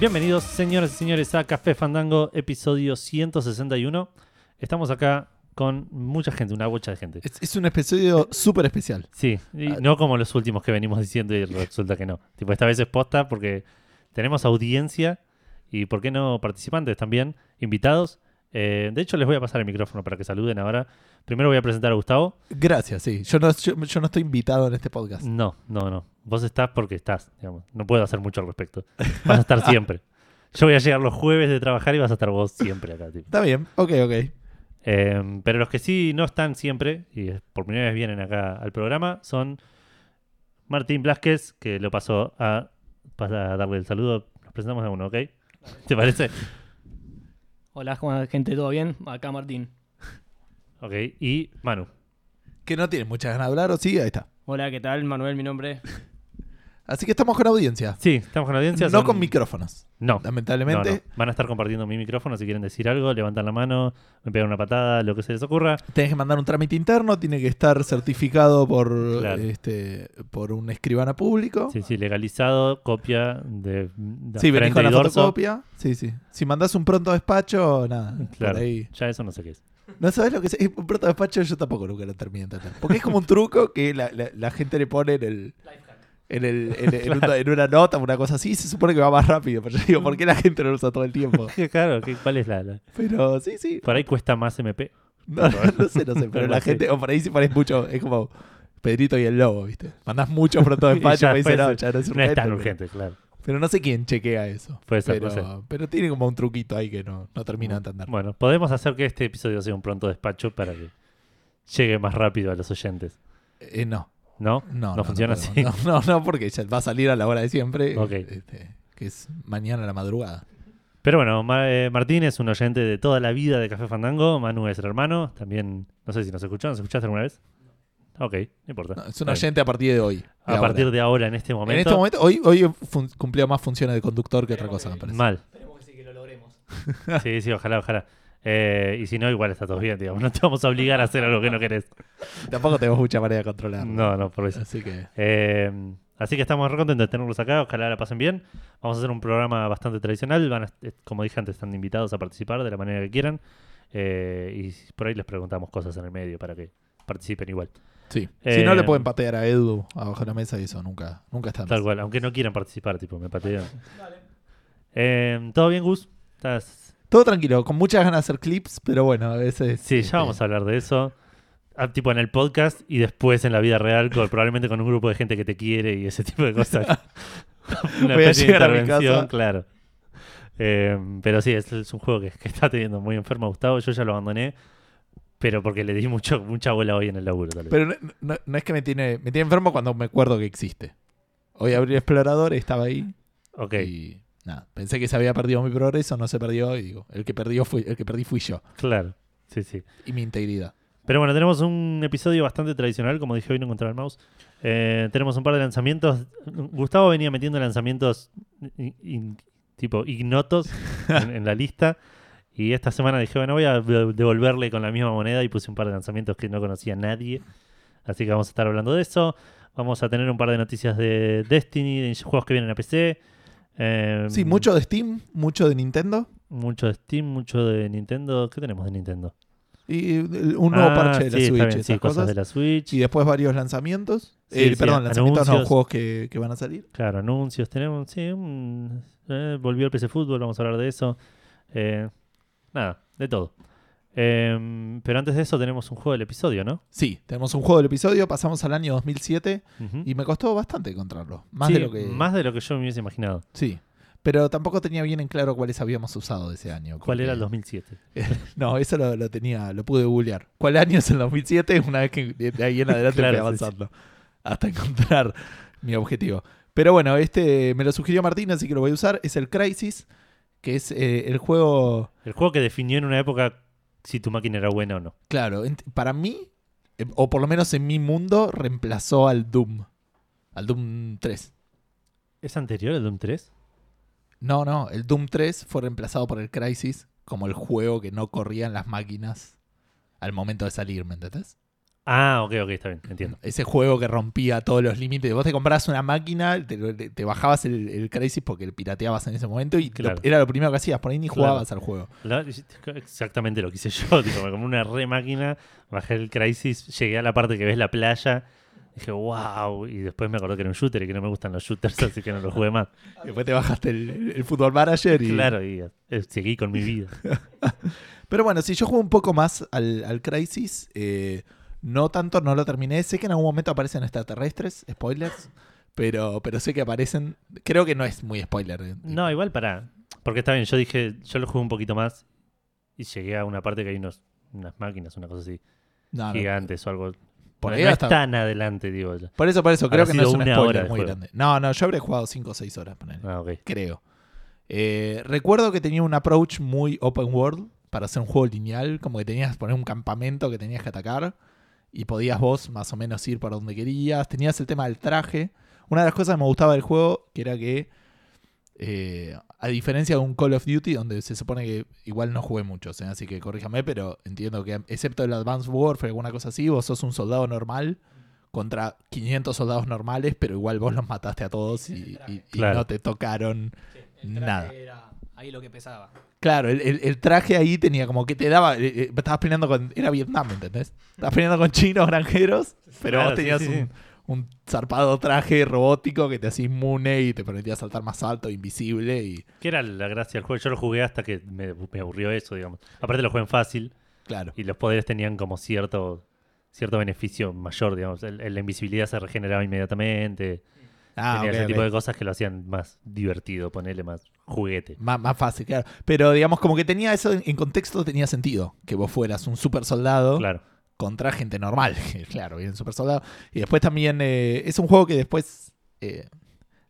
Bienvenidos, señoras y señores, a Café Fandango, episodio 161. Estamos acá con mucha gente, una bocha de gente. Es, es un episodio súper especial. Sí, y no como los últimos que venimos diciendo y resulta que no. Tipo, esta vez es posta porque tenemos audiencia y, ¿por qué no, participantes también, invitados? Eh, de hecho, les voy a pasar el micrófono para que saluden ahora. Primero voy a presentar a Gustavo. Gracias, sí. Yo no, yo, yo no estoy invitado en este podcast. No, no, no. Vos estás porque estás, digamos. No puedo hacer mucho al respecto. Vas a estar siempre. Yo voy a llegar los jueves de trabajar y vas a estar vos siempre acá, tipo. Está bien, ok, ok. Eh, pero los que sí no están siempre, y por primera vez vienen acá al programa, son Martín Blasquez, que lo pasó a, pasa a darle el saludo. Nos presentamos a uno, ¿ok? ¿Te parece? Hola, ¿cómo anda, gente? ¿Todo bien? Acá Martín. Ok, y Manu. Que no tiene muchas ganas de hablar, o sí, ahí está. Hola, ¿qué tal? Manuel, mi nombre. Así que estamos con audiencia. Sí, estamos con la audiencia. no son- con micrófonos, No, lamentablemente. no, no. Van a estar compartiendo mi micrófono si quieren decir algo, levantan la mano, me pegan una patada, lo que se les ocurra. Tenés que mandar un trámite interno, tiene que estar certificado por, Claro. este, por un escribana público. Sí, Sí, sí, legalizado, copia de, de venís frente con y la dorso. fotocopia. Sí, sí. Si mandás un pronto despacho, nada. Claro, Por ahí. ya eso no sé qué es. No sabés lo que es. es Un pronto despacho yo tampoco nunca lo terminé de entender. Porque es como un truco que la, la- la gente le pone en el. En, el, en, en una, en una nota, una cosa así, se supone que va más rápido, pero yo digo, ¿por qué la gente no lo usa todo el tiempo? Qué Claro, ¿qué- ¿cuál es la, la- Pero sí, sí. Por ahí cuesta más MP. No, no, no sé, no sé. Pero la Algo gente, o por ahí si pones mucho, es como Pedrito y el lobo, ¿viste? Mandás mucho pronto Y despacho, ya me dice, después no, es- ya no No es es urgente, tan pero- urgente, claro. Pero no sé quién chequea eso. Puede ser, pero, puede ser. pero tiene como un truquito ahí que no, no termina de entender. Bueno, podemos hacer que este episodio sea un pronto despacho para que llegue más rápido a los oyentes. Eh, no, ¿No? no, no. No funciona podemos. así. No, no, no, porque ya va a salir a la hora de siempre. Ok. este, que es mañana a la madrugada. Pero bueno, Ma- eh, Martín es un oyente de toda la vida de Café Fandango. Manu es el hermano. También, no sé si nos escuchó. ¿Nos escuchaste alguna vez? Ok, no importa. No, es un Está bien. oyente a partir de hoy. de A ahora. partir de ahora, en este momento. En este momento, hoy, hoy fun- cumplió más funciones de conductor que otra cosa, me parece. Mal. Esperemos que sí, que lo logremos. Sí, sí, ojalá, ojalá. Eh, y si no, igual está todo bien, digamos. No te vamos a obligar a hacer algo que no querés. Tampoco tenemos mucha manera de controlar. No, pues. no, por eso. Así que. Eh, así que estamos re contentos de tenerlos acá. Ojalá la pasen bien. Vamos a hacer un programa bastante tradicional. Van a- eh, como dije antes, están invitados a participar de la manera que quieran. Eh, y por ahí les preguntamos cosas en el medio para que participen igual. Sí. Eh, si no le pueden patear a Edu abajo de la mesa y eso nunca, nunca está. Tal cual, aunque no quieran participar, tipo, me patean. Eh, ¿Todo bien, Gus? ¿Estás- Todo tranquilo, con muchas ganas de hacer clips, pero bueno, a veces. Sí, este, ya vamos a hablar de eso. Ah, tipo en el podcast y después en la vida real, con- probablemente con un grupo de gente que te quiere y ese tipo de cosas. Una Voy a especie de llegar a mi intervención, casa. claro. Eh, pero sí, es, es un juego que, que está teniendo muy enfermo a Gustavo. Yo ya lo abandoné, pero porque le di mucho, mucha bola hoy en el laburo. tal vez. Pero no, no- no es que me tiene. Me tiene enfermo cuando me acuerdo que existe. Hoy abrí el explorador, estaba ahí. ok, Y nada. Pensé que se había perdido mi progreso, no se perdió. Y digo, el que perdió fui, el que perdí fui yo. claro. Sí, sí. Y mi integridad. Pero bueno, tenemos un episodio bastante tradicional, como dije hoy no encontrar el mouse. Eh, tenemos un par de lanzamientos. Gustavo venía metiendo lanzamientos in- in- tipo ignotos en, en la lista. Y esta semana dije, bueno, voy a de- devolverle con la misma moneda y puse un par de lanzamientos que no conocía nadie. Así que vamos a estar hablando de eso. Vamos a tener un par de noticias de Destiny, de juegos que vienen a PC. Eh, Sí, mucho de Steam, mucho de Nintendo. Mucho de Steam, mucho de Nintendo. ¿Qué tenemos de Nintendo? Y el- un nuevo Ah, parche de la sí, está Switch, bien, esas sí, cosas. de la Switch. Y después varios lanzamientos. Sí, Eh, sí, perdón, lanzamientos no, anuncios. juegos que, que van a salir. Claro, anuncios tenemos. Sí, un- eh, volvió el PC Fútbol, vamos a hablar de eso. Eh, nada, de todo. Em, pero antes de eso tenemos un juego del episodio, ¿no? Sí, tenemos un juego del episodio, pasamos al año 2007 Ujú. y me costó bastante encontrarlo. Más Sí, de lo que. más de lo que yo me hubiese imaginado. Sí. Pero tampoco tenía bien en claro cuáles habíamos usado de ese año. ¿Cuál porque- era el 2007? No, eso lo, lo tenía, lo pude googlear. ¿Cuál año es el 2007? Una vez que de ahí en adelante Claro, fui sí, avanzando hasta encontrar mi objetivo. Pero bueno, este me lo sugirió Martín, así que lo voy a usar. Es el Crisis, que es eh, el juego El juego que definió en una época si tu máquina era buena o no. Claro, ent- para mí, eh, o por lo menos en mi mundo, reemplazó al Doom. Al Doom 3. ¿Es anterior al Doom 3? No, no, el Doom 3 fue reemplazado por el Crisis como el juego que no corría en las máquinas al momento de salir, ¿me entendés? Ah, ok, ok, está bien, entiendo. Ese juego que rompía todos los límites. Vos te comprabas una máquina, te, te bajabas el, el Crysis porque lo pirateabas en ese momento y lo- Claro. era lo primero que hacías. Por ahí ni jugabas al juego. La- exactamente lo que hice yo, tipo, me compré una re máquina, bajé el Crisis, llegué a la parte que ves la playa, dije, wow, y después me acordé que era un shooter y que no me gustan los shooters, así que no lo jugué más. Después te bajaste el, el- el Football Manager y. Claro, y eh, seguí con mi vida. Pero bueno, si yo juego un poco más al, al Crisis, eh, no tanto, no lo terminé. Sé que en algún momento aparecen extraterrestres, spoilers, pero, pero sé que aparecen. Creo que no es muy spoiler. eh. No, igual para. Porque está bien, yo dije, yo lo jugué un poquito más y llegué a una parte que hay unos, unas máquinas, una cosa así, No, no. gigantes o algo. Por no, ahí no es hasta- tan adelante, digo. ya. Por eso, por eso, creo Habrá que no es sido un una hora spoiler de muy juego. grande. No, no, yo habré jugado 5 o 6 horas, ponele. Ah, ok. creo. Eh, recuerdo que tenía un approach muy open world para hacer un juego lineal, como que tenías que poner un campamento que tenías que atacar y podías vos más o menos ir para donde querías. Tenías el tema del traje. Una de las cosas que me gustaba del juego que era que, eh, a diferencia de un Call of Duty, donde se supone que igual no jugué muchos, ¿eh? así que corríjame, pero entiendo que excepto el Advanced Warfare, alguna cosa así, vos sos un soldado normal contra 500 soldados normales, pero igual vos los mataste a todos y, y- y Claro. no te tocaron el traje Nada. era ahí lo que pesaba. Claro, el, el- el traje ahí tenía como que te daba. eh, eh, estabas peleando con. Era Vietnam, ¿entendés? Estabas peleando con chinos granjeros, pero Claro, vos sí, tenías sí, un, un zarpado traje robótico que te hacía inmune y te permitía saltar más alto, invisible y. Que era la gracia del juego. Yo lo jugué hasta que me, me aburrió eso, digamos. Aparte lo jugué en fácil Claro. y los poderes tenían como cierto cierto beneficio mayor, digamos. El- el- la invisibilidad se regeneraba inmediatamente. Ah, Tenía ok, ese ok. tipo de cosas que lo hacían más divertido, ponerle más juguete. Má- más fácil, claro. Pero digamos, como que tenía eso en, en contexto, tenía sentido. Que vos fueras un super soldado. Claro. contra gente normal. claro, bien super soldado. Y después también eh, es un juego que después. eh,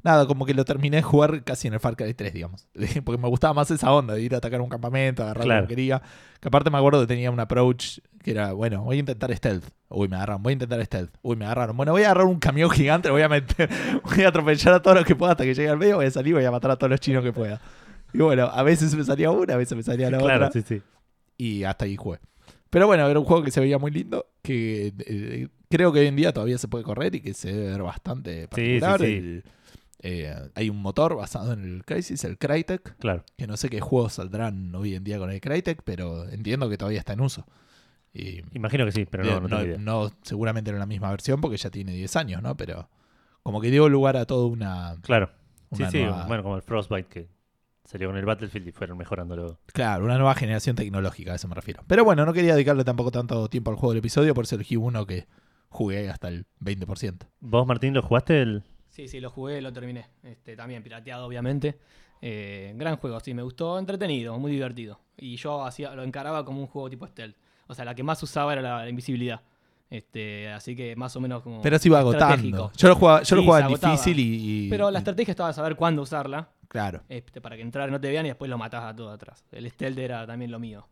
nada, como que lo terminé de jugar casi en el Far Cry 3, digamos. Porque me gustaba más esa onda de ir a atacar un campamento, agarrar lo Claro. que quería. Que aparte me acuerdo que tenía un approach que era, bueno, voy a intentar stealth. Uy, me agarraron, voy a intentar stealth. Uy, me agarraron. Bueno, voy a agarrar un camión gigante, lo voy a meter, voy a atropellar a todos los que pueda hasta que llegue al medio, voy a salir, voy a matar a todos los chinos que pueda. Y bueno, a veces me salía una, a veces me salía la Claro, otra sí, sí. y hasta ahí jugué. Pero bueno, era un juego que se veía muy lindo, que eh, creo que hoy en día todavía se puede correr y que se debe ver bastante particular. sí. El, eh, hay un motor basado en el Crisis, el Crytek, Claro. que no sé qué juegos saldrán hoy en día con el Crytek, pero entiendo que todavía está en uso. Y Imagino que sí, pero eh, no, no tengo idea. no- seguramente no en la misma versión porque ya tiene 10 años, ¿no? Pero como que dio lugar a toda una... Claro. Sí, una sí, nueva- bueno, como el Frostbite que salió con el Battlefield y fueron mejorándolo. Claro, una nueva generación tecnológica, a eso me refiero. Pero bueno, no quería dedicarle tampoco tanto tiempo al juego del episodio, por eso elegí uno que jugué hasta el 20%. ¿Vos, Martín, lo jugaste? El... Sí, sí, lo jugué, lo terminé. Este, también pirateado, obviamente. Eh, gran juego, sí, me gustó, entretenido, muy divertido. Y yo hacía, lo encaraba como un juego tipo stealth. O sea, la que más usaba era la, la invisibilidad. Este, así que más o menos como. Pero se iba estratégico. agotando. Yo lo jugaba, yo lo Sí, jugaba se en agotaba. difícil y, y- Pero la estrategia estaba saber cuándo usarla, Claro, este, para que entrar no te vean y después lo matas a todos atrás. El stealth era también lo mío.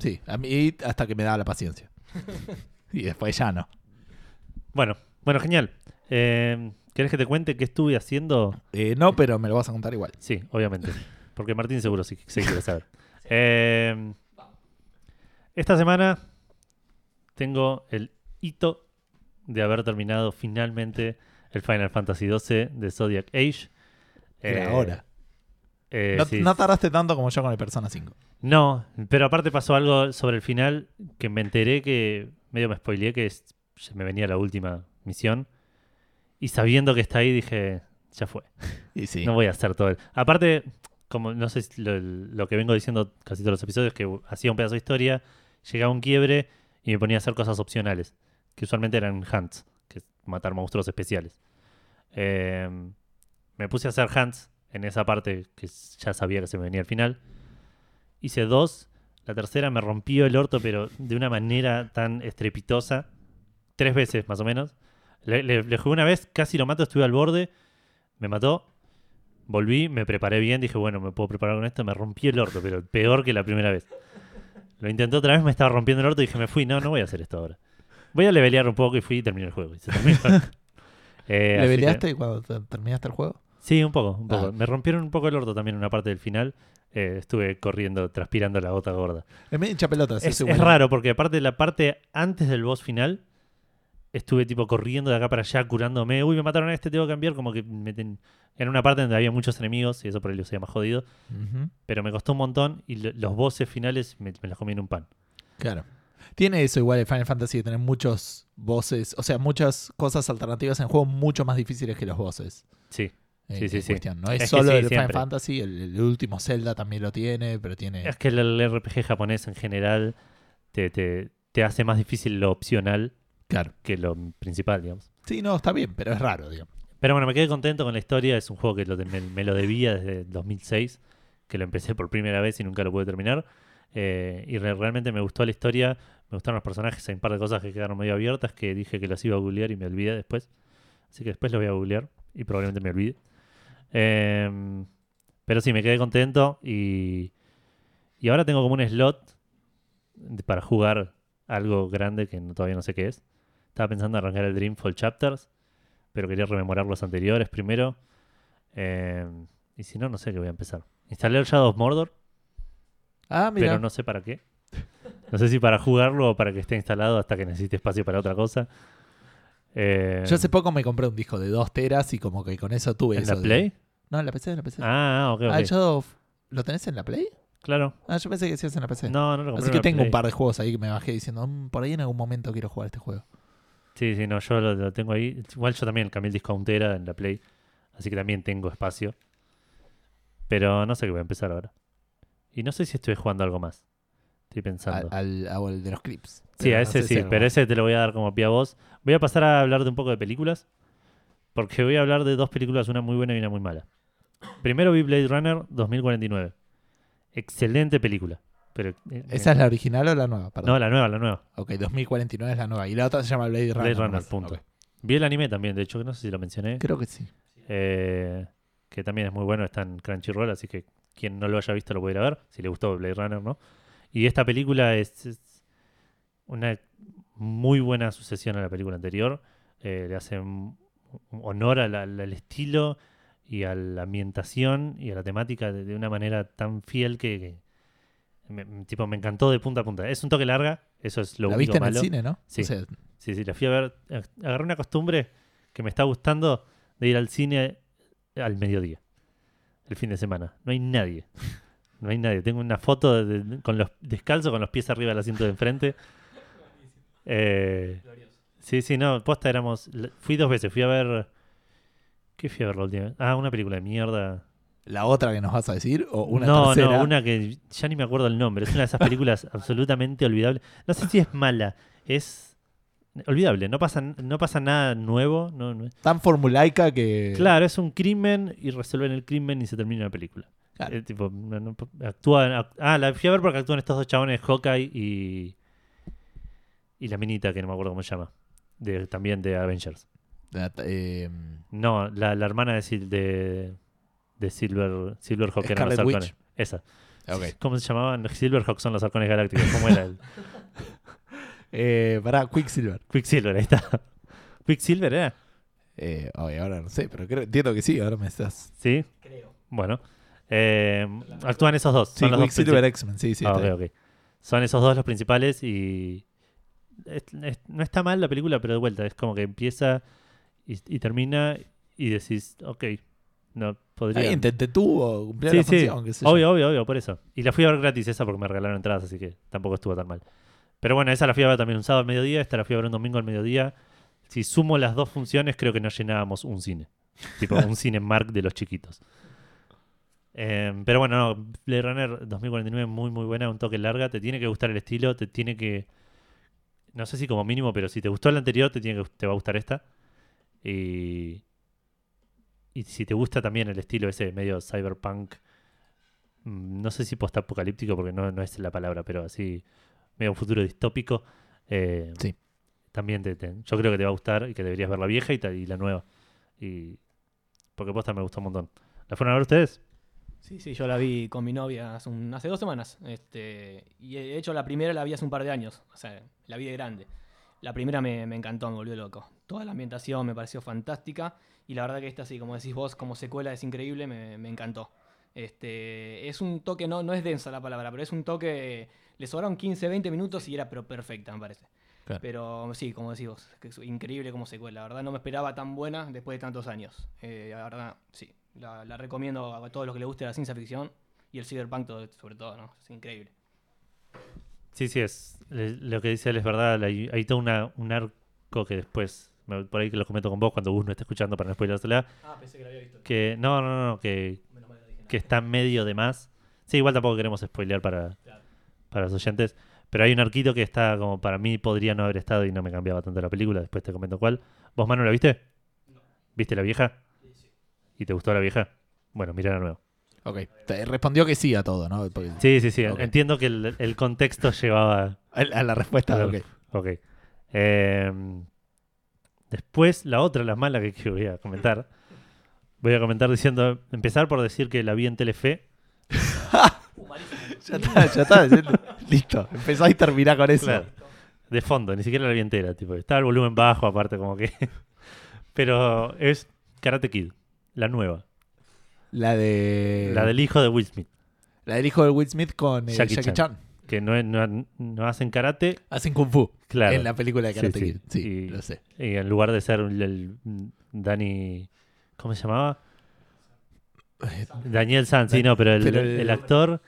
sí. A mí hasta que me daba la paciencia. y después ya no. Bueno, bueno, genial. Eh, ¿Querés que te cuente qué estuve haciendo? Eh, no, pero me lo vas a contar igual. Sí, obviamente. Porque Martín seguro sí, sí quiere saber. Eh, esta semana tengo el hito de haber terminado finalmente el Final Fantasy XII de Zodiac Age. Era Eh, ahora. eh, no, sí, no tardaste tanto como yo con el Persona 5. No, pero aparte pasó algo sobre el final que me enteré que medio me spoileé que es- se me venía la última misión. Y sabiendo que está ahí dije, ya fue, Y sí. no voy a hacer todo. el- Aparte, como no sé si lo, lo que vengo diciendo casi todos los episodios, que hacía un pedazo de historia, llegaba a un quiebre y me ponía a hacer cosas opcionales, que usualmente eran hunts, que es matar monstruos especiales. Eh, me puse a hacer hunts en esa parte que s- ya sabía que se me venía al final. Hice dos. La tercera me rompió el orto, pero de una manera tan estrepitosa. Tres veces, más o menos. Le, le- le jugué una vez, casi lo mato, estuve al borde. Me mató. Volví, me preparé bien. Dije, bueno, me puedo preparar con esto. Me rompí el orto, pero peor que la primera vez. Lo intenté otra vez, me estaba rompiendo el orto. Dije, me fui, no, no voy a hacer esto ahora. Voy a levelear un poco y fui y terminé el juego. Y se terminó. Eh, ¿Le así que- peleaste cuando te- terminaste el juego? Sí, un poco, un poco. Ah. Me rompieron un poco el orto también en una parte del final. eh, estuve corriendo, transpirando la gota gorda. Es medio hincha pelotas. Es, es raro porque aparte la parte antes del boss final, estuve tipo corriendo de acá para allá, curándome. Uy, me mataron a este, tengo que cambiar. Como que me ten- en una parte donde había muchos enemigos y eso por ahí lo hacía más jodido. Pero me costó un montón y lo- los bosses finales me, me los comí en un pan. Claro. Tiene eso igual el Final Fantasy de tener muchos voces, o sea, muchas cosas alternativas en juegos mucho más difíciles que los voces. Sí. eh, Sí, sí, en sí. cuestión, No es, Es que solo sí, el Final siempre. Fantasy, el, el último Zelda también lo tiene, pero tiene. Es que el, el RPG japonés en general te, te- te hace más difícil lo opcional Claro. que lo principal, digamos. Sí, no, está bien, pero es raro, digamos. Pero bueno, me quedé contento con la historia. Es un juego que lo te- me, me lo debía desde 2006, que lo empecé por primera vez y nunca lo pude terminar. Eh, y re- realmente me gustó la historia, me gustaron los personajes. Hay un par de cosas que quedaron medio abiertas que dije que las iba a googlear y me olvidé después. Así que después lo voy a googlear y probablemente me olvide. Em, pero sí, me quedé contento y, y ahora tengo como un slot de- para jugar algo grande que no- todavía no sé qué es. Estaba pensando en arrancar el Dreamfall Chapters, pero quería rememorar los anteriores primero. Em, y si no, no sé qué voy a empezar. Instalé el Shadow of Mordor, Ah, mira. pero no sé para qué. No sé si para jugarlo o para que esté instalado hasta que necesite espacio para otra cosa. Em, Yo hace poco me compré un disco de 2 teras y como que con eso tuve ¿En eso la de- Play? No, en la PC, en la PC. Ah, ah, ok, ok. Ah, el Shadow of- ¿Lo tenés en la Play? Claro. Ah, yo pensé que sí es en la PC. No, no lo compré Así en que la tengo Play. un par de juegos ahí que me bajé diciendo, "Mm, por ahí en algún momento quiero jugar este juego. Sí, sí, no, yo lo, lo tengo ahí. Igual yo también cambié el disco a untera en la Play, así que también tengo espacio. Pero no sé qué voy a empezar ahora. Y no sé si estoy jugando algo más. Estoy pensando. Al, al- al de los clips. sí, Pero a no ese sé si sí, algo pero más. ese te lo voy a dar como pie a vos. Voy a pasar a hablar de un poco de películas, porque voy a hablar de dos películas, una muy buena y una muy mala. Primero vi Blade Runner 2049. Excelente película. Pero, eh, ¿Esa es la original o la nueva? Perdón. No, la nueva, la nueva. Ok, 2049 es la nueva. Y la otra se llama Blade Runner. Blade me Runner, parece. punto. Ok. Vi el anime también, de hecho, que no sé si lo mencioné. Creo que sí. eh, que también es muy bueno, está en Crunchyroll, así que quien no lo haya visto lo puede ir a ver, si le gustó Blade Runner, ¿no? Y esta película es, es una muy buena sucesión a la película anterior, eh, le hace un- un honor a la- al, al estilo y a la ambientación y a la temática de, de una manera tan fiel que, que me- me- tipo, me encantó de punta a punta. Es un toque larga, eso es lo la único viste en malo. el cine, ¿no? Sí. O sea, Sí, sí, la fui a ver. Ag- Agarré una costumbre que me está gustando de ir al cine al mediodía, el fin de semana. No hay nadie. No hay nadie. Tengo una foto de- de- con los descalzo con los pies arriba del asiento de enfrente. Eh, sí, sí, no, posta éramos. l- Fui dos veces, fui a ver. ¿Qué fui a ver la última vez? Ah, una película de mierda. la otra que nos vas a decir o una no, tercera. no, una que ya ni me acuerdo el nombre. Es una de esas películas absolutamente olvidable. No sé si es mala, es olvidable. No pasa, no pasa nada nuevo. no- no- Tan formulaica que... Claro, es un crimen y resuelven el crimen y se termina la película. Claro. Eh, tipo, no- no- actúan, ac- ah, la fui a ver porque actúan estos dos chabones, Hawkeye y y la minita que no me acuerdo cómo se llama, de- también de Avengers. La- eh, No, la, la hermana de, Sil- de de Silver Silver Hawk eran los Scarlet arcones. Witch. Esa. ok. ¿Cómo se llamaban? Silverhawk son los arcones galácticos. ¿Cómo era? el- Eh, pará, Quicksilver. Quicksilver, ahí está. ¿Quicksilver era? Eh, oye, ahora no sé, pero creo, entiendo que sí, ahora me estás... Sí, creo. bueno. Eh, actúan esos dos. Sí, son los dos Quicksilver X-Men, sí, sí. Ah, está ok, bien. ok. Son esos dos los principales y es- es- no está mal la película, pero de vuelta, es como que empieza y, y termina y decís, ok, no Está podría. bien, te, te tuvo, cumplió Sí, la sí, función, qué sé yo. obvio, obvio, obvio, por eso. Y la fui a ver gratis esa porque me regalaron entradas, así que tampoco estuvo tan mal. Pero bueno, esa la fui a ver también un sábado al mediodía, esta la fui a ver un domingo al mediodía. Si sumo las dos funciones, creo que no llenábamos un cine. Tipo, un cine Mark de los chiquitos. Eh, pero bueno, no, Blade Runner 2049 muy muy buena, un toque larga, te tiene que gustar el estilo, te tiene que... No sé si como mínimo, pero si te gustó la anterior, te, tiene que, te va a gustar esta. Y, y si te gusta también el estilo ese medio cyberpunk, mm, no sé si postapocalíptico, porque no, no es la palabra, pero así medio futuro distópico, eh, Sí. también te, te- yo creo que te va a gustar y que deberías ver la vieja y, ta- y la nueva. Y, porque posta me gustó un montón. ¿La fueron a ver ustedes? Sí, sí, yo la vi con mi novia hace, un- hace dos semanas. Este, y de hecho la primera la vi hace un par de años. O sea, la vi de grande. La primera me, me encantó, me volvió loco. Toda la ambientación me pareció fantástica. Y la verdad que esta, sí, como decís vos, como secuela es increíble, me, me encantó. Este, es un toque, no, no es densa la palabra, pero es un toque. Le sobraron 15, 20 minutos y era pero perfecta, me parece. Claro. Pero sí, como decís vos, que es increíble como secuela. La verdad no me esperaba tan buena después de tantos años. Eh, la verdad, sí. La, la recomiendo a todos los que les guste la ciencia ficción y el cyberpunk todo- sobre todo, ¿no? Es increíble. Sí, sí, es. le- lo que dice él es verdad. Hay, hay todo una, un arco que después. me- Por ahí que lo comento con vos cuando Gus no esté escuchando para no spoilársela. Ah, pensé que la había visto. Que. No, no, no, no, que, Menos mal no dije nada. que está medio de más. Sí, igual tampoco queremos spoilear para, Claro. para los oyentes. Pero hay un arquito que está como para mí podría no haber estado y no me cambiaba tanto la película. Después te comento cuál. ¿Vos, Manu, la viste? ¿Viste la vieja? ¿Y te gustó la vieja? Bueno, mira de nuevo. Ok. Te respondió que sí a todo, ¿no? Porque- Sí, sí, sí. en- Ok. Entiendo que el, el contexto llevaba. A la a la respuesta, Claro. ok. Ok. Eh, después, la otra, la mala que, que voy a comentar. Voy a comentar diciendo. Empezar por decir que la vi en Telefe. Ya está, ya está. ya- Listo. Empezá y terminá con eso. Claro. De fondo, ni siquiera la vi entera. Tipo, estaba el volumen bajo, aparte, como que. Pero es Karate Kid, la nueva. La de. La del hijo de Will Smith. la del hijo de Will Smith con eh, Jackie Jackie, Chan. Chan. Que no, es- no- no hacen karate. Hacen Kung Fu. Claro. En la película de Sí, Karate sí. Kid. Sí, Y- lo sé. Y en lugar de ser el, el- Dani. ¿Cómo se llamaba? Daniel San, sí, no, pero el, Pero el- el actor.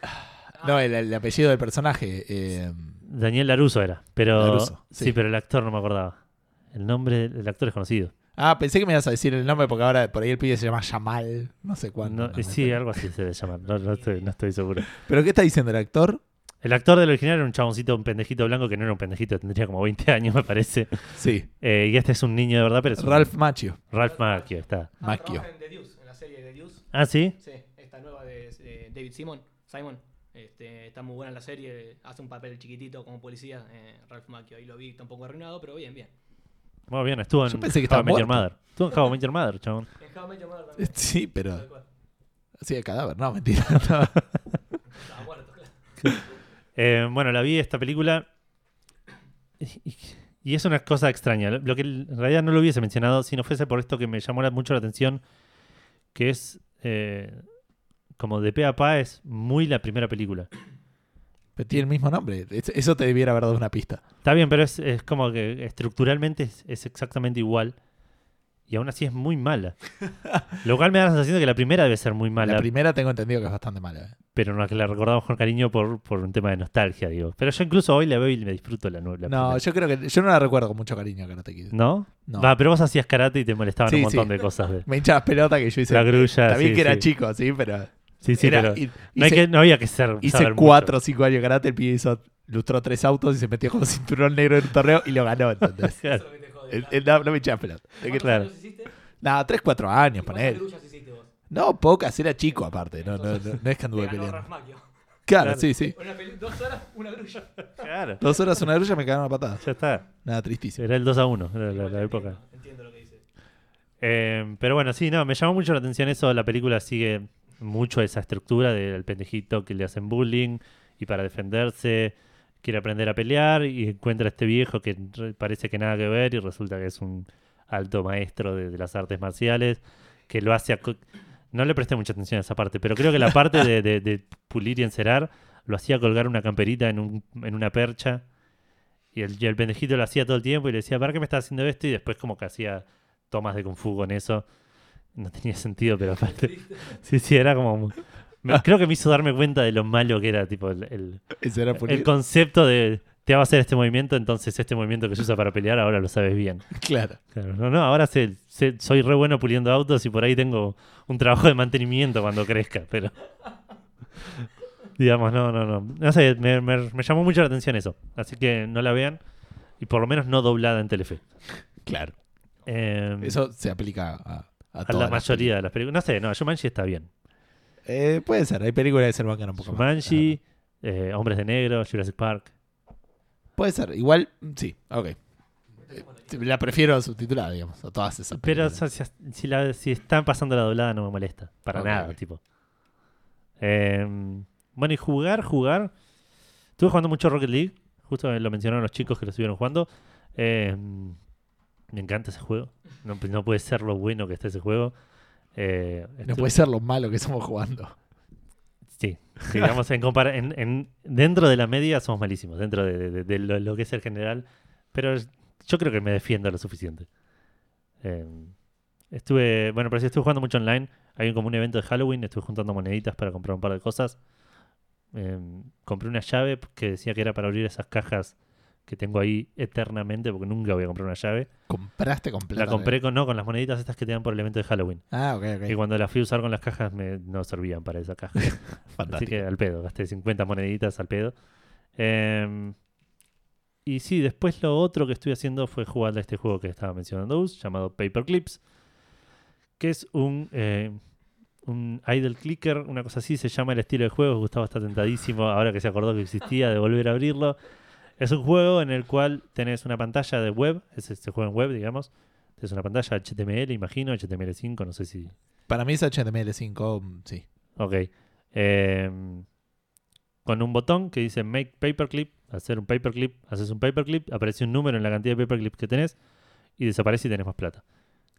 No, el, el apellido del personaje. eh, Daniel Laruso era. Pero. Larusso, sí. sí. pero el actor no me acordaba. El nombre del actor es conocido. Ah, pensé que me ibas a decir el nombre porque ahora por ahí el pibe se llama Yamal. No sé cuándo. No, sí, algo así se le llama. No, no estoy, no estoy seguro. ¿Pero qué está diciendo el actor? El actor del original era un chaboncito, un pendejito blanco que no era un pendejito, tendría como 20 años, me parece. Sí. Eh, y este es un niño de verdad, pero es un- Ralph Macchio. Ralph Macchio, está. Ah, Macchio. trabaja en The Deuce, en la serie de Deuce. Ah, sí. Sí, esta nueva de eh, David Simon. Simon. Este, está muy buena la serie. Hace un papel chiquitito como policía. eh, Ralph Macchio. Ahí lo vi, está un poco arruinado, pero bien, bien. Muy bien, estuvo en Yo pensé que How I estaba Met Your muerto. Mother. Estuvo en How I Met Your Mother, chabón. En How I Met Your Mother también. Sí, Tal pero. cual. Sí, el cadáver. No, mentira. no. Estaba muerto, claro. Eh, bueno, la vi esta película. Y, y es una cosa extraña. Lo- Lo que en realidad no lo hubiese mencionado si no fuese por esto que me llamó la- mucho la atención, que es eh, como de pe a pa es muy la primera película. Pero tiene el mismo nombre. Es- Eso te debiera haber dado una pista. Está bien, pero es, es como que estructuralmente es, es exactamente igual. Y aún así es muy mala. Lo cual me da la sensación de que la primera debe ser muy mala, La primera tengo entendido que es bastante mala. ¿eh? pero no que la recordamos con cariño por, por un tema de nostalgia, digo. Pero yo incluso hoy la veo y me disfruto la, nu- la No, primera. yo creo que. Yo no la recuerdo con mucho cariño a Karate Kid. ¿No? No. Va, pero vos hacías karate y te molestaban Sí, un montón sí. de cosas. de- Me hinchaba pelota que yo hice. la grulla. También Ah, sí, que era sí. chico, sí, pero. Sí, sí, era- pero hi- no, hay hice- que, no había que ser. Hice saber mucho. cuatro o cinco años de karate, el pibe hizo, lustró tres autos y se metió como cinturón negro en un torneo y lo ganó, ¿entendés? Claro. Eso es lo que te jode, El- claro. el- no, no me echas pelota. Es que- ¿Cuántos claro. años hiciste? Nada, tres, cuatro años, ¿Y cuántas poner. grullas hiciste vos? No, pocas, era chico aparte, no, no, no, no es que Te anduve ganó Ralph peleando. Macchio. Claro, sí, sí. Una peli- dos horas, una grulla. Claro. Dos horas una grulla me cagaron a patadas. Ya está. Nada, tristísimo. Era el 2 a 1, era la, Igual la te época. Entiendo, entiendo lo que dices. Eh, pero bueno, sí, no, me llamó mucho la atención eso. La película sigue mucho esa estructura del pendejito que le hacen bullying y para defenderse quiere aprender a pelear y encuentra a este viejo que re- parece que nada que ver y resulta que es un alto maestro de, de las artes marciales que lo hace... a co- no le presté mucha atención a esa parte, pero creo que la parte de, de- de pulir y encerar lo hacía colgar una camperita en, un- en una percha y el, y el pendejito lo hacía todo el tiempo y le decía, ¿para qué me estás haciendo esto? Y después como que hacía tomas de Kung Fu con eso. No tenía sentido, pero aparte... Sí, sí, era como... me- creo que me hizo darme cuenta de lo malo que era, tipo, el- el, Ese era el pulido. concepto de te va a hacer este movimiento, entonces este movimiento que se usa para pelear ahora lo sabes bien. Claro. Claro, no, no, ahora sé- sé- soy re bueno puliendo autos y por ahí tengo un trabajo de mantenimiento cuando crezca, pero. Digamos, no, no, no. No sé, me, me- me llamó mucho la atención eso. Así que no la vean y por lo menos no doblada en Telefe. Claro. Eh, Eso se aplica a, a a la todas las mayoría de las películas. No sé, no, Jumanji está bien. películas. Eh, puede ser, hay películas que se bancan un poco más. Jumanji, eh, Hombres de Negro, Jurassic Park. Puede ser, igual, sí, ok. Eh, La prefiero subtitulada, digamos, a todas esas. Pero o películas. sea, si, si la- si están pasando la doblada no me molesta. Para Ok, nada, ok. tipo. Em, bueno, y jugar, jugar. Estuve jugando mucho Rocket League. Justo lo mencionaron los chicos que lo estuvieron jugando. Em, me encanta ese juego. No, no puede ser lo bueno que está ese juego. Eh, no estuve- puede ser lo malo que estamos jugando. Sí, sí, digamos, en compara- en- en- dentro de la media somos malísimos, dentro de, de- de lo, lo que es el general, pero yo creo que me defiendo lo suficiente. Eh, estuve, bueno, pero sí estuve jugando mucho online, hay como un evento de Halloween, estuve juntando moneditas para comprar un par de cosas. Eh, compré una llave que decía que era para abrir esas cajas que tengo ahí eternamente, porque nunca voy a comprar una llave. Compraste completa. La compré con, no, con las moneditas estas que te dan por el evento de Halloween. Ah, ok, Y ok. cuando las fui a usar con las cajas me, no servían para esa caja. Así Fantástico. que al pedo, gasté 50 moneditas al pedo. Eh, y sí, después lo otro que estoy haciendo fue jugar a este juego que estaba mencionando Us, llamado Paperclips, que es un, eh, un idle clicker, una cosa así, se llama el estilo de juego. Gustavo está tentadísimo ahora que se acordó que existía de volver a abrirlo. Es un juego en el cual tenés una pantalla de web, es este juego en web, digamos. Tenés una pantalla HTML, imagino, HTML5, no sé si Para mí es HTML5, mm, sí. Ok. Eh, con un botón que dice Make Paperclip, hacer un paperclip, haces un paperclip, aparece un número en la cantidad de paperclips que tenés y desaparece y tenés más plata.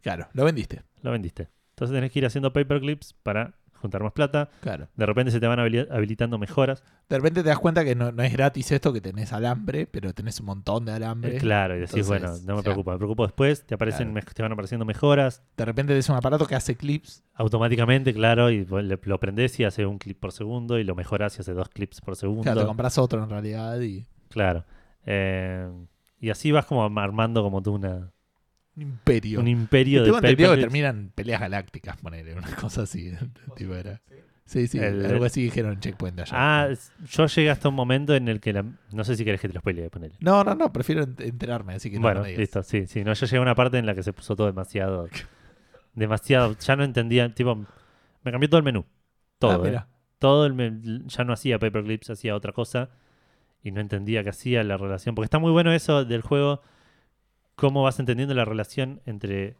Claro, lo vendiste. Lo vendiste. Entonces tenés que ir haciendo paperclips para juntar más plata. Claro. De repente se te van habili- habilitando mejoras. De repente te das cuenta que no, no es gratis esto, que tenés alambre, pero tenés un montón de alambre. Eh, claro, y decís, Entonces, bueno, no me ya. preocupa, me preocupo después. Te, aparecen, mej- te van apareciendo mejoras De repente tenés un aparato que hace clips. automáticamente, claro, y vos le- lo prendés y hace un clip por segundo y lo mejorás y hace dos clips por segundo. Claro, te compras otro en realidad y. Claro. Eh, y así vas como armando como tú una, Un imperio. un imperio de Tengo entendido que paperclips. Este, terminan peleas galácticas, ponele, una cosa así. tipo era. Sí, sí, El- algo así dijeron en Checkpoint allá. Ah, es- yo llegué hasta un momento en el que la- no sé si querés que te lo spoile, ponele. No, no, no, prefiero ent- enterarme, así que no, bueno, no me digas. listo, sí, sí. No, yo llegué a una parte en la que se puso todo demasiado. demasiado. Ya no entendía. Tipo, me cambió todo el menú. Todo. Ah, ¿eh? mira. todo el me- ya no hacía paperclips, hacía otra cosa y no entendía qué hacía la relación. Porque está muy bueno eso del juego, cómo vas entendiendo la relación entre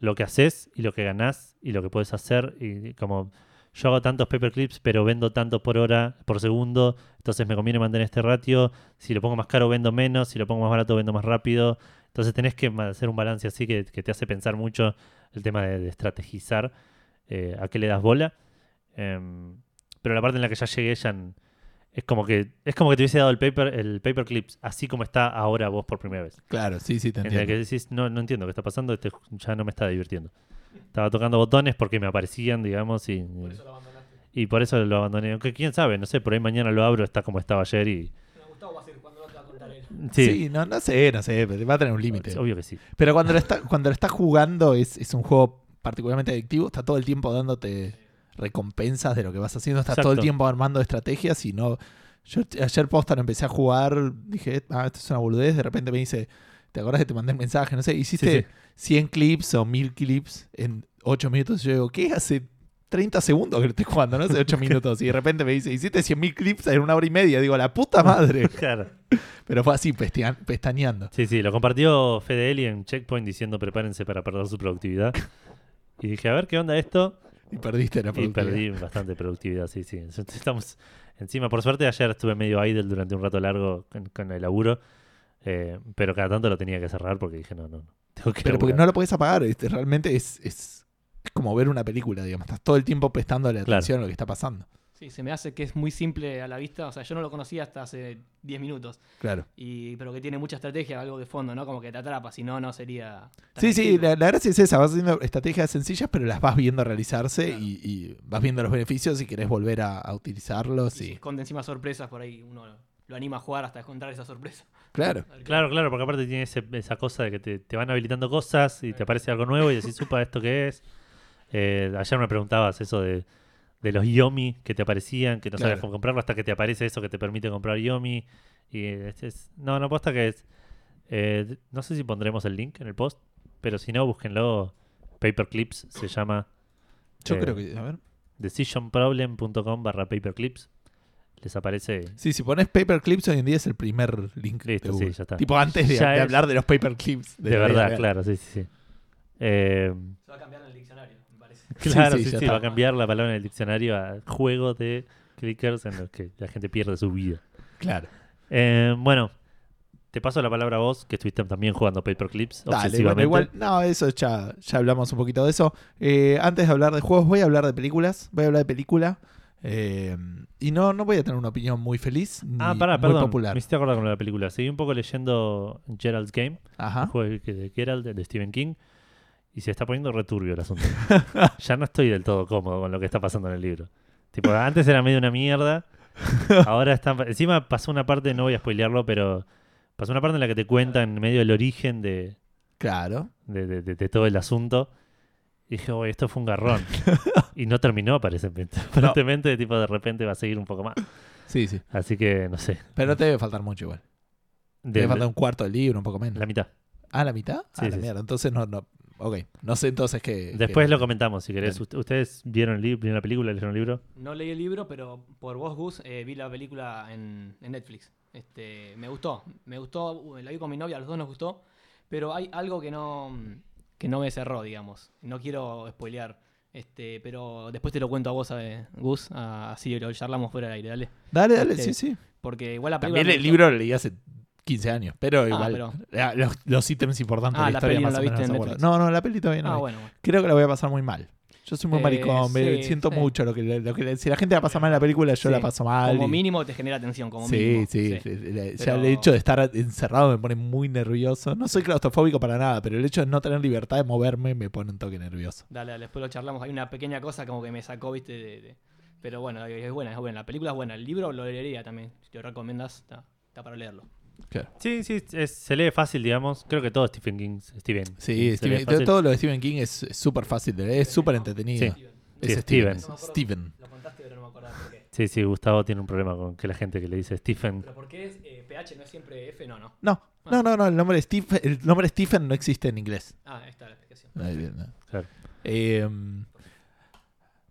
lo que haces y lo que ganás y lo que puedes hacer. Y como yo hago tantos paperclips, pero vendo tanto por hora, por segundo, entonces me conviene mantener este ratio. Si lo pongo más caro, vendo menos. Si lo pongo más barato, vendo más rápido. Entonces tenés que ma- hacer un balance así que, que te hace pensar mucho el tema de, de estrategizar eh, a qué le das bola. Em, pero la parte en la que ya llegué ya n- es como que es como que te hubiese dado el paper el paperclips así como está ahora vos por primera vez Claro, sí, sí, te en el entiendo. que decís no no entiendo qué está pasando este ju- ya no me está divirtiendo estaba tocando botones porque me aparecían digamos y Por eso lo abandonaste. y por eso lo abandoné aunque quién sabe no sé por ahí mañana lo abro está como estaba ayer y No, Gustavo va a seguir cuando no te va a contar él. Sí, sí, no, no sé, no sé, pero va a tener un límite. es obvio que sí Pero cuando lo, está, cuando lo estás jugando es, es un juego particularmente adictivo, está todo el tiempo dándote recompensas de lo que vas haciendo, estás todo el Exacto. tiempo armando estrategias y no... Yo t- ayer posta lo empecé a jugar, dije, ah, esto es una boludez, de repente me dice, ¿te acordás que te mandé el mensaje? No sé, hiciste sí. 100 clips o 1000 clips en 8 minutos, yo digo, ¿qué? Hace 30 segundos que lo estoy jugando, no hace 8 minutos, y de repente me dice, hiciste 100.000 clips en una hora y media, digo, la puta madre. claro Pero fue así, pestean- pestañeando. sí sí lo compartió Fede Eli en Checkpoint diciendo prepárense para perder su productividad y dije a ver qué onda esto Y perdiste la Y productividad. perdí bastante productividad, sí, sí. Estamos encima, por suerte ayer estuve medio idle durante un rato largo con, con el laburo, eh, pero cada tanto lo tenía que cerrar porque dije, no, no, no. Tengo que Pero porque no laburar". lo podés apagar, este, realmente es, es, es como ver una película, digamos. Estás todo el tiempo prestándole Claro. atención a lo que está pasando. Sí, se me hace que es muy simple a la vista. O sea, yo no lo conocía hasta hace 10 minutos. Claro. Y, pero que tiene mucha estrategia, algo de fondo, ¿no? Como que te atrapa, si no, no sería. tan Sí, sí, adictivo. la, la gracia es esa. Vas haciendo estrategias sencillas, pero las vas viendo realizarse y, y vas viendo los beneficios y querés volver a, a Y utilizarlos. si Sí. esconde encima sorpresas por ahí, uno lo anima a jugar hasta encontrar esa sorpresa. Claro. A ver qué- Claro, claro, porque aparte tiene ese- esa cosa de que te, te van habilitando cosas y te aparece algo nuevo y decís, supa, ¿esto qué es? Eh, ayer me preguntabas eso de, de los Yomi que te aparecían, que no Claro. sabías cómo comprarlo hasta que te aparece eso que te permite comprar Yomi. Y es, es- no, no, posta que es... eh, no sé si pondremos el link en el post, pero si no, búsquenlo. Paperclips se llama Yo Eh, creo que. A ver. decisionproblem.com barra paperclips. Les aparece... Sí, si pones paperclips hoy en día es el primer link. de Listo, sí, Google. ya está. Tipo antes de, Ya de es- hablar de los paperclips. De, la vida verdad, real. claro, sí, sí, sí. Eh, Se va a cambiar en el diccionario, me parece. Claro, Sí, sí, sí, sí, ya va está. a cambiar la palabra en el diccionario a juego de clickers en los que la gente pierde su vida. Claro. Eh, bueno, te paso la palabra a vos, que estuviste también jugando paperclips Dale, bueno, obsesivamente. igual, no, eso ya, ya hablamos un poquito de eso. Eh, antes de hablar de juegos, voy a hablar de películas. Voy a hablar de película. Eh, y no, no voy a tener una opinión muy feliz ni ah, pará, muy perdón. popular. Me hiciste acordar con la película. Seguí un poco leyendo Gerald's Game, el Ajá. juego que- de Gerald, de Stephen King, y se está poniendo returbio el asunto. ya no estoy del todo cómodo con lo que está pasando en el libro. Tipo, antes era medio una mierda. Ahora está. Encima pasó una parte, no voy a spoilearlo, pero pasó una parte en la que te cuentan medio el origen de, Claro. de, de- de- de todo el asunto. Y dije, "Uy, esto fue un garrón. y no terminó, parece. Aparentemente, tipo, de repente va a seguir un poco más. Sí, sí. Así que, no sé. Pero no te debe faltar mucho igual. Te De debe faltar un cuarto del libro, un poco menos. la mitad. ¿Ah, la mitad? Ah, Sí, la sí, mierda. Entonces no, no. Ok. No sé entonces qué. Después qué- lo comentamos, si querés. Dale. Ust- ¿Ustedes vieron el libro, vieron la película, leyeron el libro? No leí el libro, pero por vos, Gus, eh, vi la película en, en Netflix. Este, me gustó, me gustó, la vi con mi novia, a los dos nos gustó, pero hay algo que no, que no me cerró, digamos. No quiero spoilear, este, pero después te lo cuento a vos, eh, Gus, a- así lo charlamos fuera del aire, dale. Dale, dale, Ok. sí, sí. Porque igual la película... También me el gustó. libro lo leí hace 15 años, pero igual. pero- la- Los, los ítems importantes Ah, de la, la historia peli no más la o menos viste en se acuerdan. Netflix. No, no, la peli todavía no. Ah, la vi. bueno, bueno. Creo que la voy a pasar muy mal. Yo soy muy Eh, maricón, me- sí, siento sí. mucho lo que, lo que- si la gente la pasa mal en la película, yo Sí. la paso mal. Como y- mínimo te genera tensión, como sí, mínimo. sí, le- le- ya Pero- el hecho de estar encerrado me pone muy nervioso. No soy claustrofóbico para nada, pero el hecho de no tener libertad de moverme me pone un toque nervioso. Dale, dale, después lo charlamos. Hay una pequeña cosa como que me sacó, viste, de- de- Pero bueno, es buena, es buena. La película es buena. El libro lo leería también. Si te lo recomiendas, está, está para leerlo. Sí, sí, es- se lee fácil, digamos. Creo que todo Stephen King. Steven. King Sí, se Stephen- lee fácil. todo lo de Stephen King es es súper fácil, de leer, es súper entretenido. Sí. Es Sí, Steven. Steven. Steven. Lo contaste, pero no me acordaba por qué. Sí, sí, Gustavo tiene un problema con que la gente que le dice Stephen. Pero ¿por qué es, eh, PH no es siempre F? No, no. No, no, no, no, el nombre, Steve- el nombre Stephen no existe en inglés. Ah, ahí está la explicación. Ahí viene. Claro. Eh,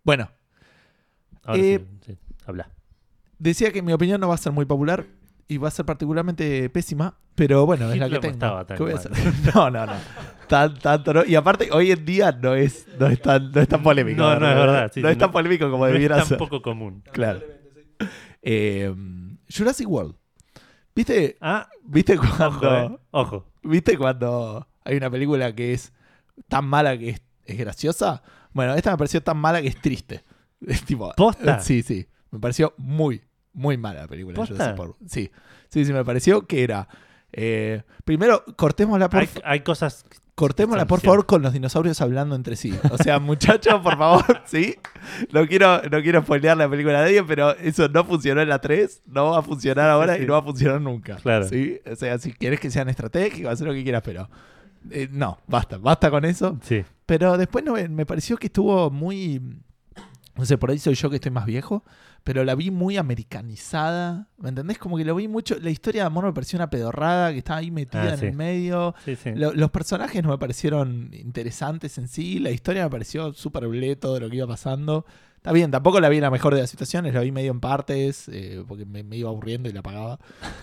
bueno, Ahora Eh, sí, sí, habla. decía que mi opinión no va a ser muy popular y va a ser particularmente pésima, pero bueno, es la que Hitler no tengo. estaba tan ¿Qué voy a mal. hacer? No, no, no. Tan- tanto no. Y aparte, hoy en día no es, no es, tan, no es tan polémico. No, no, es verdad, sí, no es sí, tan no- polémico como No es debiera tan ser. poco común. Claro. Eh, Jurassic World. ¿Viste, Ah, ¿Viste ojo, cuando... eh, ojo. ¿Viste cuando hay una película que es tan mala que es, es graciosa? Bueno, esta me pareció tan mala que es triste. Es tipo. ¿Posta? Sí, sí. Me pareció muy, muy mala la película. ¿Posta? Jurassic World. Sí. Sí, sí, me pareció que era. eh, primero, cortémosla por, Hay, hay cosas cortémosla, por sustancial. favor, con los dinosaurios hablando entre sí. O sea, muchachos, por favor, sí. No quiero, no quiero spoilear la película a nadie, pero eso no funcionó en la 3, no va a funcionar ahora sí. y no va a funcionar nunca. Claro. ¿sí? O sea, si quieres que sean estratégicos, haz lo que quieras, pero. eh, no, basta, basta con eso. Sí. Pero después no, eh, me- me pareció que estuvo muy. No sé, por ahí soy yo que estoy más viejo, pero la vi muy americanizada. ¿Me entendés? Como que lo vi mucho. La historia de amor me pareció una pedorrada que estaba ahí metida Ah, en sí. el medio. Sí, sí. Lo- los personajes no me parecieron interesantes en sí. La historia me pareció súper blé todo lo que iba pasando. Está bien, tampoco la vi en la mejor de las situaciones, la vi medio en partes, eh, porque me, me iba aburriendo y la apagaba.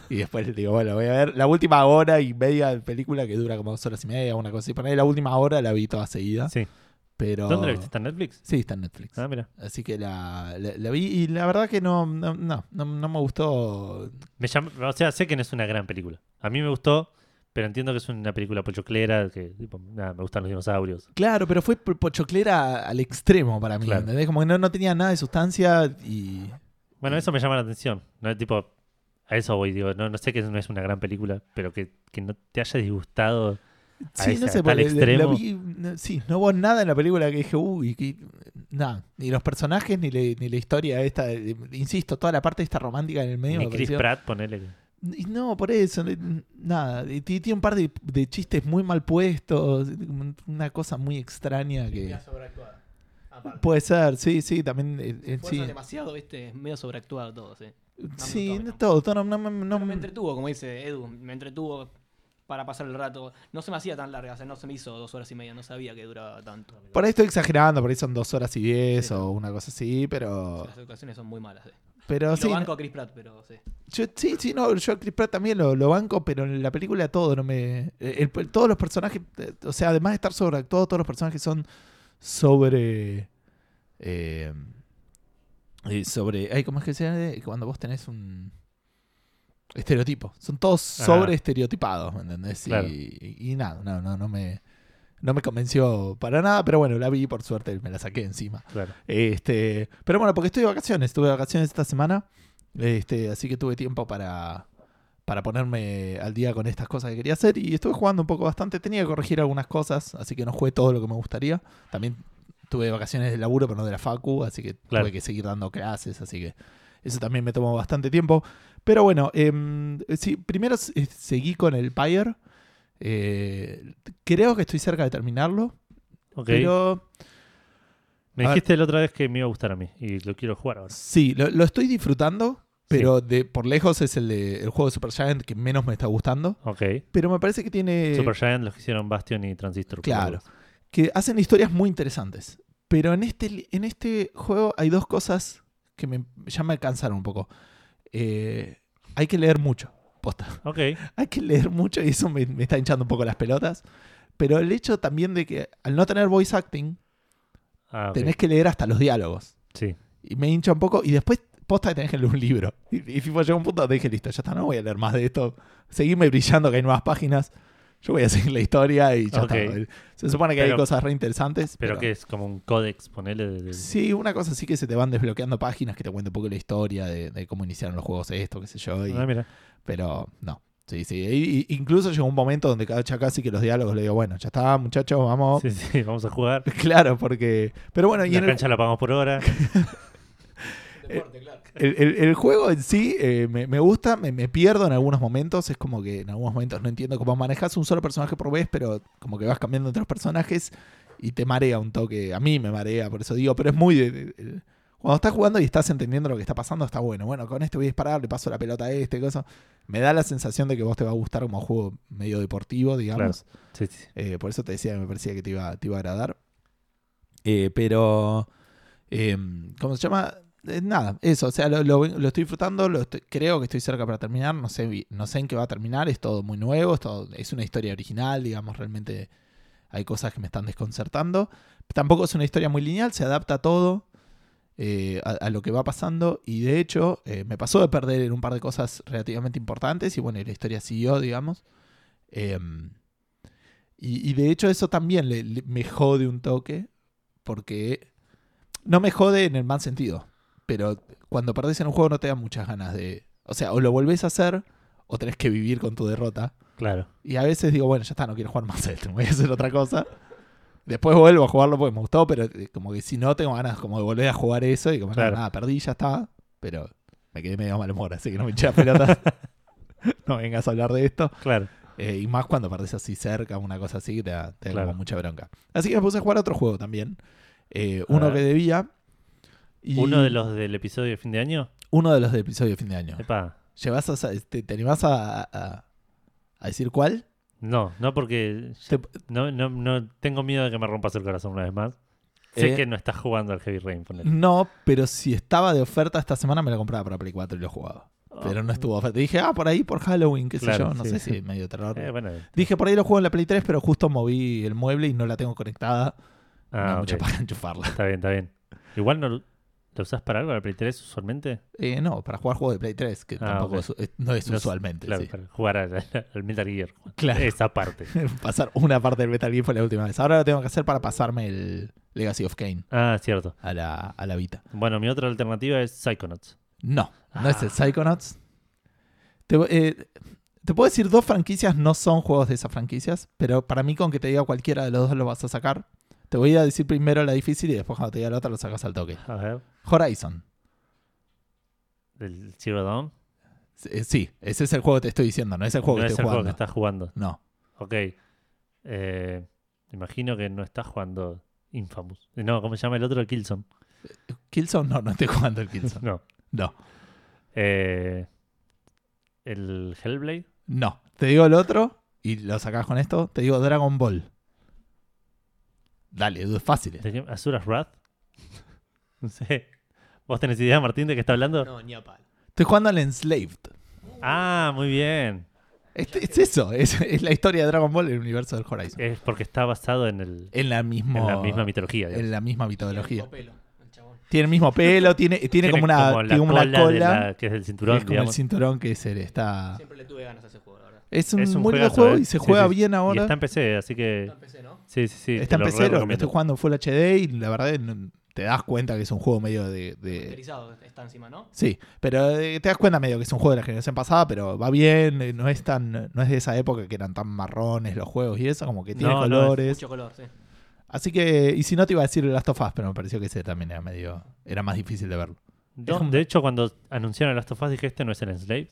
Y después digo, bueno, voy a ver la última hora y media de película que dura como dos horas y media, una cosa así. Poner la última hora la vi toda seguida. Sí. Pero... ¿Dónde la viste? ¿Está en Netflix? Sí, está en Netflix. Ah, mira. Así que la, la- la vi y la verdad que no, no, no, no- no me gustó. Me llama- o sea, sé que no es una gran película. A mí me gustó, pero entiendo que es una película pochoclera, que tipo, nada, me gustan los dinosaurios. Claro, pero fue po- pochoclera al extremo para mí, Claro. ¿entendés? Como que no, no tenía nada de sustancia y... Mm. Bueno, eso me llama la atención. No es tipo, a eso voy, digo, no, no sé que no es una gran película, pero que, que no te haya disgustado. A ese- Sí, no sé, hasta porque el la- la extremo. vi- no- sí, no hubo nada en la película que dije, uy, que, nada, ni los personajes, ni, le- ni la historia esta, eh, insisto, toda la parte esta romántica en el medio. Ni me Chris pareció- Pratt, ponele. que- Y No, por eso, eh, nada, y ti- tiene un par de, de chistes muy mal puestos, una cosa muy extraña que... sobreactuada. Puede ser, sí, sí, también... eh, eh, Fuerza sí, demasiado, viste, es medio sobreactuado todo, sí. sí, no. no, todo, todo, no, no, no- mm. Pero me entretuvo, como dice Edu, me entretuvo para pasar el rato. No se me hacía tan larga, o sea, no se me hizo dos horas y media, no sabía que duraba tanto. Por ahí estoy exagerando, por ahí son dos horas y diez Sí. o una cosa así, pero... Las actuaciones son muy malas, sí. Pero Lo Ah, sí, banco a Chris Pratt, pero sí. Yo- sí, sí, no, yo a Chris Pratt también lo, lo banco, pero en la película todo no me. eh, el- el- todos los personajes, eh, o sea, además de estar sobreactuados, todos los personajes son sobre. eh, eh, sobre. Ay, ¿cómo es que se llama? Eh, Cuando vos tenés un. Estereotipo. Son todos Ah. sobre estereotipados, ¿me entendés? Y- Claro. Y, y nada, no, no, no me. No me convenció para nada, pero bueno, la vi por suerte, me la saqué encima. Claro. Este, pero bueno, porque estoy de vacaciones, estuve de vacaciones esta semana, este, así que tuve tiempo para, para ponerme al día con estas cosas que quería hacer y estuve jugando un poco bastante, tenía que corregir algunas cosas, así que no jugué todo lo que me gustaría. También tuve vacaciones de laburo, pero no de la facu, así que Claro. tuve que seguir dando clases, así que eso también me tomó bastante tiempo. Pero bueno, em, sí, primero eh, seguí con el Pyre. Eh, creo que estoy cerca de terminarlo, Ok. pero... Me a ver. dijiste la otra vez que me iba a gustar a mí y lo quiero jugar ahora. Sí, lo, lo estoy disfrutando, pero de, por lejos es el, de, el juego de Supergiant que menos me está gustando. Ok. Pero me parece que tiene. Supergiant, los que hicieron Bastion y Transistor. por Claro. las dudas. que hacen historias muy interesantes. Pero en este, li- en este juego hay dos cosas que me, ya me cansaron un poco. Eh, hay que leer mucho. Posta. Ok. hay que leer mucho y eso me, me está hinchando un poco las pelotas. Pero el hecho también de que al no tener voice acting, Ah, ok. tenés que leer hasta los diálogos. Sí. y me hincha un poco. Y después, posta que tenés que leer un libro. Y, y tipo, llega un punto donde dije, listo, ya está, no voy a leer más de esto. Seguime brillando que hay nuevas páginas. Yo voy a seguir la historia y ya Ok. está. Se supone que hay Pero- cosas re interesantes. Pero que es como un códex, ponele. de- de- Sí, una cosa sí que se te van desbloqueando páginas que te cuentan un poco la historia de, de cómo iniciaron los juegos esto, qué sé yo. y- Ah, mira. pero no. Sí, sí. Y- y- incluso llegó un momento donde cada ya casi que los diálogos le digo, bueno, ya está, muchachos, vamos. Sí, sí, vamos a jugar. Claro, porque. Pero bueno, y la Oh. en el- cancha la pagamos por hora. Deporte, claro. El, el- el juego en sí eh, me, me gusta, me, me pierdo en algunos momentos. Es como que en algunos momentos no entiendo cómo manejas un solo personaje por vez, pero como que vas cambiando entre los personajes y te marea un toque. A mí me marea, por eso digo, pero es muy. de- de- de- cuando estás jugando y estás entendiendo lo que está pasando, está bueno. Bueno, con este voy a disparar, le paso la pelota a este, cosa. Me da la sensación de que vos te va a gustar como juego medio deportivo, digamos. Sí, sí. Eh, por eso te decía que me parecía que te iba, te iba a agradar. Eh, pero, em, ¿cómo se llama? Eh, nada, eso, o sea, lo, lo- lo estoy disfrutando, lo estoy- creo que estoy cerca para terminar, no sé, bi- no sé en qué va a terminar, es todo muy nuevo, es, todo- es una historia original, digamos, realmente hay cosas que me están desconcertando. Tampoco es una historia muy lineal, se adapta a todo, eh, a, a lo que va pasando, y de hecho eh, me pasó de perder en un par de cosas relativamente importantes, y bueno, y la historia siguió, digamos. Em, y, y de hecho eso también le- le- me jode un toque, porque no me jode en el mal sentido, pero cuando perdés en un juego no te dan muchas ganas de... O sea, o lo volvés a hacer o tenés que vivir con tu derrota. Claro. Y a veces digo, bueno, ya está, no quiero jugar más a esto, voy a hacer otra cosa. Después vuelvo a jugarlo porque me gustó, pero eh, como que si no tengo ganas como de volver a jugar eso y como no, Claro. nada, perdí, ya está. Pero me quedé medio mal humor, así que no me hinché las pelotas. no vengas a hablar de esto. Claro. Eh, y más cuando perdés así cerca, una cosa así, te da, te da Claro. como mucha bronca. Así que me puse a jugar otro juego también. Eh, A uno ver. que debía. y ¿Uno de los del episodio de fin de año? uno de los de episodio de fin de año. Epa. Llevas a, te, te animás a, a- a decir cuál? No, no porque Te- no, no, no tengo miedo de que me rompas el corazón una vez más. Sé Eh. que no estás jugando al Heavy Rain, ponele. no, pero si estaba de oferta esta semana, me la compraba para Play 4 y lo jugaba. Pero no estuvo de oferta. Dije, ah, por ahí, por Halloween, qué Claro, sé yo. No sí. sé si medio terror. Eh, bueno. Dije, por ahí lo juego en la Play 3, pero justo moví el mueble y no la tengo conectada. Me da Ah, mucha ok. paja enchufarla. Está bien, está bien. Igual no lo usás para algo, la Play 3 usualmente. Eh, no, para jugar juegos de Play 3, que Ah, tampoco ok. es- es- no es No es- usualmente. Claro, sí. para jugar al, al Metal Gear. Claro. Esa parte. Pasar una parte del Metal Gear fue la última vez. Ahora lo tengo que hacer para pasarme el Legacy of Kane Ah, cierto. a la, a la Vita. Bueno, mi otra alternativa es Psychonauts. No, no es el Ah. Psychonauts. Te, vo- eh, te puedo decir, dos franquicias no son juegos de esas franquicias, pero para mí con que te diga cualquiera de los dos lo vas a sacar. Te voy a decir primero la difícil y después cuando te diga la otra lo sacas al toque. A ver. Horizon. El Zero Dawn. Eh, Sí, ese es el juego que te estoy diciendo, no es el juego no que es el estoy juego que jugando. estás jugando. No. Ok. Eh, imagino que no estás jugando Infamous. No, ¿cómo se llama el otro? Killzone. Killzone, no, no estoy jugando el Killzone. No. No. Eh, el Hellblade. No, te digo el otro y lo sacás con esto. Te digo Dragon Ball. Dale, es fácil. ¿De Azura's Wrath. No sé. ¿Vos tenés idea, Martín, de qué está hablando? No, ni a palo. Estoy jugando al Enslaved. Ah, muy bien. Es, es eso, es, es la historia de Dragon Ball en el universo del Horizon. Es porque está basado en, el, En la, mismo, en la misma mitología. digamos. en la misma Tiene mitología. el pelo, el chabón. Tiene el mismo pelo, tiene, tiene, como una, la tiene como una cola, de cola. la- que es del que cinturón, es como el digamos. cinturón que se le está. Siempre le tuve ganas a ese juego, la verdad. Es un, Es un muy lindo juegazo, juego eh. y se Sí, juega sí. bien Y ahora. está en PC, así que. Está en PC, ¿no? Sí, sí, sí. te Está en lo PC, lo, este recomiendo. estoy jugando en Full HD y la verdad no- te das cuenta que es un juego medio de... de- Remasterizado está encima, ¿no? Sí, pero eh, te das cuenta medio que es un juego de la generación pasada, pero va bien, eh, no es tan no es de esa época que eran tan marrones los juegos y eso, como que tiene No, no, es colores. Mucho color, sí. Así que, y si no te iba a decir el Last of Us, pero me pareció que ese también era medio, era más difícil de verlo. Yo, Es como- de hecho, cuando anunciaron Last of Us dije, este no es el Enslaved.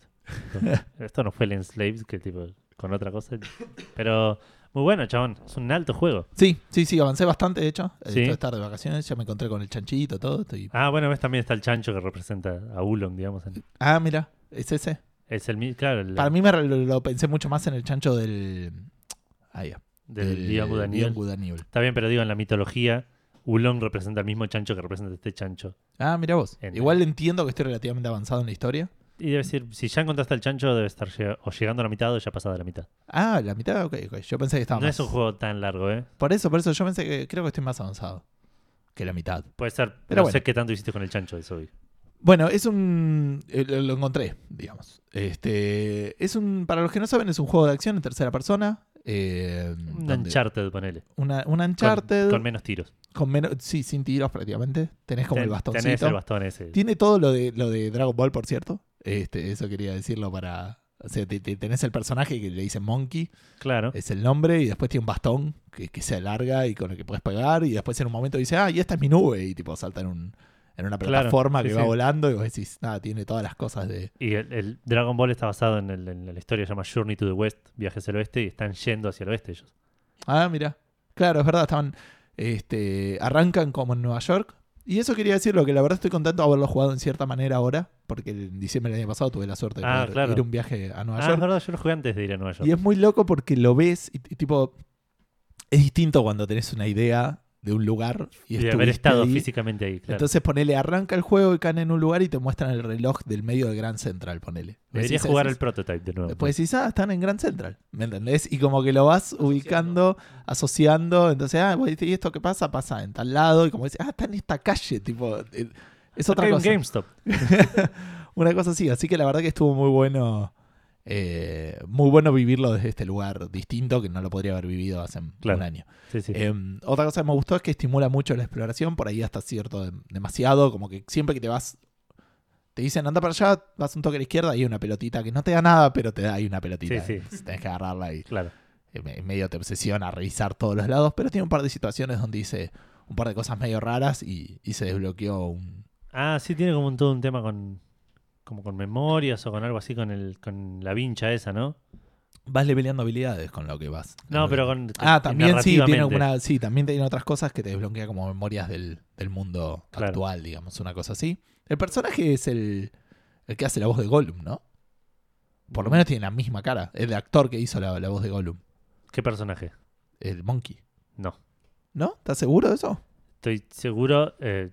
Esto no fue el Enslaved, que tipo, con otra cosa. Pero muy bueno, chabón. Es un alto juego. Sí, sí, sí, avancé bastante, de hecho. Eh, Sí. Esto de estar de vacaciones, ya me encontré con el chanchito, todo. Estoy... Ah, bueno, ves también está el chancho que representa a Ulon, digamos. en- Ah, mira, es ese. es el mi- claro, el, Para mí me re- lo, lo pensé mucho más en el chancho del... Ah, ya. del Beyond Good and Evil. Beyond Good and Evil. Está bien, pero digo, en la mitología, Ulon representa al mismo chancho que representa este chancho. Ah, mira vos. En- Igual entiendo que estoy relativamente avanzado en la historia. Y debe decir, si ya encontraste al chancho, debe estar llega- o llegando a la mitad o ya pasada la mitad. Ah, la mitad, ok, ok. Yo pensé que estaba no más- es un juego tan largo, ¿eh? Por eso, por eso, yo pensé que creo que estoy más avanzado que la mitad. Puede ser, Pero no bueno. sé qué tanto hiciste con el chancho de hoy. Bueno, es un. eh, Lo lo encontré, digamos. Este. Es un. Para los que no saben, es un juego de acción en tercera persona. eh, Un donde- Uncharted, ponele. Con- Una, un Uncharted. Con, Con, menos tiros. menos. Sí, sin tiros prácticamente. Tenés como Ten- el bastoncito. Tenés el bastón ese. Tiene todo lo de, lo de Dragon Ball, por cierto. Este, eso quería decirlo para. O sea, te- te- tenés el personaje que le dice Monkey. Claro. es el nombre, y después tiene un bastón que, que se alarga y con el que puedes pegar, y después en un momento dice, ah, y esta es mi nube, y tipo salta en, un, en una Claro, plataforma sí, que va sí. volando, y vos decís, nada, tiene todas las cosas de... Y el, el Dragon Ball está basado en, el- en la historia que se llama Journey to the West, Viajes al Oeste, y están yendo hacia el oeste ellos. Ah, mira, claro, es verdad, estaban, este, arrancan como en Nueva York, y eso quería decirlo, que la verdad estoy contento de haberlo jugado en cierta manera ahora, porque en diciembre del año pasado tuve la suerte de Ah, poder claro. ir a un viaje a Nueva Ah, York. es verdad, yo lo jugué antes de ir a Nueva York. Y es muy loco porque lo ves y, y tipo. Es distinto cuando tenés una idea de un lugar y, Y de estuviste haber estado ahí. físicamente ahí, claro. Entonces ponele, arranca el juego y caen en un lugar y te muestran el reloj del medio de Grand Central, ponele. Debería Decís, jugar decís, el prototype de nuevo. Después decís, ah, están en Grand Central. ¿Me entendés? Y como que lo vas ubicando, asociando. Entonces, ah, vos decís, ¿y esto qué pasa? Pasa en tal lado. Y como decís, ah, está en esta calle. Tipo, eh, es Acá otra hay un cosa. GameStop. Una cosa así, así que la verdad que estuvo muy bueno. eh, muy bueno vivirlo desde este lugar distinto que no lo podría haber vivido hace Claro. un año. Sí, sí. Em, otra cosa que me gustó es que estimula mucho la exploración, por ahí hasta cierto de- demasiado, como que siempre que te vas, te dicen anda para allá, vas un toque a la izquierda, hay una pelotita que no te da nada, pero te da ahí una pelotita. Sí, sí. Entonces Tenés que agarrarla y claro. eh, me- medio te obsesiona revisar todos los lados, pero tiene un par de situaciones donde dice un par de cosas medio raras y, y se desbloqueó un... Ah, sí, tiene como un, todo un tema con como con memorias o con algo así con el con la vincha esa, ¿no? Vas leveleando habilidades con lo que vas. No, pero con Ah, también sí, tiene Eh, narrativamente. alguna, sí, también tiene otras cosas que te desbloquea como memorias del, del mundo Claro. actual, digamos, una cosa así. El personaje es el, el que hace la voz de Gollum, ¿no? Por lo menos tiene la misma cara. El actor que hizo la, la voz de Gollum, ¿Qué personaje? el Monkey. No. ¿No? ¿Estás seguro de eso? Estoy seguro eh,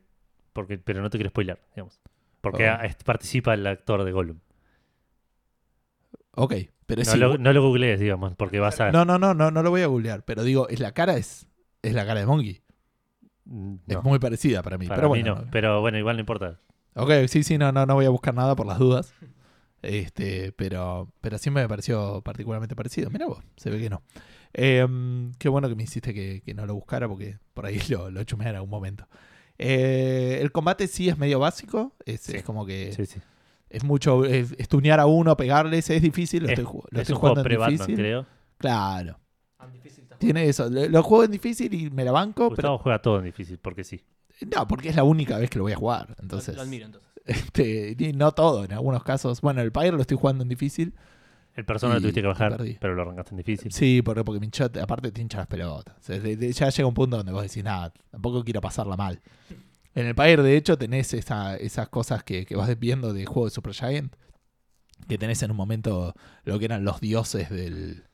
porque pero no te quiero spoiler, digamos. Porque Oh. ah, es- participa el actor de Gollum. Ok, pero es No lo, igual- no lo googlees, digamos, porque vas a no, no, no, no, no lo voy a googlear, pero digo, es la cara es, es la cara de Monkey. Mm, Es no, muy parecida para mí, para pero mí bueno. no, pero bueno, igual no importa. Ok, sí, sí, no, no, no voy a buscar nada por las dudas. Este, pero, pero siempre me pareció particularmente parecido. Mira vos, se ve que no. Em, qué bueno que me hiciste que, que no lo buscara porque por ahí lo, lo chumé en algún momento. Eh, el combate sí es medio básico. Es, es como que Sí, sí. es mucho es, estunear a uno, pegarles. Es difícil. Lo Es- estoy, ju- lo es estoy un jugando juego en pre-Batman, difícil. creo. Claro, Tan Ah, difícil está jugando. tiene eso. Lo, lo juego en difícil y me la banco, Gustavo juega todo en difícil, porque sí. pero no, porque es la única vez que lo voy a jugar. Entonces, Lo admiro entonces. Este, y no todo, en algunos casos. Bueno, el Pyre lo estoy jugando en difícil. El persona lo Y tuviste que te bajar, perdí. pero lo arrancaste en difícil. Sí, porque, porque me hinchó- aparte te hincha las pelotas. O sea, de- de- ya llega un punto donde vos decís, nada, tampoco quiero pasarla mal. En el Pyre, de hecho, tenés esa- esas cosas que, que vas viendo de juego de Super Giant. Que tenés en un momento lo que eran los dioses del,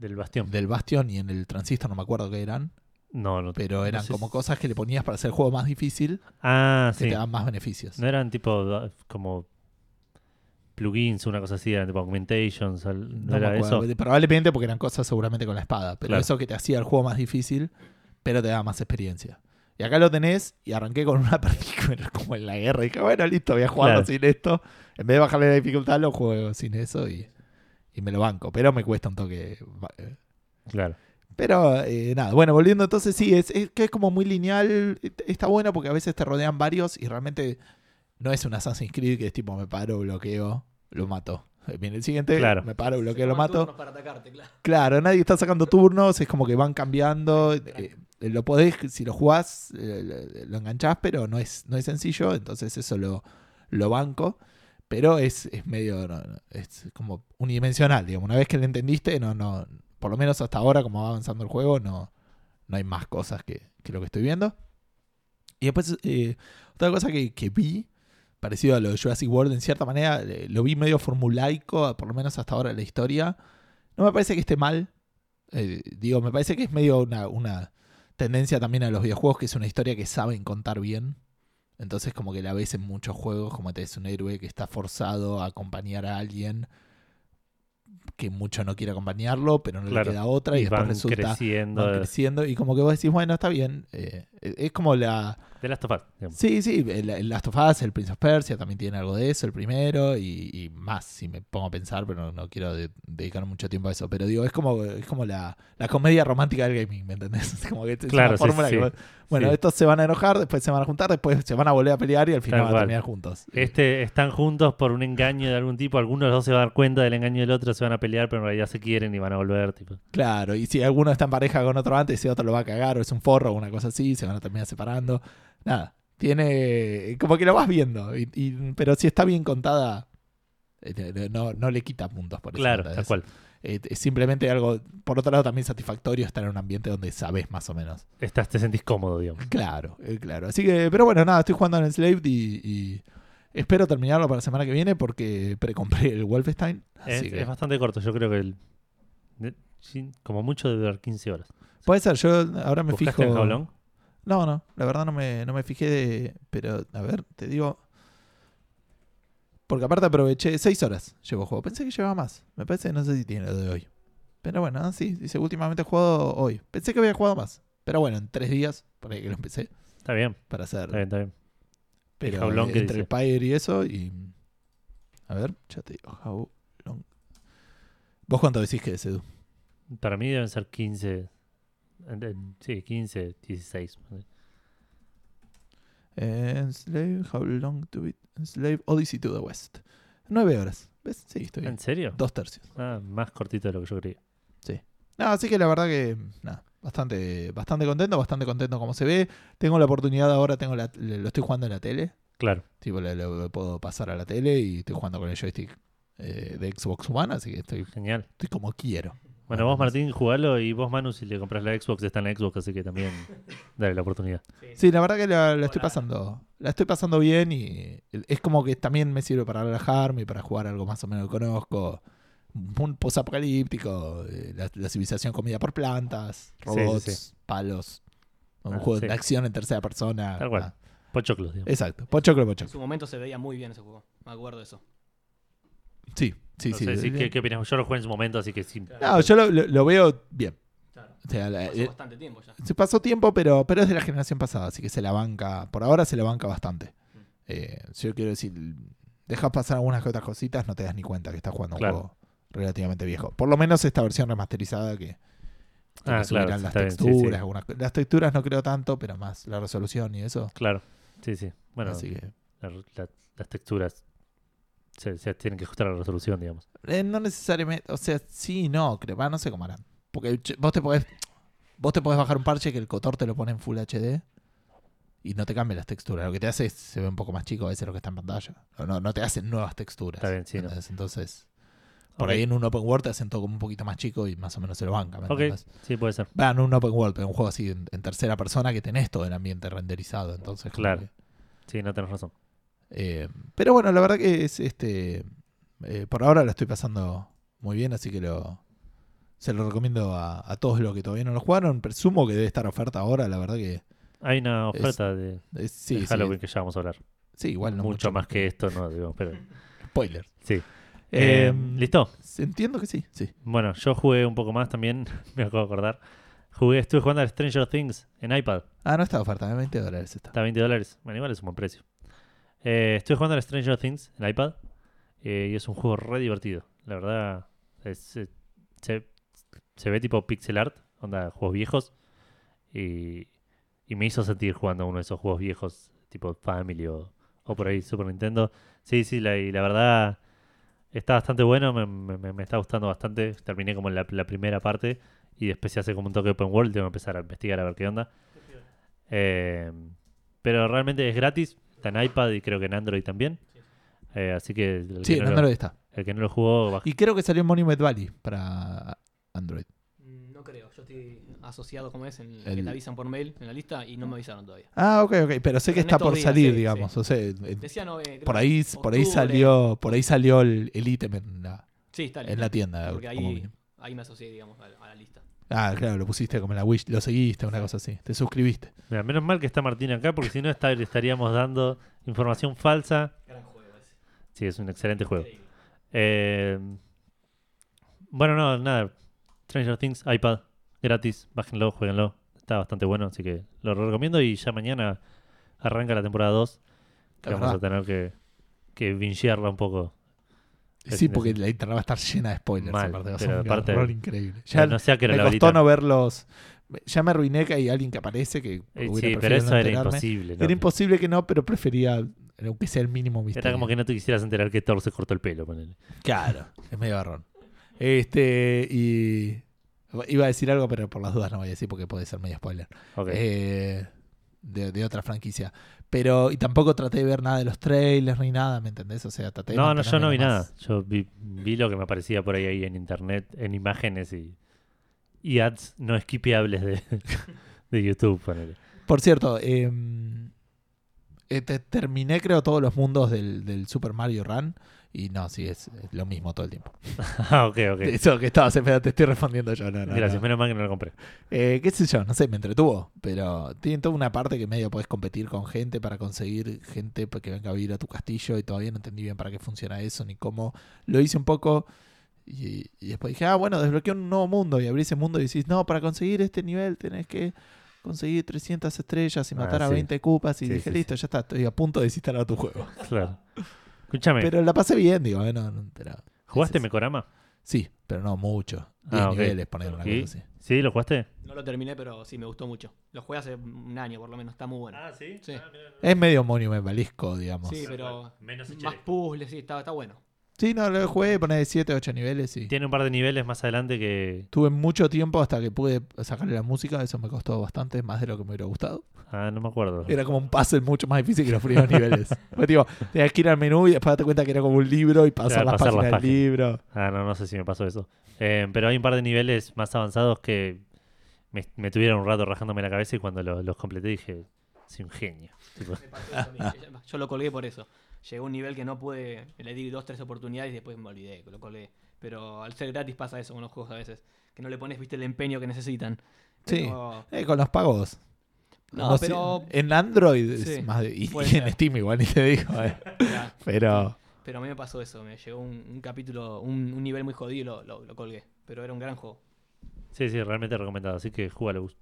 Del bastión. del Bastión y en el Transistor, no me acuerdo qué eran. No, no. Pero eran No sé como si- cosas que le ponías para hacer el juego más difícil Ah, que sí. te dan más beneficios. No eran tipo da- como plugins, una cosa así, eran tipo augmentations. al- No, No me era eso. acuerdo. Probablemente porque eran cosas seguramente con la espada. Pero Claro. eso que te hacía el juego más difícil, pero te daba más experiencia. Y acá lo tenés y arranqué con una partida como en la guerra. Y dije, bueno, listo, voy a jugarlo Claro. sin esto. En vez de bajarle la dificultad, lo juego sin eso. Y, y me lo banco, pero me cuesta un toque. eh, Claro. Pero eh, nada, bueno, volviendo entonces, sí, es, es que es como muy lineal, est- está bueno porque a veces te rodean varios y realmente no es un Assassin's Creed que es tipo me paro, bloqueo, lo mato. Viene el siguiente, Claro. me paro, bloqueo, Se lo toman mato. turnos Para atacarte, claro. Claro, nadie está sacando turnos, es como que van cambiando. eh, lo podés, si lo jugás, eh, lo enganchás, pero no es, no es sencillo, entonces eso lo, lo banco. Pero es, es medio, no, no, es como unidimensional, digamos. Una vez que lo entendiste, no, no, por lo menos hasta ahora, como va avanzando el juego, no, no hay más cosas que, que lo que estoy viendo. Y después, eh, otra cosa que, que vi, parecido a lo de Jurassic World, en cierta manera, eh, lo vi medio formulaico, por lo menos hasta ahora en la historia. No me parece que esté mal. Eh, digo, me parece que es medio una, una tendencia también a los videojuegos, que es una historia que saben contar bien. Entonces, como que la ves en muchos juegos, como te es un héroe que está forzado a acompañar a alguien que mucho no quiere acompañarlo, pero no Claro. le queda otra, y, después van resulta creciendo. van creciendo y como que vos decís, bueno, está bien. Eh, es como la... De Last of Us, digamos. Sí, sí, el, el Last of Us, el Prince of Persia también tiene algo de eso, el primero y, y más, si me pongo a pensar, pero no quiero de- dedicar mucho tiempo a eso. Pero digo, es como, es como la, la comedia romántica del gaming, ¿me entendés? Es como que es Claro, una sí, fórmula sí, que vos- Bueno, sí. estos se van a enojar, después se van a juntar, después se van a volver a pelear y al final Tal van a cual. terminar juntos. Este, están juntos por un engaño de algún tipo. Algunos de los dos se van a dar cuenta del engaño del otro, se van a pelear, pero en realidad se quieren y van a volver. Tipo. Claro, y si alguno está en pareja con otro antes, ese otro lo va a cagar, o es un forro, o una cosa así, se van a terminar separando. Nada, tiene. Como que lo vas viendo, y- y- pero si está bien contada, eh, no, no le quita puntos por eso. Claro, ¿entendés? tal cual. Eh, Es simplemente algo, por otro lado, también satisfactorio estar en un ambiente donde sabes más o menos. Estás, te sentís cómodo, digamos. Claro, eh, claro. Así que, pero bueno, nada, estoy jugando en Enslaved y. y Espero terminarlo para la semana que viene porque precompré el Wolfenstein. Es, así que- es bastante corto, yo creo que el, de- sí, como mucho debe durar 15 horas. Puede ser, yo ahora me ¿Buscaste fijo. en Jaulón? No, no, la verdad no me, no me fijé de- Pero, a ver, te digo... Porque aparte aproveché seis horas llevo juego. Pensé que llevaba más. Me parece que no sé si tiene lo de hoy. Pero bueno, ah, sí, dice últimamente he jugado hoy. Pensé que había jugado más. Pero bueno, en tres días, por ahí que lo empecé, Está bien, para hacer... está bien, está bien. pero Eh, Jaulón eh, que entre dice. el Pyre y eso y... A ver, ya te digo, Jaulón. ¿Vos cuánto decís que es, Edu? Para mí deben ser 15. en- en- Sí, 15, 16. Eh, Enslave, How Long to Beat, Enslave, Odyssey to the West. Nueve horas. ¿Ves? Sí, estoy bien. ¿En serio? Dos tercios. Ah, más cortito de lo que yo creía. No, así que la verdad que nada, bastante, bastante contento, bastante contento como se ve. Tengo la oportunidad ahora, tengo la- lo estoy jugando en la tele. Claro, Tipo, lo, lo- lo puedo pasar a la tele y estoy jugando con el joystick eh, de Xbox One, así que estoy, genial. estoy como quiero. Bueno, vos Martín, jugalo y vos Manu, si le compras la Xbox, está en la Xbox, así que también dale la oportunidad. Sí, Este, la verdad que la, la estoy pasando. La estoy pasando bien y es como que también me sirve para relajarme y para jugar algo más o menos que conozco. Un posapocalíptico, eh, la, la civilización comida por plantas, Sí, sí, robots, sí. palos. Un Ah, juego sí. de acción en tercera persona. Tal cual. Ah, Pochoclos, digamos. exacto. Pochoclo, En pochoclo. su momento se veía muy bien ese juego. Me acuerdo de eso. Sí, sí, No Eh, sí. sé si- ¿qué, qué opinás? Yo lo jugué en su momento, así que sí. No, yo lo, lo- lo veo bien. Claro. O sea, la- Hace eh, bastante tiempo ya. se pasó tiempo, pero, pero es de la generación pasada, así que se la banca, por ahora se la banca bastante. Eh, yo quiero decir, dejas pasar algunas que otras cositas, no te das ni cuenta que estás jugando Claro. un juego relativamente viejo. Por lo menos esta versión remasterizada que, que Ah, le subirán claro, las está bien, sí, sí. texturas, algunas co- las texturas no creo tanto, pero más la resolución y eso. Claro, sí, sí. Bueno, Así que la- la- las texturas se, se tienen que ajustar a la resolución, digamos. Eh, no necesariamente, o sea, sí, no, creo, va, no sé cómo harán. Porque che, vos te podés vos te podés bajar un parche que el Cotor te lo pone en Full HD y no te cambia las texturas. Lo que te hace es se ve un poco más chico a veces lo que está en pantalla. O no, no te hacen nuevas texturas. Está bien, sí, no. ¿entendés? Entonces, por Ok. ahí en un open world te hacen todo como un poquito más chico y más o menos se lo banca. ¿me Ok, entendés? sí, puede ser. Va, no un open world, pero un juego así en, en tercera persona que tenés todo el ambiente renderizado. Entonces, como Claro. que- Sí, no tenés razón. eh, pero bueno, la verdad que es este. eh, por ahora lo estoy pasando muy bien, así que lo. Se lo recomiendo a, a todos los que todavía no lo jugaron. Presumo que debe estar oferta ahora, la verdad que. Hay una Es- oferta de, es- de sí, sí, Halloween que ya vamos a hablar. sí, igual no. mucho, más que esto, no, digamos, pero Eh, Spoilers. sí. Eh, Eh, ¿Listo? Entiendo que sí, sí. Bueno, yo jugué un poco más también, me acabo de acordar. Jugué, estuve jugando al Stranger Things en iPad. Ah, no está oferta, de 20 dólares está. Está a 20 dólares. Bueno, igual es un buen precio. Eh, estuve jugando al Stranger Things en iPad. eh, y es un juego re divertido. La verdad, Es- es- se, se ve tipo pixel art, onda, juegos viejos. Y, y me hizo sentir jugando uno de esos juegos viejos, tipo Family o, o por ahí Super Nintendo. Sí, sí, la, y la verdad está bastante bueno, me, me- me- me está gustando bastante. Terminé como la, la primera parte y después se hace como un toque open world. Tengo que empezar a investigar a ver qué onda. Eh, pero realmente es gratis, está en iPad y creo que en Android también. Eh, así que el que Sí, en no lo- Android está. el que no lo jugó, baja. Y creo que salió en Monument Valley para Android. Mm, No creo, yo estoy asociado como es, en el que El- te avisan por mail en la lista y no me avisaron todavía. Ah, ok, ok. Pero sé que En está estos por días, salir, sí, digamos. sí. O sea, en- en- Decían, no, eh, creo por que ahí, por ahí octubre. salió, por ahí salió el, el ítem en la, Sí, está en la tienda. Porque como ahí, mínimo. ahí me asocié, digamos, a la, a la lista. Ah, claro, lo pusiste como en la wish, lo seguiste, una cosa así. Te suscribiste. Mira, menos mal que está Martín acá, porque si no está- le estaríamos dando información falsa. Gran juego ese. Sí, es un excelente juego. Increíble. Eh, bueno, no, nada. Stranger Things, iPad, gratis. Bájenlo, jueguenlo. Está bastante bueno, así que lo recomiendo. Y ya mañana arranca la temporada 2. Que La vamos a tener verdad. que, que bingearla un poco. Es Sí, un- porque la internet va a estar llena de spoilers. Mal, aparte, va a ser pero un aparte- garrón increíble. Ya no sé a qué hora me la costó habilitan. no verlos. Ya me arruiné que hay alguien que aparece que Eh, hubiera sí, pero preferido eso no era enterarme. imposible. ¿no? Era imposible que no, pero prefería, aunque sea el mínimo misterio. Era como que no te quisieras enterar que Thor se cortó el pelo. ponele. Claro, es medio garrón. Este, y. Iba a decir algo, pero por las dudas no voy a decir porque puede ser medio spoiler. Ok. Eh, de, de otra franquicia. Pero, y tampoco traté de ver nada de los trailers ni nada, ¿me entendés? O sea, traté de No, no, yo mantenerme no vi lo más- nada. Yo vi, vi lo que me aparecía por ahí, ahí en internet, en imágenes y, y ads no esquipeables de, de YouTube. ponele. Por cierto, eh, eh, te- terminé creo todos los mundos del, del Super Mario Run y no, sí, es, es lo mismo todo el tiempo. ah, ok, ok. Eso que estabas esperando, te estoy respondiendo yo. No, no, Gracias, no. menos mal que no lo compré. Eh, qué sé yo, no sé, me entretuvo, pero tiene toda una parte que medio podés competir con gente para conseguir gente pa- que venga a vivir a tu castillo y todavía no entendí bien para qué funciona eso ni cómo. Lo hice un poco y, y después dije, ah, bueno, desbloqueé un nuevo mundo y abrí ese mundo y decís, no, para conseguir este nivel tenés que conseguir 300 estrellas y Ah, matar a sí. 20 cupas y Sí, dije, sí, listo, ya está, estoy a punto de desinstalar tu juego. Claro. Escúchame, Pero la pasé bien, digo, eh, no, no, pero... ¿jugaste es- Mecorama? Sí, pero no mucho. 10 Ah, ok. niveles, poner una ¿Sí? cosa así. ¿Sí? ¿Lo jugaste? No lo terminé, pero sí, me gustó mucho. Lo jugué hace un año, por lo menos, está muy bueno. sí. Sí. Ah, Es medio monumentalisco, digamos. Sí, pero Menos más puzzles, sí, está, está bueno. Sí, no, lo jugué, poné 7, 8 niveles y Tiene un par de niveles más adelante que. tuve mucho tiempo hasta que pude sacarle la música, eso me costó bastante, más de lo que me hubiera gustado. Ah, no me acuerdo. Era como un puzzle mucho más difícil que los primeros niveles. Pues digo, tenías que ir al menú y después darte cuenta que era como un libro y pasar, Claro, las, pasar las páginas del páginas. libro. Ah, no, no sé si me pasó eso. Eh, pero hay un par de niveles más avanzados que me, me tuvieron un rato rajándome la cabeza y cuando lo- los completé dije, soy un genio. Tipo, Me pasó eso a mí. Yo lo colgué por eso. Llegó a un nivel que no pude, le di dos, tres oportunidades y después me olvidé, lo colgué. Pero al ser gratis pasa eso con los juegos a veces, que no le pones, viste, el empeño que necesitan. Sí. Pero- Eh, con los pagos. No, Como pero- si- En Android es Sí, más de- y, puede y en ser. Steam igual ni te digo. eh. Mirá, Pero pero a mí me pasó eso, me llegó un, un capítulo, un, un nivel muy jodido y lo, lo- lo colgué. Pero era un gran juego. sí, sí, realmente recomendado. Así que júgalo. Gus.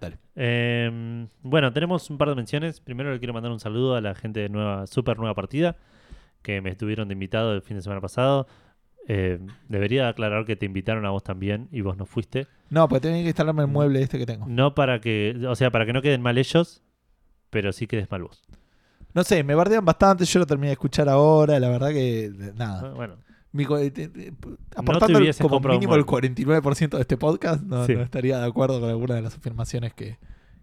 Dale. Eh, bueno, tenemos un par de menciones. Primero le quiero mandar un saludo a la gente de nueva, super nueva partida, que me estuvieron de invitado el fin de semana pasado. Eh, debería aclarar que te invitaron a vos también y vos no fuiste. no, pues tenía que instalarme el mueble este que tengo. No para que, o sea, para que no queden mal ellos, pero sí quedes mal vos. No sé, me bardean bastante, yo lo terminé de escuchar ahora, la verdad que nada. Ah, Bueno, Mi co- eh, te- te- aportando el- hubieses como comprado un mínimo el mueble. 49% de este podcast, no, Sí. no estaría de acuerdo con alguna de las afirmaciones que,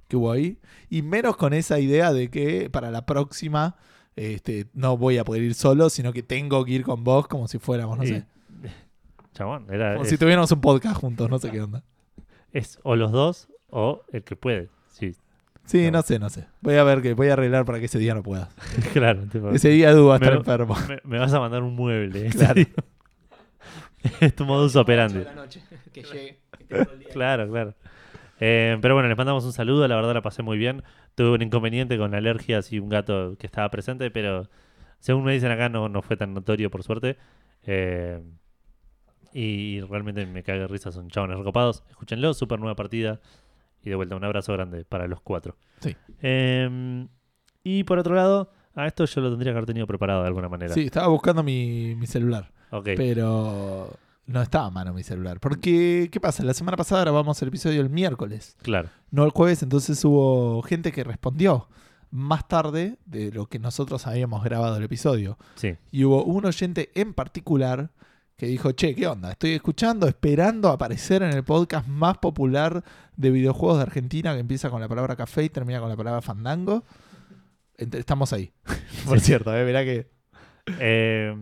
que hubo ahí. Y menos con esa idea de que para la próxima este, no voy a poder ir solo, sino que tengo que ir con vos como si fuéramos, no Y- sé. Chabón, era, Como ah, es, si tuviéramos un podcast juntos, no sé qué onda. es o los dos o el que puede. Sí, Sí, No. no, sé, no sé. Voy a ver que voy a arreglar para que ese día no puedas. claro. tipo, Ese día Edu va a Me estar lo- enfermo. me, me vas a mandar un mueble. Claro. es tu modus operandi. De la noche, que llegue, que esté todo el día. Claro, claro. Eh, pero bueno, les mandamos un saludo, la verdad la pasé muy bien. Tuve un inconveniente con alergias y un gato que estaba presente, pero según me dicen acá no, no fue tan notorio por suerte. Eh, y realmente me cae de risa, son chabones recopados. Escúchenlo, super nueva partida. Y de vuelta, un abrazo grande para los cuatro. Sí. Eh, y por otro lado, a esto yo lo tendría que haber tenido preparado de alguna manera. Sí, estaba buscando mi, mi celular, Ok. pero no estaba a mano mi celular. Porque, ¿qué pasa? La semana pasada grabamos el episodio el miércoles, Claro. no el jueves, entonces hubo gente que respondió más tarde de lo que nosotros habíamos grabado el episodio. Sí. Y hubo un oyente en particular que dijo, che, ¿qué onda? Estoy escuchando, esperando aparecer en el podcast más popular de videojuegos de Argentina que empieza con la palabra café y termina con la palabra fandango. Ent- Estamos ahí. Por cierto, ¿eh? verá que... Eh,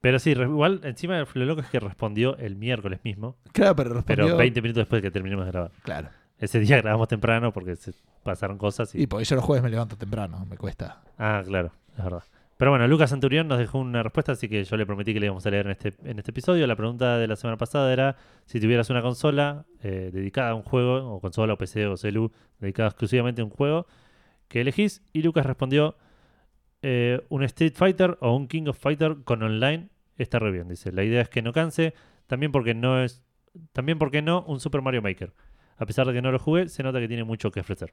pero sí, re- igual, encima lo loco es que respondió el miércoles mismo, Claro, pero pero respondió... 20 minutos después de que terminemos de grabar. Claro. Ese día grabamos temprano porque se pasaron cosas y... Y porque yo los jueves me levanto temprano, me cuesta. Ah, claro, es verdad. Pero bueno, Lucas Centurión nos dejó una respuesta, así que yo le prometí que le íbamos a leer en este, en este episodio. La pregunta de la semana pasada era si tuvieras una consola eh, dedicada a un juego, o consola, o PC, o celu, dedicada exclusivamente a un juego, ¿qué elegís? Y Lucas respondió eh, un Street Fighter o un King of Fighter con online está re bien, dice. La idea es que no canse, también porque no es... También, porque no? Un Super Mario Maker. A pesar de que no lo jugué, se nota que tiene mucho que ofrecer.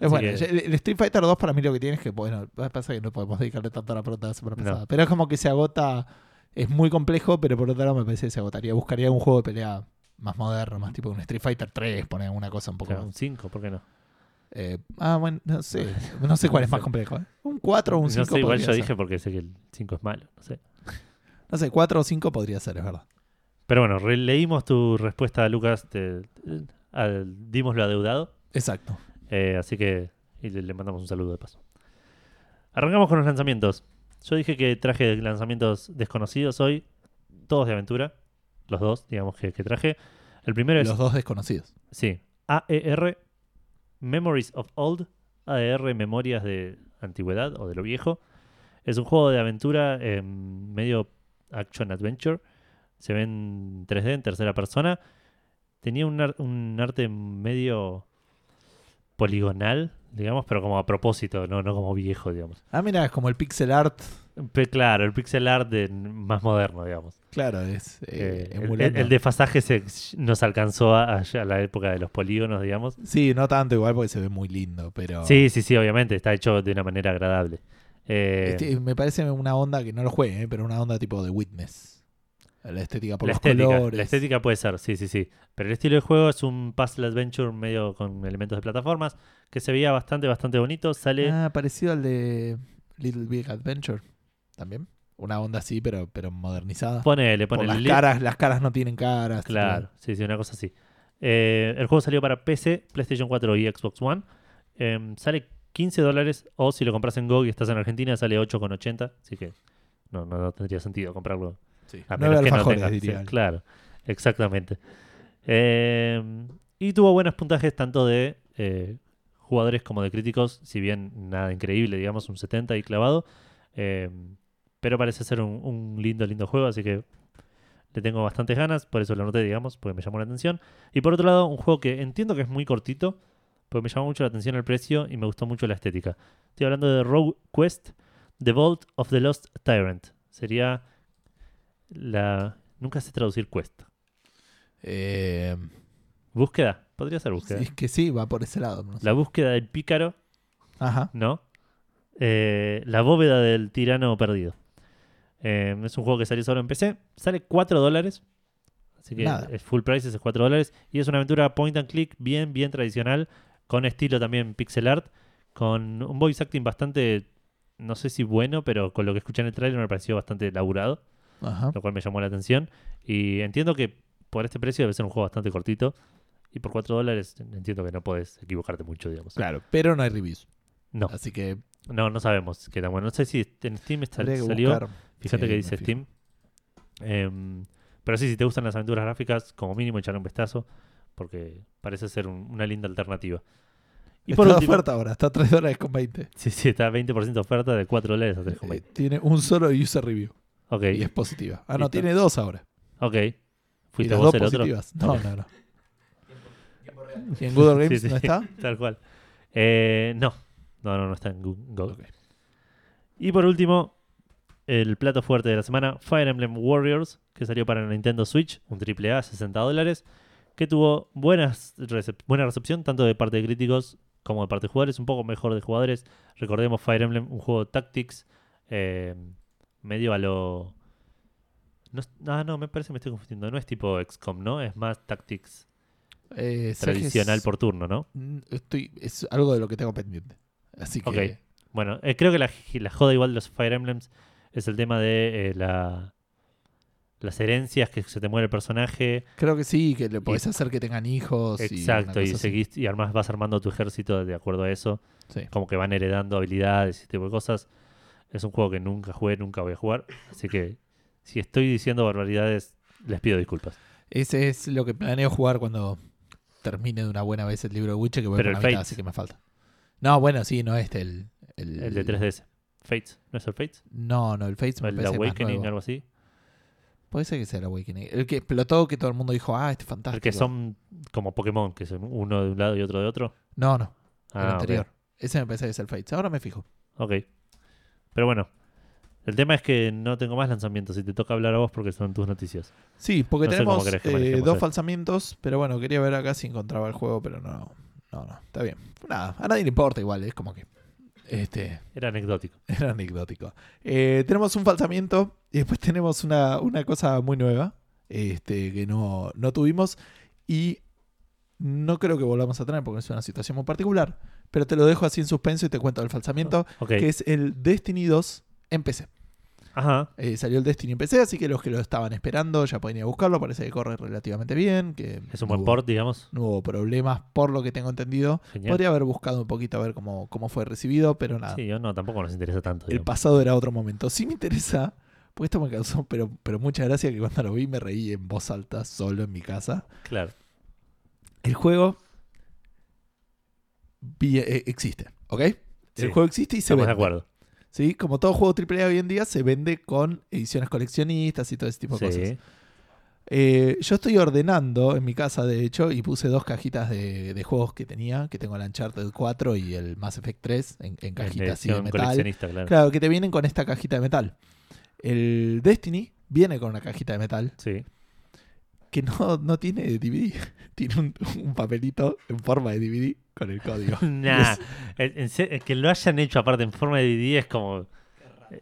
Es Así bueno, que- ya- el, el Street Fighter 2 para mí lo que tiene es que, bueno, pasa que no podemos dedicarle tanto a la pregunta de la semana No. pasada. Pero es como que se agota, es muy complejo, pero por otro lado me parece que se agotaría. Buscaría un juego de pelea más moderno, más tipo un Street Fighter 3, poner una cosa un O poco sea, más. un 5, ¿por qué no? eh, ah, bueno, no sé. No sé cuál es más complejo. ¿eh? Un 4 o un 5. no sé, igual podría yo ser. dije porque sé que el 5 es malo, no sé. No sé, 4 o 5 podría ser, es verdad. Pero bueno, leímos tu respuesta, Lucas, te, eh, al- dimos lo adeudado, Exacto. eh, así que y le, le mandamos un saludo de paso. Arrancamos con los lanzamientos. Yo dije que traje lanzamientos desconocidos hoy, todos de aventura, los dos, digamos, que, que traje. El primero es, Los dos desconocidos. sí, AER, Memories of Old, AER, Memorias de Antigüedad o de lo viejo. Es un juego de aventura em, medio action adventure. Se ve en 3D, en tercera persona. Tenía un, ar- un arte medio poligonal, digamos, pero como a propósito, no, no como viejo, digamos. Ah, mira, es como el pixel art. Pe- claro, el pixel art de- más moderno, digamos. Claro, es. Eh, eh, el, el- emulando. el desfasaje se, nos alcanzó a, a la época de los polígonos, digamos. Sí, no tanto igual porque se ve muy lindo, pero. Sí, sí, sí, obviamente, está hecho de una manera agradable. Eh, Este, me parece una onda que no lo juegue, ¿eh? pero una onda tipo de Witness. La estética por la los estética, colores. La estética puede ser, sí, sí, sí. Pero el estilo de juego es un puzzle adventure medio con elementos de plataformas que se veía bastante, bastante bonito. Sale. Ah, parecido al de Little Big Adventure. También. Una onda así, pero, pero modernizada. ponele, Por ponele. las Li- caras, las caras no tienen caras. Claro, sí, sí, una cosa así. Eh, el juego salió para PC, PlayStation 4 y Xbox One. Eh, sale 15 dólares o si lo compras en GOG y estás en Argentina sale 8,80. Así que no, no, no tendría sentido comprarlo Sí. A Nueve menos que no alfajores, tengas- diría. sí, claro, exactamente. Eh, y tuvo buenos puntajes tanto de eh, jugadores como de críticos, si bien nada increíble, digamos un 70 y clavado. eh, pero parece ser un, un lindo, lindo juego, así que le tengo bastantes ganas, por eso lo anoté, digamos, porque me llamó la atención. Y por otro lado, un juego que entiendo que es muy cortito, porque me llamó mucho la atención el precio y me gustó mucho la estética. Estoy hablando de Rogue Quest, The Vault of the Lost Tyrant. Sería la. Nunca sé traducir cuesta. Eh, Búsqueda. Podría ser búsqueda. es que sí, va por ese lado. no sé. La búsqueda del pícaro, Ajá. ¿no? Eh, la bóveda del tirano perdido. Eh, es un juego que salió solo en PC. Sale 4 dólares. Así que Nada. es full price, es 4 dólares. Y es una aventura point and click, bien, bien tradicional. Con estilo también pixel art. Con un voice acting bastante. No sé si bueno, pero con lo que escuché en el trailer me pareció bastante laburado. Ajá. lo cual me llamó la atención. Y entiendo que por este precio debe ser un juego bastante cortito. Y por 4 dólares entiendo que no podés equivocarte mucho, digamos. Claro, pero no hay reviews. No, Así que no, no sabemos qué tan bueno. No sé si en Steam está- habría que salió. buscar. Fíjate Sí, que me dice fijo. Steam. Em, pero sí, si te gustan las aventuras gráficas, como mínimo echarle un vistazo. Porque parece ser un- una linda alternativa. Y está por de último, oferta ahora, está a 3 dólares con 20. sí, sí, está 20% de oferta de 4 dólares a 3,20. Eh, tiene un solo user review. Ok, Y es positiva. Ah, no, Listo. tiene dos ahora. ok. Y Fuiste las vos dos el otro. positivas. No, no, no. ¿Y en Google Games Sí, sí. no está? Tal cual. Eh, no. no, no, no está en Gu- Google. Ok. Y por último, el plato fuerte de la semana, Fire Emblem Warriors, que salió para Nintendo Switch, un triple A, 60 dólares, que tuvo buenas recep- buena recepción tanto de parte de críticos como de parte de jugadores, un poco mejor de jugadores. Recordemos Fire Emblem, un juego Tactics, eh, medio a lo... No, es- ah, no, me parece que me estoy confundiendo. No es tipo XCOM, ¿no? Es más Tactics Eh, sé que es- tradicional por turno, ¿no? Mm, Estoy, es algo de lo que tengo pendiente. Así que. Ok. Bueno, eh, creo que la, la joda igual de los Fire Emblems es el tema de eh, la, las herencias que se te muere el personaje. Creo que sí, que le podés Y- hacer que tengan hijos. y Oh, una Exacto, y, cosa así. seguís, y además vas armando tu ejército de acuerdo a eso. Sí. Como que van heredando habilidades y ese tipo de cosas. Es un juego que nunca jugué, nunca voy a jugar. Así que si estoy diciendo barbaridades, les pido disculpas. Ese es lo que planeo jugar cuando termine de una buena vez el libro de Witcher, que voy Pero por la el mitad, Fates. así que me falta. No, bueno, sí, no este, el. El, El de 3DS. Fates, ¿no es el Fates? No, no, el Fates ¿O me el parece más Awakening, nuevo. algo así? Puede ser que sea el Awakening. El que explotó, que todo el mundo dijo, ah, este es fantástico. El que son como Pokémon, que son uno de un lado y otro de otro. Ah, No, no, el ok. anterior. Ese me parece que es el Fates. Ahora me fijo. Ok. Pero bueno, el tema es que no tengo más lanzamientos y te toca hablar a vos porque son tus noticias. Sí, porque No sé tenemos cómo querés que eh, manejemos dos esto. falsamientos, pero bueno, quería ver acá si encontraba el juego, pero no, no, no, está bien. Nada, a nadie le importa igual, es como que este Era anecdótico. era anecdótico. Eh, tenemos un falsamiento y después tenemos una, una cosa muy nueva este, que no, no tuvimos y no creo que volvamos a tener porque es una situación muy particular, pero te lo dejo así en suspenso y te cuento el falsamiento, Ok. que es el Destiny 2 en PC. Ajá. Eh, salió el Destiny en PC, así que los que lo estaban esperando ya pueden ir a buscarlo. Parece que corre relativamente bien. Que Es un no buen hubo- port, digamos. No hubo problemas, por lo que tengo entendido. Genial. Podría haber buscado un poquito a ver cómo, cómo fue recibido, pero nada. Sí, yo no, tampoco nos interesa tanto. el digamos. pasado era otro momento. Sí me interesa, porque esto me causó, pero, pero mucha gracia que cuando lo vi me reí en voz alta solo en mi casa. Claro. El juego vi- eh, existe, ¿ok? Sí. El juego existe y se Estamos de vende. acuerdo. ¿sí? Como todo juego AAA hoy en día, se vende con ediciones coleccionistas y todo ese tipo de cosas. Sí. Eh, yo estoy ordenando en mi casa, de hecho, y puse dos cajitas de, de juegos que tenía, que tengo el Uncharted 4 y el Mass Effect 3 en, en En cajitas así de edición metal. coleccionista, claro. Claro, que te vienen con esta cajita de metal. El Destiny viene con una cajita de metal Sí. que no, no tiene DVD. Tiene un, un papelito en forma de DVD con el código. Nah. El, en se- el que lo hayan hecho aparte en forma de DVD es como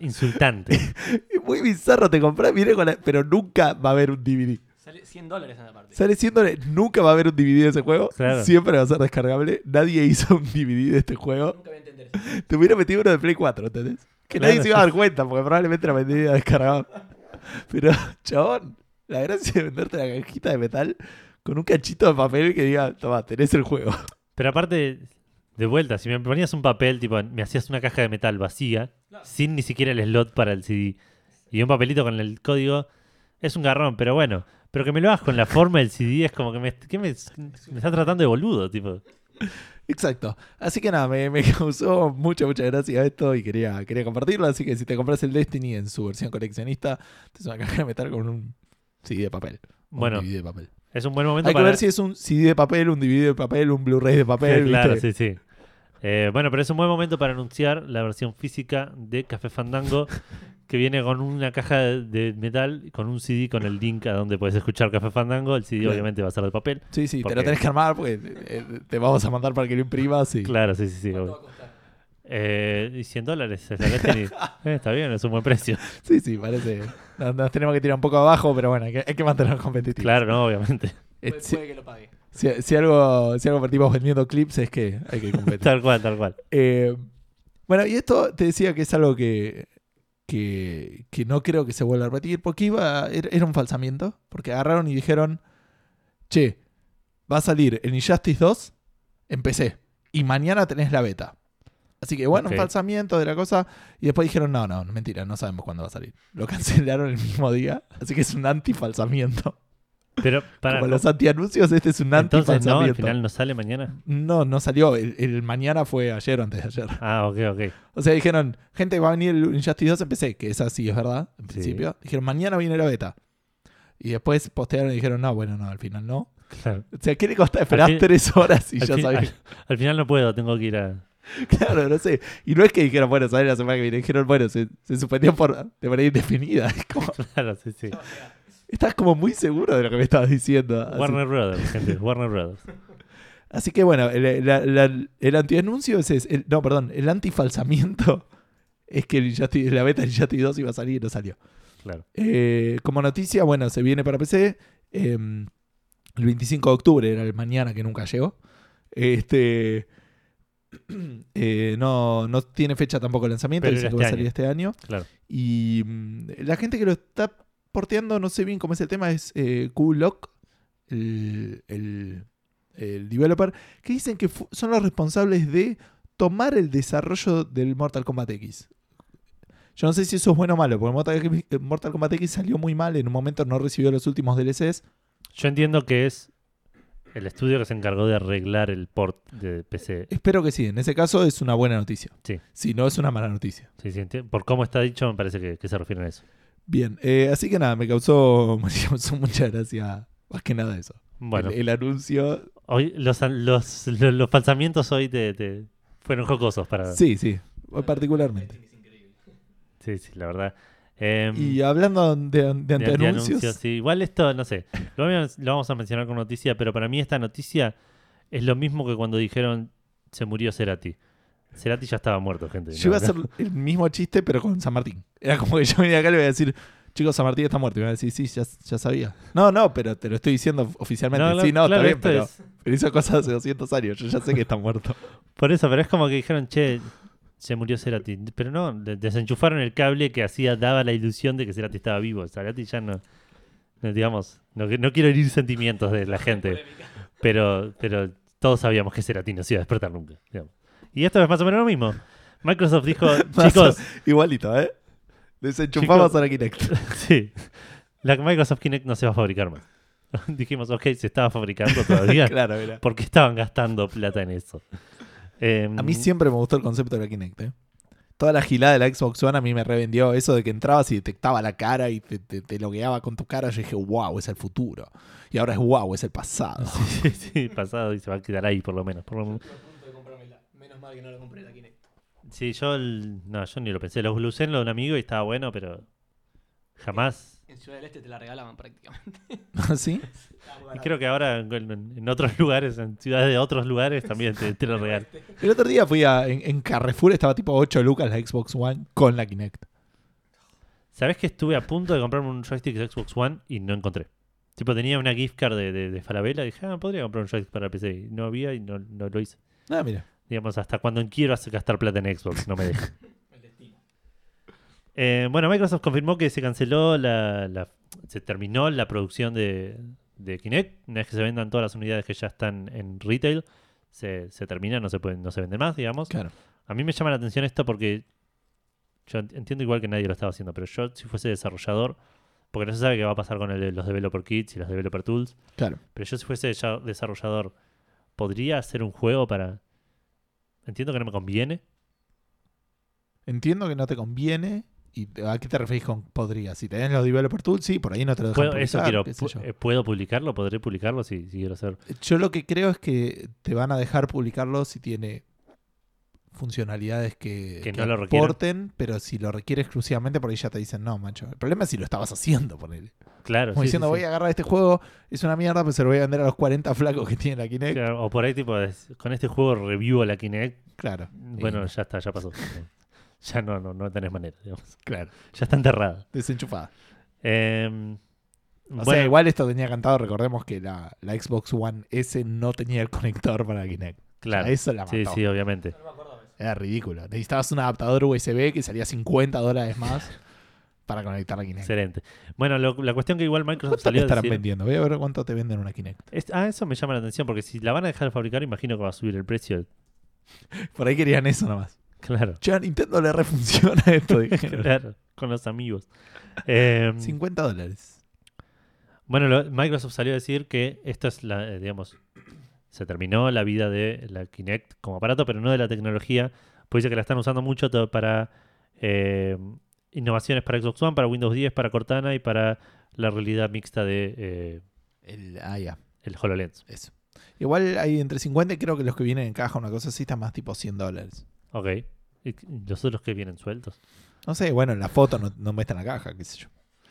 insultante. Es muy bizarro, te compras, viene con la- pero nunca va a haber un DVD. Sale 100 dólares en la parte. Sale siéndole, nunca va a haber un DVD de ese juego. Claro. Siempre va a ser descargable. Nadie hizo un DVD de este juego. Nunca voy a entender eso. Te hubiera metido uno de Play 4, ¿entendés? Que Claro. nadie se iba a dar cuenta, porque probablemente la vendría descargado. Pero, chabón, la gracia de venderte la cajita de metal con un cachito de papel que diga, toma, tenés el juego. Pero aparte, de vuelta, si me ponías un papel, tipo, me hacías una caja de metal vacía, Claro. sin ni siquiera el slot para el CD, y un papelito con el código, es un garrón, pero bueno. Pero que me lo hagas con la forma del CD es como que me, que me, me está tratando de boludo, tipo. Exacto. Así que nada, me, me causó mucha, mucha gracia esto y quería, quería compartirlo. Así que si te compras el Destiny en su versión coleccionista, te es una caja de metal con un CD de papel. o un Bueno, DVD de papel. es un buen momento Hay que para. ver si es un CD de papel, un DVD de papel, un Blu-ray de papel. claro, ¿viste? sí, sí. Eh, bueno, pero es un buen momento para anunciar la versión física de Café Fandango, que viene con una caja de, de metal, con un CD, con el link a donde puedes escuchar Café Fandango. El CD Claro. obviamente va a ser de papel. Sí, sí, te Porque- lo tenés que armar porque eh, te vamos a mandar para que lo imprimas y... Claro, sí, sí, sí. ¿Cuánto obvio. va a costar? Eh, y 100 dólares. es la Destiny. Eh, está bien, es un buen precio. Sí, sí, parece. Nos, nos tenemos que tirar un poco abajo, pero bueno, hay que, hay que mantenernos competitivos. Claro, no, obviamente. Eh, Puede, si, puede que lo pague. si- si algo, si algo partimos vendiendo clips es que hay que competir. Tal cual, tal cual. Eh, bueno, y esto te decía que es algo que, que, que no creo que se vuelva a repetir, porque iba, era era un falsamiento, porque agarraron y dijeron, che, va a salir el Injustice 2 en PC, y mañana tenés la beta. Así que bueno, Ok. un falsamiento de la cosa, y después dijeron, no, no, mentira, no sabemos cuándo va a salir. Lo cancelaron el mismo día, así que es un antifalsamiento. Pero para. Como los antianuncios, este es un Entonces, no, al antifalsamiento. final no sale mañana. no, no salió, el, el mañana fue ayer o antes de ayer. Ah, ok, ok. O sea, dijeron, gente, va a venir el Injustice 2 en PC, que es así, es verdad, en Sí. principio. Dijeron, mañana viene la beta. Y después postearon y dijeron, no, bueno, no, al final no. Claro. O sea, ¿qué le costa esperar fin- tres horas y al, ya fin- sabes? al- al final no puedo, tengo que ir a. Claro, no sé. Y no es que dijeron, bueno, sale la semana que viene. Dijeron, bueno, se, se suspendió por, de manera indefinida. Es como, Claro, sí, sí. No, o sea, estás como muy seguro de lo que me estabas diciendo. Así- Warner Brothers, gente, Warner Brothers. Así que bueno, el, la- la- el antianuncio es, es- el- no, perdón, el antifalsamiento es que el Injustice- la beta de Injustice 2 iba a salir y no salió. Claro. Eh, como noticia, bueno, se viene para PC. eh, el 25 de octubre era el mañana que nunca llegó. Este. eh, no, no tiene fecha tampoco el lanzamiento, Pero dice era que va a este salir este año. Claro. Y mm, la gente que lo está porteando, no sé bien cómo es el tema, es eh, Q-Lock, el, el- el developer, que dicen que fu- son los responsables de tomar el desarrollo del Mortal Kombat X. Yo no sé si eso es bueno o malo, porque Mortal, eh, Mortal Kombat X salió muy mal, en un momento no recibió los últimos DLCs. Yo entiendo que es el estudio que se encargó de arreglar el port de PC. Espero que sí, en ese caso es una buena noticia. Sí. Si no, es una mala noticia. Sí, sí, enti- Por cómo está dicho, me parece que, que se refieren a eso. Bien, eh, así que nada, me causó, me causó mucha gracia, más que nada eso. Bueno, El- eh, el anuncio hoy los, los, los, los falsamientos hoy te, te- fueron jocosos para. Sí, sí, particularmente. sí, sí, la verdad. Em, Y hablando de, de- de de anteanuncios, anuncios, sí. Igual esto, no sé, lo, vamos a- lo vamos a mencionar con noticia, pero para mí esta noticia es lo mismo que cuando dijeron se murió Cerati. Cerati ya estaba muerto, gente. yo iba a hacer el mismo chiste, pero con San Martín. Era como que yo venía acá y le voy a decir, chicos, San Martín está muerto. Y me iba a decir, sí, ya, ya sabía. No, no, pero te lo estoy diciendo oficialmente. sí, no, claro, está bien, esto pero, es- pero hizo cosas hace 200 años. Yo ya sé que está muerto. Por eso, pero es como que dijeron, che, se murió Cerati. Pero no, de- desenchufaron el cable que hacía, daba la ilusión de que Cerati estaba vivo. Cerati ya no, no, digamos, no, no quiero herir sentimientos de la gente, pero, pero todos sabíamos que Cerati no se iba a despertar nunca. digamos. Y esto es más o menos lo mismo. Microsoft dijo, Más o- chicos, Igualito, ¿eh? Desenchufamos Chicos. a la Kinect. sí, la Microsoft Kinect no se va a fabricar más. Dijimos, ok, se estaba fabricando todavía. Claro, mira. ¿Por qué estaban gastando plata en eso? Em, A mí siempre me gustó el concepto de la Kinect, ¿eh? Toda la gilada de la Xbox One a mí me revendió eso de que entrabas y detectaba la cara y te, te, te logueaba con tu cara. Yo dije, wow, es el futuro. Y ahora es wow, es el pasado. Sí, sí, pasado y se va a quedar ahí por lo menos. por lo menos. Estoy a punto de comprármela. Menos mal que no la compré la Kinect. Sí, yo el- no, yo ni lo pensé. Los glucén lo de un amigo y estaba bueno, pero jamás. En Ciudad del Este te la regalaban prácticamente. ¿Ah, ¿Sí? Y creo que ahora en, en- en otros lugares, en ciudades de otros lugares, también te, te lo regalan. El otro día fui a, en, en Carrefour, estaba tipo 8 lucas la Xbox One con la Kinect. ¿Sabés que estuve a punto de comprarme un joystick de Xbox One y no encontré? Tipo, tenía una gift card de, de, de Falabella y dije, ah, podría comprar un joystick para PC. Y no había y no, no lo hice. Ah, mira. Digamos, hasta cuando quiero hacer- gastar plata en Xbox, no me deja. El destino. Eh, bueno, Microsoft confirmó que se canceló la, la- se terminó la producción de, de Kinect. Una vez que se vendan todas las unidades que ya están en retail, se, se termina, no se pueden, no se vende más, digamos. Claro. A mí me llama la atención esto porque yo ent- entiendo igual que nadie lo estaba haciendo, pero yo si fuese desarrollador, porque no se sabe qué va a pasar con el de los developer kits y los developer tools, Claro. pero yo si fuese ya desarrollador, ¿podría hacer un juego para... Entiendo que no me conviene. Entiendo que no te conviene. ¿Y te- a qué te referís con podría? Si tenés los developer tools, sí, por ahí no te lo dejan Puedo, eso publicar, quiero, qué sé pu- yo. eh, ¿Puedo publicarlo? ¿Podré publicarlo si, si quiero hacer? Yo lo que creo es que te van a dejar publicarlo si tiene funcionalidades que, Que no lo requieren. aporten, pero si lo requiere exclusivamente, por ahí ya te dicen, no, macho. El problema es si lo estabas haciendo, ponele. Claro, Como sí, diciendo, sí, voy sí. a agarrar este juego, es una mierda, pero se lo voy a vender a los 40 flacos que tiene la Kinect. Claro. Claro, O por ahí, tipo, es- con este juego revivo la Kinect. Bueno, Eh, ya está, ya pasó. ya no, no, no tenés manera, digamos. claro. Ya está enterrada. Desenchufada. Em, O bueno, sea, igual esto tenía cantado, recordemos que la, la Xbox One S no tenía el conector para la Kinect. O sea, claro. eso la mató. Sí, sí, obviamente. No me acordaba eso. Era ridículo. Necesitabas un adaptador USB que salía 50 dólares más para conectar la Kinect. Excelente. Bueno, lo- la cuestión que igual Microsoft ¿Cuánto te salió a estarán decir- vendiendo? Voy a ver cuánto te venden una Kinect. Es- ah, eso me llama la atención, porque si la van a dejar de fabricar, imagino que va a subir el precio. Por ahí querían eso nomás. Claro, Che, a Nintendo le refunciona esto. dijeron. claro, con los amigos. Em, 50 dólares. Bueno, lo- Microsoft salió a decir que esto es la, eh, digamos, se terminó la vida de la Kinect como aparato, pero no de la tecnología. Pues dice que la están usando mucho to- para eh, innovaciones para Xbox One, para Windows 10, para Cortana y para la realidad mixta de eh, El, ah, ya, el HoloLens. eso. Igual hay entre 50 y creo que los que vienen en caja, una cosa así, están más tipo 100 dólares. Ok. ¿Y qué- los otros que vienen sueltos? No sé, bueno, en la foto no, no muestran la caja, qué sé yo.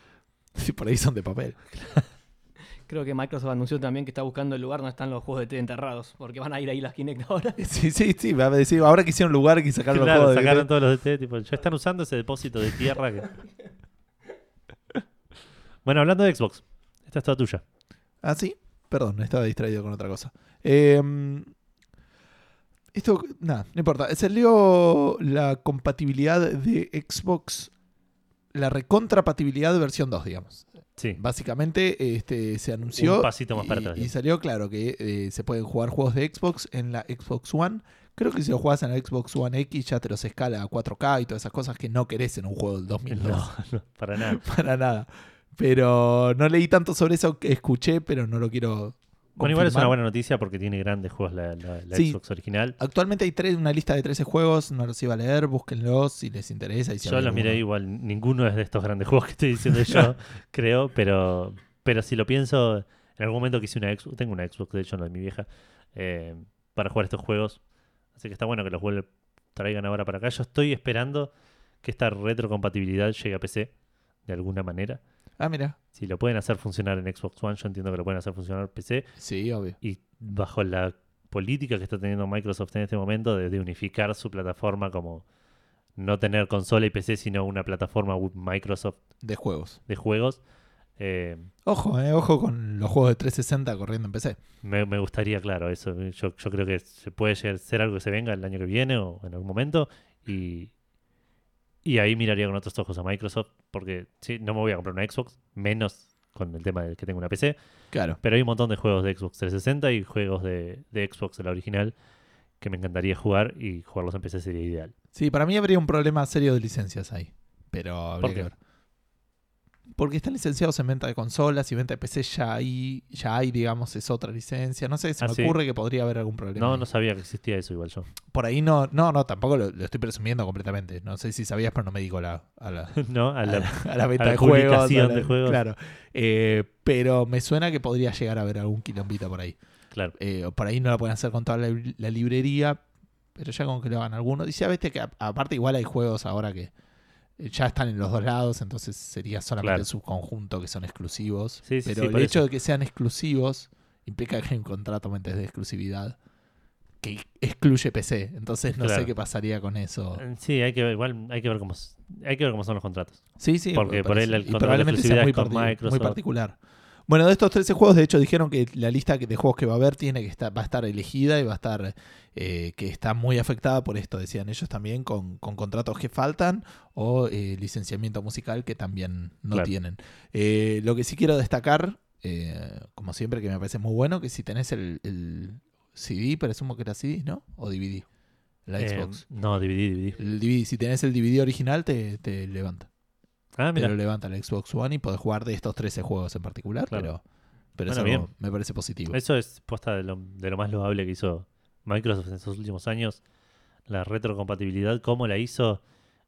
Sí, por ahí son de papel. Creo que Microsoft anunció también que está buscando el lugar donde están los juegos de té enterrados, porque van a ir ahí las Kinect ahora. Sí, sí, sí. va a decir, ahora que hicieron lugar, que sacaron Claro, los juegos de- sacaron todos los de este tipo, ya están usando ese depósito de tierra que Bueno, hablando de Xbox, esta es toda tuya. Ah, sí. Perdón, estaba distraído con otra cosa. Eh, esto, nada, no importa. Salió la compatibilidad de Xbox, la recontrapatibilidad versión 2, digamos. Sí. Básicamente este, se anunció. Un pasito más para y- atrás, Y digamos. salió claro que eh, se pueden jugar juegos de Xbox en la Xbox One. Creo que si lo juegas en la Xbox One X ya te los escala a 4K y todas esas cosas que no querés en un juego del 2002. No, no, para nada. Para nada. Pero no leí tanto sobre eso que escuché, pero no lo quiero. Bueno, igual es confirmar. una buena noticia porque tiene grandes juegos la, la- la Sí. Xbox original. Actualmente hay tres, una lista de 13 juegos, no los iba a leer, búsquenlos si les interesa. Y si Yo hay los miré alguno. igual, ninguno es de estos grandes juegos que estoy diciendo yo, creo, pero, pero si lo pienso, en algún momento quise una Xbox, tengo una Xbox, de hecho, no de mi vieja, eh, para jugar estos juegos. Así que está bueno que los vuelve- traigan ahora para acá. Yo estoy esperando que esta retrocompatibilidad llegue a PC de alguna manera. Ah, mira. Si lo pueden hacer funcionar en Xbox One, yo entiendo que lo pueden hacer funcionar en PC. Sí, obvio. y bajo la política que está teniendo Microsoft en este momento de, de unificar su plataforma como no tener consola y PC, sino una plataforma u- Microsoft De juegos. de juegos, eh, Ojo, eh, ojo con los juegos de 360 corriendo en PC. me, me gustaría, claro, eso. Yo, yo creo que se puede llegar- ser algo que se venga el año que viene o en algún momento y, y ahí miraría con otros ojos a Microsoft porque sí, no me voy a comprar una Xbox, menos con el tema de que tengo una PC. Claro. Pero hay un montón de juegos de Xbox 360 y juegos de, de Xbox, la original, que me encantaría jugar y jugarlos en PC sería ideal. Sí, para mí habría un problema serio de licencias ahí. Pero habría ¿Por que qué? ver. Porque están licenciados en venta de consolas y venta de PC ya hay, ya hay, digamos, es otra licencia. No sé, se Ah, me sí. ocurre que podría haber algún problema. No, ahí. no sabía que existía eso igual yo. Por ahí no, no, no, tampoco lo, lo estoy presumiendo completamente. No sé si sabías, pero no me digo la, a la, ¿No? A a la- la, a la venta a la de, juegos, a publicación la- de juegos. Claro. Eh, pero me suena que podría llegar a haber algún quilombito por ahí. claro. Eh, o por ahí no lo pueden hacer con toda la, la librería, pero ya con que lo hagan algunos. Dice, "Ah, viste que a- aparte igual hay juegos ahora que eh, ya están en los dos lados, entonces sería solamente Claro. el subconjunto que son exclusivos. Sí, sí, pero sí, el por hecho eso. de que sean exclusivos implica que hay un contrato antes de exclusividad que excluye PC. Entonces no Claro. sé qué pasaría con eso. Eh, Sí, hay que ver, igual hay que ver cómo, s- hay que ver cómo son los contratos. Sí, sí. Porque me por parece. él el Y control de probablemente sea exclusividad muy, es con parti- muy Microsoft. particular. Bueno, de estos 13 juegos, de hecho, dijeron que la lista que- de juegos que va a haber tiene que estar, va a estar elegida y va a estar eh, que está muy afectada por esto, decían ellos también, con, con contratos que faltan o eh, licenciamiento musical que también no Claro. tienen. Eh, lo que sí quiero destacar, eh, como siempre, que me parece muy bueno, que si tenés el, el CD, presumo que era CD, ¿no? O DVD, la Eh, Xbox. no, DVD, DVD. El DVD, si tenés el DVD original, te- te levanta Ah, mira. pero levanta el Xbox One y podés jugar de estos 13 juegos en particular, Claro. pero, pero Bueno, eso bien. me parece positivo. Eso es posta de lo, de lo más loable que hizo Microsoft en estos últimos años. La retrocompatibilidad, cómo la hizo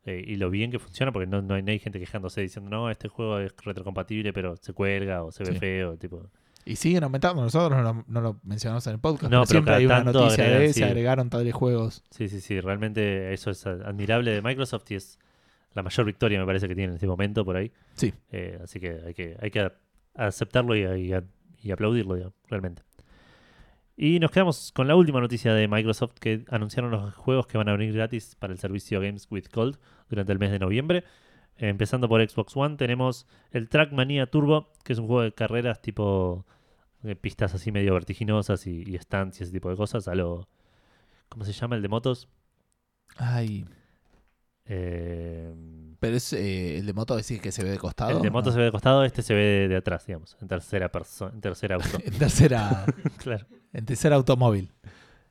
eh, y lo bien que funciona, porque no, no hay, no hay gente quejándose diciendo, no, este juego es retrocompatible, pero se cuelga o se ve Sí. feo. tipo Y siguen aumentando, nosotros no lo, no lo mencionamos en el podcast, No, pero pero siempre cada hay una tanto noticia de agregan, se sí. agregaron tales juegos. Sí, sí, sí, realmente eso es admirable de Microsoft y es la mayor victoria me parece que tiene en este momento por ahí. Sí. Eh, así que hay que, hay que aceptarlo y, y- y aplaudirlo, digamos, realmente. Y nos quedamos con la última noticia de Microsoft que anunciaron los juegos que van a venir gratis para el servicio Games with Gold durante el mes de noviembre. Empezando por Xbox One tenemos el Trackmania Turbo, que es un juego de carreras tipo eh, pistas así medio vertiginosas y, y stunts y ese tipo de cosas a lo... ¿Cómo se llama? El de motos. Ay, Eh, pero es eh, el de moto decís que se ve de costado. el de moto ¿no? se ve de costado, este se ve de, de atrás, digamos, en tercera persona, en tercera auto. en tercera, claro. en tercer automóvil.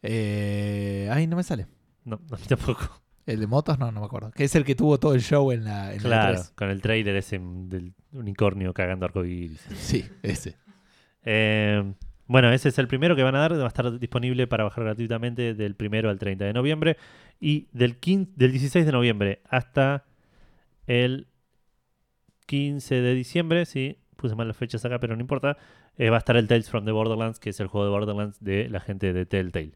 Eh, ay, no me sale. No, no, a mí tampoco. El de motos no, no me acuerdo. Que es el que tuvo todo el show en la en la E Claro, E3. con el trailer ese del unicornio cagando arcoíris. Sí, ese. Eh, bueno, ese es el primero que van a dar. Va a estar disponible para bajar gratuitamente del primero al 30 de noviembre. Y del, 15 del 16 de noviembre hasta el 15 de diciembre, sí, puse mal las fechas acá, pero no importa. eh, va a estar el Tales from the Borderlands, que es el juego de Borderlands de la gente de Telltale.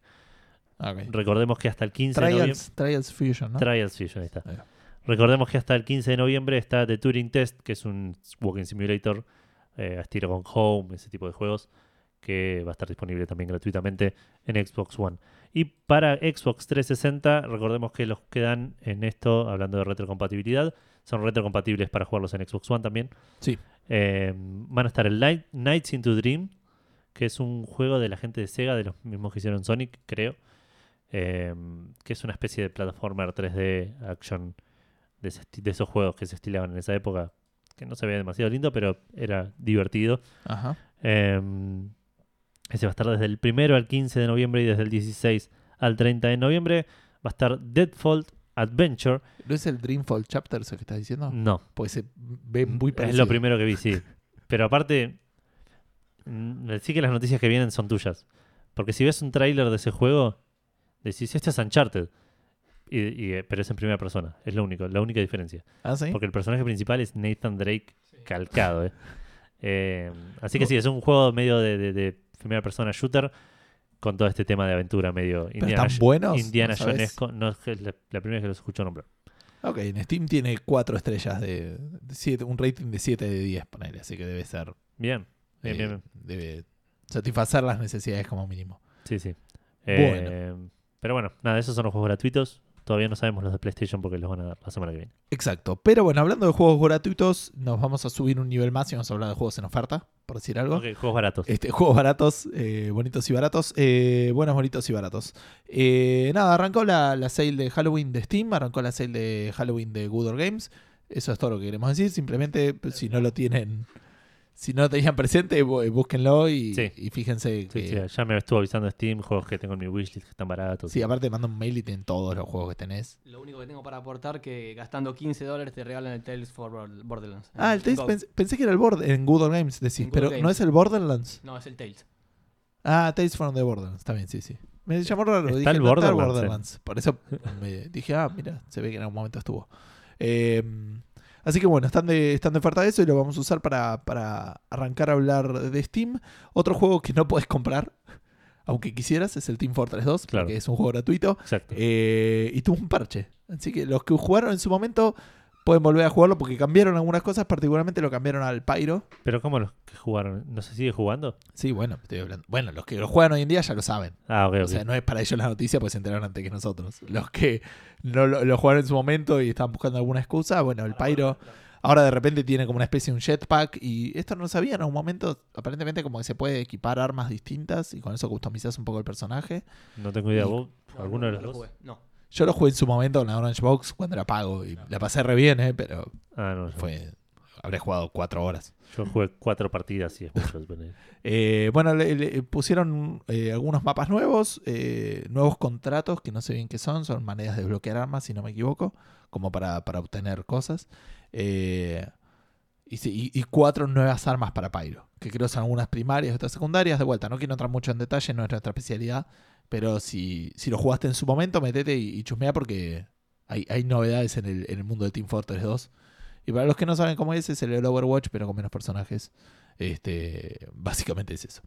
Ok. Recordemos que hasta el 15 de noviembre. Trials, Trials Fusion, ¿no? Trials Fusion, ahí está. Ahí va. Recordemos que hasta el 15 de noviembre está The Turing Test, que es un walking simulator eh, a estilo con Home, ese tipo de juegos, que va a estar disponible también gratuitamente en Xbox One. Y para Xbox 360, recordemos que los que dan en esto, hablando de retrocompatibilidad, son retrocompatibles para jugarlos en Xbox One también. Sí. Eh, van a estar el Night- Nights into Dream, que es un juego de la gente de Sega, de los mismos que hicieron Sonic, creo. Eh, que es una especie de plataformer 3D action de, ese esti- de esos juegos que se estilaban en esa época, que no se veía demasiado lindo, pero era divertido. Ajá. Eh, ese va a estar desde el 1 al 15 de noviembre y desde el 16 al 30 de noviembre. Va a estar Deadfall Adventure. ¿No es el Dreamfall Chapters el que estás diciendo? No, Pues se ve muy Mm, es parecido. lo primero que vi, sí. Pero aparte, mm, sí que las noticias que vienen son tuyas. Porque si ves un tráiler de ese juego, decís, este es Uncharted. Y, y, eh, pero es en primera persona, es lo único, la única diferencia. ¿Ah, sí? Porque el personaje principal es Nathan Drake Sí. calcado. ¿eh? Eh, así que sí, es un juego medio de, de- de primera persona shooter con todo este tema de aventura medio ¿Pero Indiana, están buenos? Indiana ¿No sabes? Jonesco. No, es que la, la primera vez que los escucho nombrar. Ok, en Steam tiene cuatro estrellas de, de siete- un rating de 7 de 10, ponele, así que debe ser. Bien, bien, eh, bien, bien. Debe satisfacer las necesidades como mínimo. Sí, sí. Bueno. Eh, pero bueno, nada, esos son los juegos gratuitos. Todavía no sabemos los de PlayStation porque los van a dar la semana que viene. Exacto. Pero bueno, hablando de juegos gratuitos, nos vamos a subir un nivel más y vamos a hablar de juegos en oferta, por decir algo. Ok, juegos baratos. Este, juegos baratos, eh, bonitos y baratos, eh, buenos, bonitos y baratos. Eh, nada, arrancó la, la sale de Halloween de Steam, arrancó la sale de Halloween de Good Old Games. Eso es todo lo que queremos decir. Simplemente, pues, si no lo tienen, si no lo tenían presente, bu- eh, búsquenlo y, Sí. y fíjense Sí, que. sí, ya me estuvo avisando Steam, juegos que tengo en mi wishlist que están baratos. sí, aparte mandan un mail y tienen todos los juegos que tenés. Lo único que tengo para aportar que gastando 15 dólares te regalan el Tales for Bor- Borderlands. Ah, el En Tales GOG. pensé, pensé que era el Board en Good Old Games, decís, En Good pero Old no Games. es el Borderlands. No, es el Tales. Ah, Tales from the Borderlands, está bien, sí, sí. Me llamó raro, Está dije, el no, está el Borderlands, eh. Borderlands. Por eso me dije, ah, mira, se ve que en algún momento estuvo. Eh, así que bueno, están de, están de oferta de eso y lo vamos a usar para, para arrancar a hablar de Steam. Otro juego que no puedes comprar, aunque quisieras, es el Team Fortress 2, Claro. que es un juego gratuito. Exacto. Eh, y tuvo un parche. Así que los que jugaron en su momento pueden volver a jugarlo porque cambiaron algunas cosas, particularmente lo cambiaron al Pyro. Pero ¿cómo los que jugaron? ¿No se sigue jugando? Sí, bueno, estoy hablando. Bueno, los que lo juegan hoy en día ya lo saben. Ah, ok, ok. O sea, no es para ellos la noticia, pues se enteraron antes que nosotros. Los que no lo, lo jugaron en su momento y estaban buscando alguna excusa, bueno, el Pyro ahora de repente tiene como una especie de un jetpack y esto no lo sabía en algún momento. Aparentemente como que se puede equipar armas distintas y con eso customizás un poco el personaje. no tengo idea. ¿Vos? No, ¿Alguno no, de no los lo dos? jugué. No. Yo lo jugué en su momento en la Orange Box cuando la pago y la pasé re bien, ¿eh? pero Ah, no. yo- fue... Habré jugado cuatro horas. Yo jugué cuatro partidas y es mucho. depende. Eh, bueno, le, le pusieron eh, algunos mapas nuevos, eh, nuevos contratos que no sé bien qué son, son maneras de desbloquear armas, si no me equivoco, como para, para obtener cosas. Eh, y, sí, y- y cuatro nuevas armas para Pyro, que creo son algunas primarias, otras secundarias. De vuelta, no quiero entrar mucho en detalle, no es nuestra especialidad, pero si, si lo jugaste en su momento, metete y, y chusmea porque hay, hay novedades en el, en el mundo de Team Fortress 2. Y para los que no saben cómo es, es el Overwatch, pero con menos personajes. Este, básicamente es eso.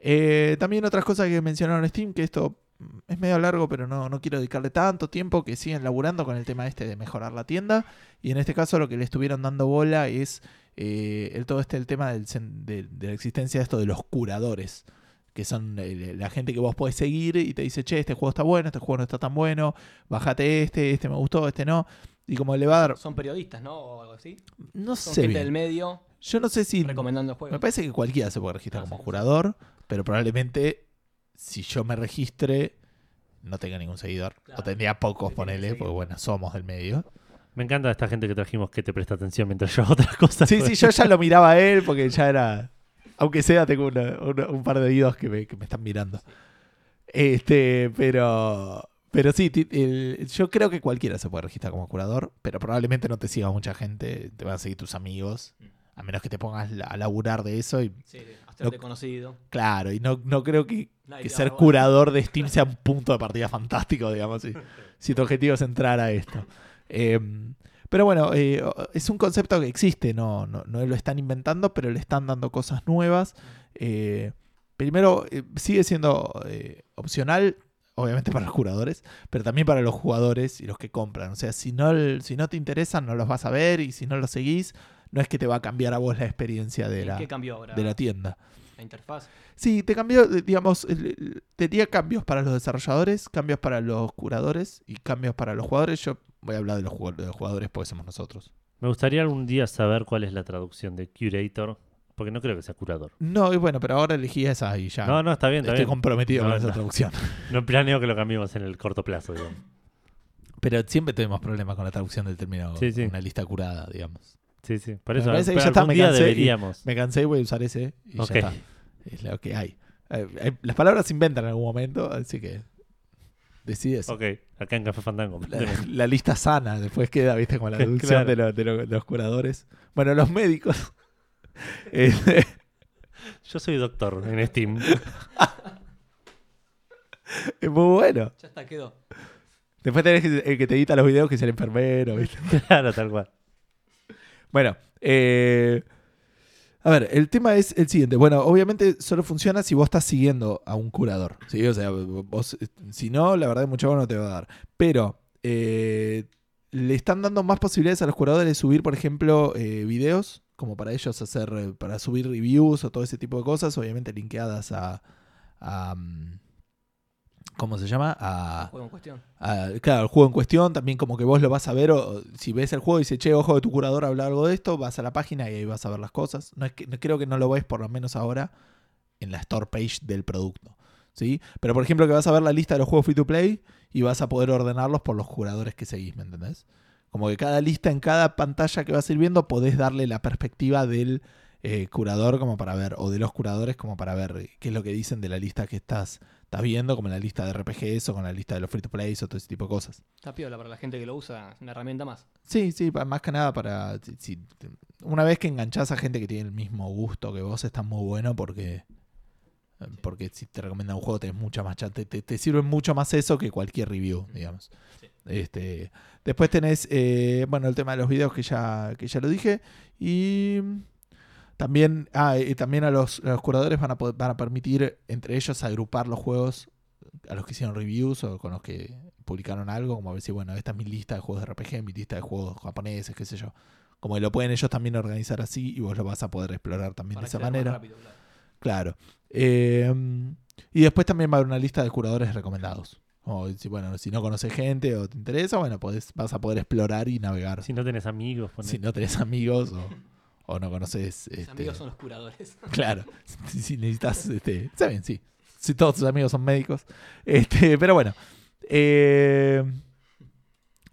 Eh, también otras cosas que mencionaron en Steam, que esto mm, es medio largo, pero no, no quiero dedicarle tanto tiempo, que siguen laburando con el tema este de mejorar la tienda. Y en este caso lo que le estuvieron dando bola es eh, el, todo este el tema del sen- de, de la existencia de esto de los curadores. Que son eh, la gente que vos podés seguir y te dice, che, este juego está bueno, este juego no está tan bueno, bájate este, este me gustó, este no. Y como le va a dar. Son periodistas, ¿no? O algo así. No Son sé. gente bien. del medio Yo no sé si recomendando me juegos. parece que cualquiera se puede registrar Ah, como sí, sí. curador, pero probablemente si yo me registre no tenga ningún seguidor. Claro. O tendría pocos, Sí, tiene que ponele, seguir. porque bueno, somos del medio. Me encanta esta gente que trajimos que te presta atención mientras yo hago otras cosas. Sí, sí, yo ya lo miraba a él porque ya era... Aunque sea, tengo una- una- un par de oídos que me, que me están mirando. Este, pero... Pero sí, ti- el- yo creo que cualquiera se puede registrar como curador, pero probablemente no te siga mucha gente, te van a seguir tus amigos, Mm. a menos que te pongas la- a laburar de eso y Sí, sí, hacerte Lo- conocido. Claro, y no, no creo que, Nadie que te va a ser robar. curador de Steam sea un punto de partida fantástico, digamos, si, si tu objetivo es entrar a esto. Eh, pero bueno, eh, es un concepto que existe, no, no, no lo están inventando, pero le están dando cosas nuevas. Eh, primero, eh, sigue siendo eh, opcional, obviamente para los curadores, pero también para los jugadores y los que compran. O sea, si no, el- si no te interesan, no los vas a ver y si no los seguís, no es que te va a cambiar a vos la experiencia de ¿Y la, ¿Qué cambió ahora? de la tienda. La interfaz. Sí, te cambió, eh, digamos, el- el- tenía cambios para los desarrolladores, cambios para los curadores y cambios para los jugadores. Yo voy a hablar de los, jugado- de los jugadores porque somos nosotros. Me gustaría algún día saber cuál es la traducción de curator, porque no creo que sea curador. No, y bueno, pero ahora elegí esa y ya. No, no, está bien, está Estoy bien. comprometido No, con esa no. traducción. No planeo que lo cambiemos en el corto plazo, digamos. Pero siempre tuvimos problemas con la traducción del término Sí, sí. una lista curada, digamos. Sí, sí. Por Me eso, parece que pero ya está, algún me día cansé y- deberíamos. Me cansé y voy a usar ese y Ok. ya está. Es lo que hay. Eh, eh, Las palabras se inventan en algún momento, así que decides. Ok, acá en Café Fandango. La, la lista sana después queda, viste, con la Claro. deducción de, lo- de lo- de los curadores. Bueno, los médicos. Eh, Yo soy doctor en Steam. es muy bueno. Ya está, quedó. Después tenés que- el que te edita los videos, que es el enfermero, ¿viste? claro, tal cual. Bueno, eh, a ver, el tema es el siguiente. Bueno, obviamente solo funciona si vos estás siguiendo a un curador. ¿sí? O sea, vos, eh, si no, la verdad, mucho no te va a dar. Pero eh, le están dando más posibilidades a los curadores de subir, por ejemplo, eh, videos, como para ellos hacer, eh, para subir reviews o todo ese tipo de cosas, obviamente linkeadas a. a, mm, ¿Cómo se llama? A, Juego en cuestión. a- claro, el juego en cuestión, también como que vos lo vas a ver, o o si ves el juego y dices, che, ojo de tu curador habla algo de esto, vas a la página y ahí vas a ver las cosas. No, es que, no creo que no lo ves por lo menos ahora en la store page del producto. ¿sí? Pero por ejemplo que vas a ver la lista de los juegos free to play y vas a poder ordenarlos por los curadores que seguís, ¿me entendés? Como que cada lista en cada pantalla que vas a ir viendo podés darle la perspectiva del eh, curador como para ver, o de los curadores como para ver eh, qué es lo que dicen de la lista que estás, estás viendo, como la lista de RPGs o con la lista de los free to plays o todo ese tipo de cosas. Está piola para la gente que lo usa, es una herramienta más. Sí, sí, pa- más que nada para. si- si- una vez que enganchás a gente que tiene el mismo gusto que vos, está muy bueno porque. Eh, Porque si te recomiendan un juego, tenés mucha más chance. Te, te- te sirve mucho más eso que cualquier review, digamos. Sí. Este, después tenés, eh, bueno, el tema de los videos que ya, que ya lo dije. Y también, ah, y también a los, a los curadores van a, poder- van a permitir entre ellos agrupar los juegos a los que hicieron reviews o con los que publicaron algo, como a decir, bueno, esta es mi lista de juegos de RPG, mi lista de juegos japoneses, qué sé yo. Como que lo pueden ellos también organizar así y vos lo vas a poder explorar también para de esa que sea más manera. rápido, claro. Claro. Eh, y después también va a haber una lista de curadores recomendados. O si, bueno, si no conoces gente o te interesa, bueno, podés, vas a poder explorar y navegar. Si no tenés amigos, ponele. Si no tenés amigos o, o no conoces. Mis este, amigos son los curadores. Claro. Si, si necesitas. Este, está bien, sí. Si todos tus amigos son médicos. Este, pero bueno. Eh,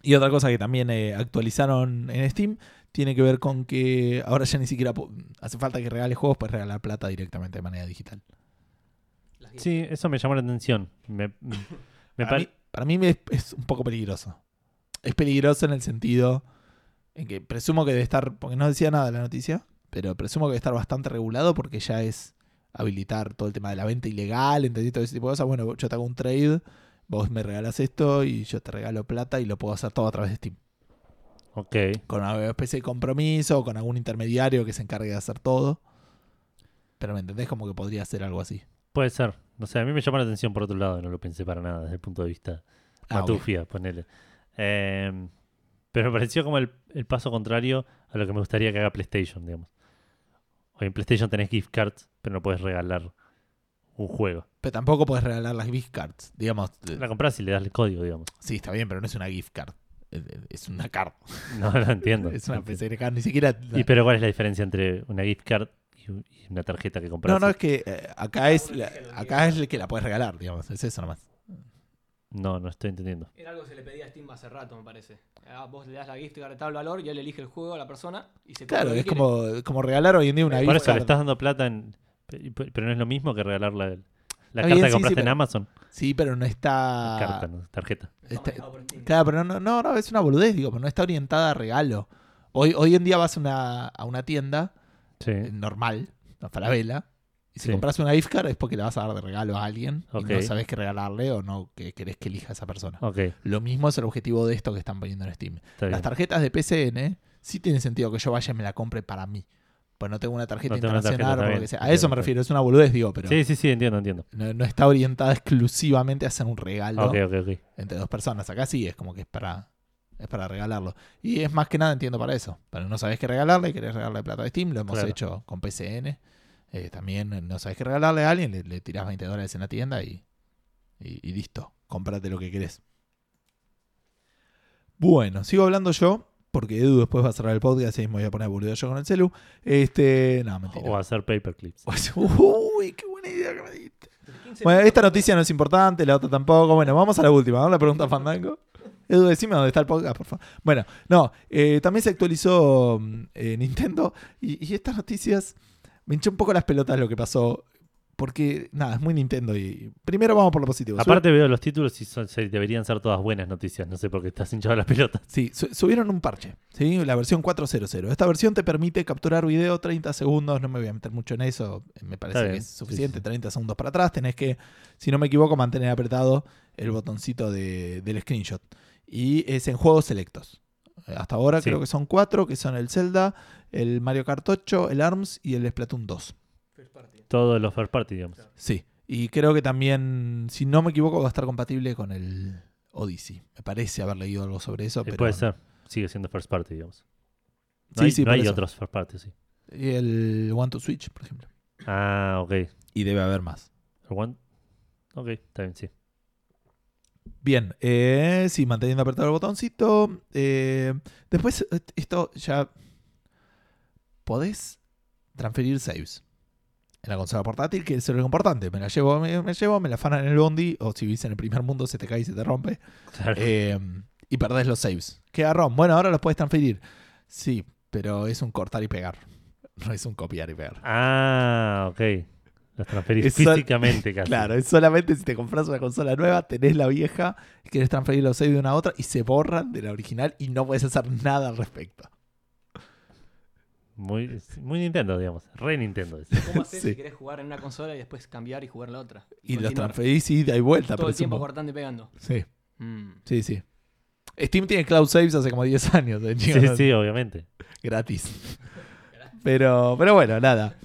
y otra cosa que también eh, actualizaron en Steam tiene que ver con que ahora ya ni siquiera po- hace falta que regales juegos, puedes regalar plata directamente de manera digital. Las guías. Sí, eso me llamó la atención. Me, me para, par- mí, para mí me es, es un poco peligroso. Es peligroso en el sentido en que presumo que debe estar, porque no decía nada la noticia, pero presumo que debe estar bastante regulado porque ya es habilitar todo el tema de la venta ilegal, ¿entendés? Todo ese tipo de cosas. Bueno, yo te hago un trade, vos me regalas esto y yo te regalo plata y lo puedo hacer todo a través de Steam. Ok. Con una especie de compromiso o con algún intermediario que se encargue de hacer todo. Pero me entendés como que podría hacer algo así. Puede ser. No sé, a mí me llamó la atención por otro lado, no lo pensé para nada desde el punto de vista Ah, ok. matufia, ponele. Eh, pero me pareció como el, el paso contrario a lo que me gustaría que haga PlayStation, digamos. Hoy en PlayStation tenés gift cards, pero no puedes regalar un juego. Pero tampoco podés regalar las gift cards. Digamos, La compras y le das el código, digamos. Sí, está bien, pero no es una gift card. Es- Es una card. No, no entiendo. Es una PC card, ni siquiera. Y pero ¿cuál es la diferencia entre una gift card y un- y una tarjeta que compras? No, no, es que eh, acá es la, acá es el que la puedes regalar, digamos. Es eso nomás. no, no estoy entendiendo. Era algo que se le pedía a Steam hace rato, me parece. Ah, vos le das la gift card tal valor y él elige el juego a la persona y se compra Claro, lo que es quiere. como, como regalar hoy en día una Por gift eso le card. estás dando plata, en, pe- pe- pero no es lo mismo que regalar la, la carta bien, sí, que sí, compraste en pero- Ah. Amazon. Sí, pero no está. Carta, no, tarjeta. Está Este- manejado por Steam. Claro, pero no, no, no, es una boludez, digo, pero no está orientada a regalo. Hoy, hoy en día vas a una, a una tienda Sí. eh, normal, a Falabella, y si Sí. compras una gift card es porque le vas a dar de regalo a alguien Ok. y no sabes qué regalarle o no que querés que elija a esa persona. Ok, Lo mismo es el objetivo de esto que están poniendo en Steam. está bien. Las tarjetas de PCN ¿eh? sí tiene sentido que yo vaya y me la compre para mí. Pues no tengo una tarjeta No tengo una tarjeta, internacional está o lo bien. que sea. A eso me Entiendo, refiero, es una boludez, digo, pero Sí, sí, sí, entiendo, entiendo. no, no está orientada exclusivamente a hacer un regalo Ok, ok, ok. entre dos personas. Acá sí es como que es para, es para regalarlo. Y es más que nada, entiendo para eso. Pero no sabes qué regalarle, y querés regalarle plata a Steam, lo hemos Claro. hecho con PCN. Eh, también eh, no sabes qué regalarle a alguien, le, le tirás 20 dólares en la tienda y, y- y listo. Comprate lo que querés. Bueno, sigo hablando yo. porque Edu después va a cerrar el podcast y me voy a poner boludo yo con el celu. Este, no, mentira. O hacer paperclips. Uy, qué buena idea que me diste. Bueno, esta noticia no es importante, la otra tampoco. Bueno, vamos a la última, ¿no? La pregunta Fandango. Edu, decime dónde está el podcast, por favor. Bueno, no, eh, también se actualizó mm, eh, Nintendo y, y estas noticias me hinchó un poco las pelotas lo que pasó. Porque, nada, es muy Nintendo y primero vamos por lo positivo. Sub- Aparte veo los títulos y son- se- deberían ser todas buenas noticias. No sé por qué estás hinchado las pelotas. Sí, su- subieron un parche, ¿sí? la versión 4.0.0. Esta versión te permite capturar video 30 segundos, no me voy a meter mucho en eso, me Está parece que bien, es sí, suficiente, sí. 30 segundos para atrás, tenés que, si no me equivoco, mantener apretado el botoncito de- del screenshot. Y es en juegos selectos. Hasta ahora Sí. creo que son cuatro, que son el Zelda, el Mario Kart 8, el ARMS y el Splatoon 2. Todos los first party, digamos. Eh, Sí, y creo que también, si no me equivoco, va a estar compatible con el Odyssey. Me parece haber leído algo sobre eso. Eh, Pero Puede ser. Sigue siendo first party, digamos. No Sí, hay, sí, no por hay eso. otros first party, sí. Y el One to Switch, por ejemplo. Ah, ok. El Y debe haber más. one- Ok, está bien, sí. Bien, eh, sí, manteniendo apretado el botoncito. eh, después, eh, esto ya. Podés transferir saves en la consola portátil, que es lo importante. Me la llevo, me, me llevo, me la fanan en el bondi, o si vivís en el primer mundo, se te cae y se te rompe. Claro. eh, y perdés los saves. Qué garrón. Bueno, ahora los podés transferir. Sí, pero es un cortar y pegar. No es un copiar y pegar. Ah, ok. Los transferís Es sol- físicamente casi. Claro, es solamente si te compras una consola nueva, tenés la vieja, quieres transferir los saves de una a otra y se borran de la original y no puedes hacer nada al respecto. Muy, es muy Nintendo, digamos. Re Nintendo. es. ¿Cómo haces este- Sí. si querés jugar en una consola y después cambiar y jugar en la otra? Y los continuar transferís y da y vuelta, Todo el tiempo presumo. cortando y pegando. Sí, Mm. sí, sí. Steam tiene cloud saves hace como 10 años, eh, Sí, chicos, ¿no? sí, obviamente. gratis. Pero, pero bueno, nada.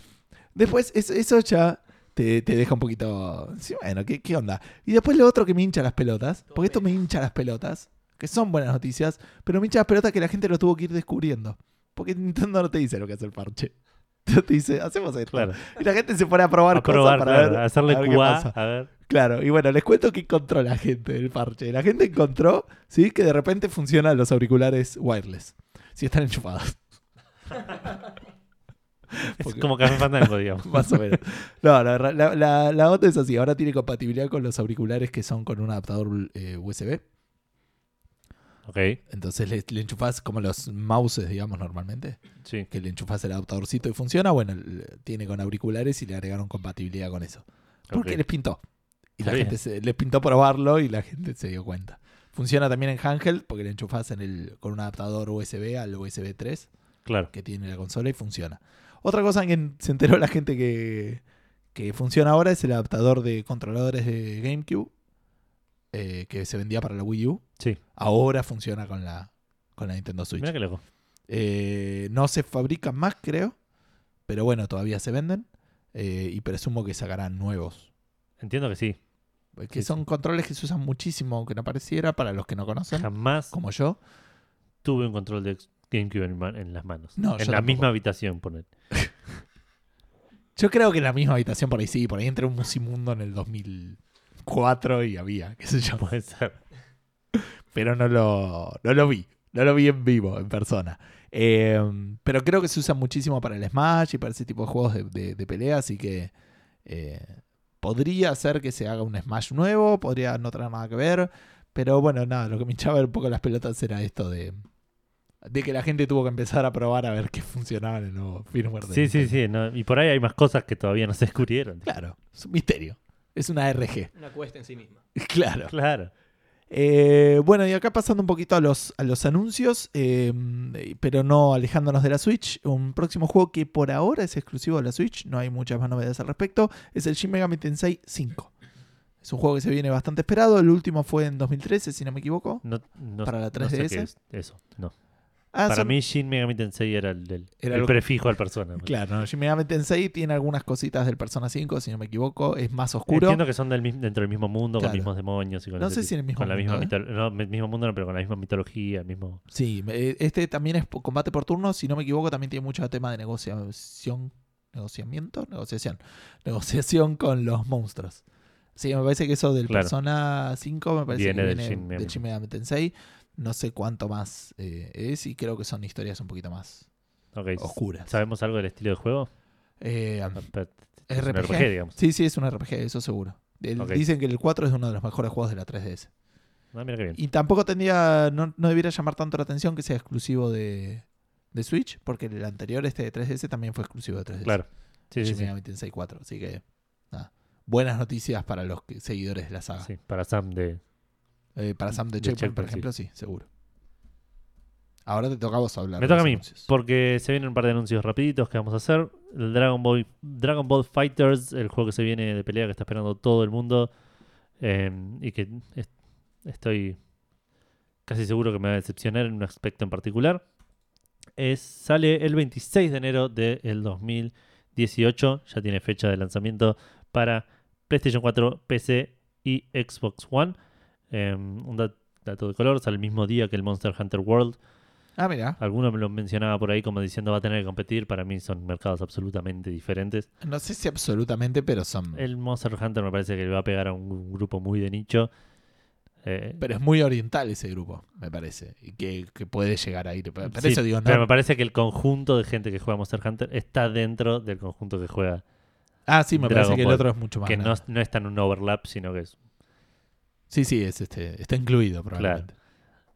Después, es- eso ya te, te deja un poquito. Sí, bueno, ¿qué, qué onda? Y después lo otro que me hincha las pelotas, porque esto me hincha las pelotas, que son buenas noticias, pero me hincha las pelotas que la gente lo tuvo que ir descubriendo. Porque Nintendo no te dice lo que hace el parche. No te dice, hacemos esto. Claro. Y la gente se pone a probar, A probar, cosas para claro, ver, a hacerle a ver qué QA, pasa. a ver. Claro, y bueno, les cuento que encontró la gente del parche. La gente encontró, sí, que de repente funcionan los auriculares wireless. Si están enchufados. Es Porque- como Café Fandango, digamos. Más o menos. No, la, la, la, la onda es así. Ahora tiene compatibilidad con los auriculares que son con un adaptador eh, USB. Ok, Entonces le, le enchufás como los mouses, digamos, normalmente. sí. Que le enchufás el adaptadorcito y funciona. Bueno, el- tiene con auriculares y le agregaron compatibilidad con eso. Porque ok. les pintó. Y la Está bien. gente se, les pintó probarlo y la gente se dio cuenta. Funciona también en Handheld porque le enchufás en el, con un adaptador USB al USB 3. Claro. que tiene la consola y funciona. Otra cosa que se enteró la gente que, que funciona ahora es el adaptador de controladores de GameCube eh, que se vendía para la Wii U. Sí. Ahora funciona con la, con la Nintendo Switch. Mira qué loco. Eh, no se fabrican más, creo, pero bueno, todavía se venden eh, y presumo que sacarán nuevos. Eh, Entiendo que sí. Que Sí, son controles que se usan muchísimo, aunque no pareciera, para los que no conocen, Jamás como yo. tuve un control de GameCube en, ma- en las manos. No, yo en la tampoco. misma habitación, poner. Yo creo que en la misma habitación por ahí sí, por ahí entré un musimundo en el 2004 y había, qué sé yo, Puede ser. pero no lo, no lo vi, no lo vi en vivo, en persona. Eh, pero creo que se usa muchísimo para el Smash y para ese tipo de juegos de, de- de pelea, así que eh, podría ser que se haga un Smash nuevo, podría no tener nada que ver, pero bueno, nada, lo que me hinchaba un poco las pelotas era esto de... De que la gente tuvo que empezar a probar a ver qué funcionaba en el nuevo firmware. de Sí, sí, Nintendo. sí. no, y por ahí hay más cosas que todavía no se descubrieron. Claro, es un misterio. Es una RG. Una cuesta en sí misma. Claro. Claro. Eh, bueno, y acá pasando un poquito a los, a los anuncios, eh, pero no alejándonos de la Switch. Un próximo juego que por ahora es exclusivo de la Switch, no hay muchas más novedades al respecto, es el Shin Megami Tensei 5. Es un juego que se viene bastante esperado, el último fue en 2013, si no me equivoco. No, no- ¿Para la no sé 3DS? qué es eso, no. Ah, Para son- mí Shin Megami Tensei era el, el- Era el lo- prefijo al persona. pues. Claro, Shin Megami Tensei tiene algunas cositas del Persona 5, si no me equivoco, es más oscuro. Entiendo que son del, mis- dentro del mismo mundo, Claro. con mismos demonios y con No ese sé si tipo- en el mismo con la misma mundo, ¿eh? mitolo- no, el mismo mundo no, pero con la misma mitología, el mismo... Sí, eh, este también es po- combate por turno, si no me equivoco, también tiene mucho tema de negociación, negociamiento, negociación, negociación con los monstruos. Sí, me parece que eso del Claro. Persona 5 me parece Viene que del viene Shin Megami. del Shin Megami Tensei. No sé cuánto más eh, es y creo que son historias un poquito más Ok, oscuras. ¿Sabemos algo del estilo de juego? Eh, Ah, Es un RPG. RPG, digamos. Sí, sí, es un RPG, eso seguro. El- Ok. Dicen que el 4 es uno de los mejores juegos de la 3DS. Ah, mira qué bien. Y tampoco tendría, no, no debiera llamar tanto la atención que sea exclusivo de, de Switch, porque el anterior, este de 3DS, también fue exclusivo de 3DS. Claro. Sí, sí, Shin sí. Megami Tensei 4, así que nada. Buenas noticias para los que- seguidores de la saga. Sí, para Sam de... Eh, para Sam De de Checkpoint, por Checkpoint, ejemplo, sí. seguro. Ahora te toca a vos hablar. Me de toca a los mí, anuncios. porque se vienen un par de anuncios rapiditos que vamos a hacer. El Dragon Ball, Dragon Ball Fighters, el juego que se viene de pelea que está esperando todo el mundo eh, y que es- estoy casi seguro que me va a decepcionar en un aspecto en particular. Es, sale el 26 de enero del 2018, ya tiene fecha de lanzamiento para PlayStation 4, PC y Xbox One. Eh, un dat- dato de color, sale el mismo día que el Monster Hunter World. Ah, mira. Alguno me lo mencionaba por ahí como diciendo va a tener que competir. Para mí son mercados absolutamente diferentes. No sé si absolutamente, pero son. El Monster Hunter me parece que le va a pegar a un grupo muy de nicho. Eh, Pero es muy oriental ese grupo, me parece. Y que, que puede llegar a ir. Pero, pero sí, eso digo, no. pero me parece que el conjunto de gente que juega Monster Hunter está dentro del conjunto que juega. ah, sí, me Dragon parece que el Ball, otro es mucho más. que no, grande. es- no es tan un overlap, sino que es. Sí, sí, es este, está incluido probablemente.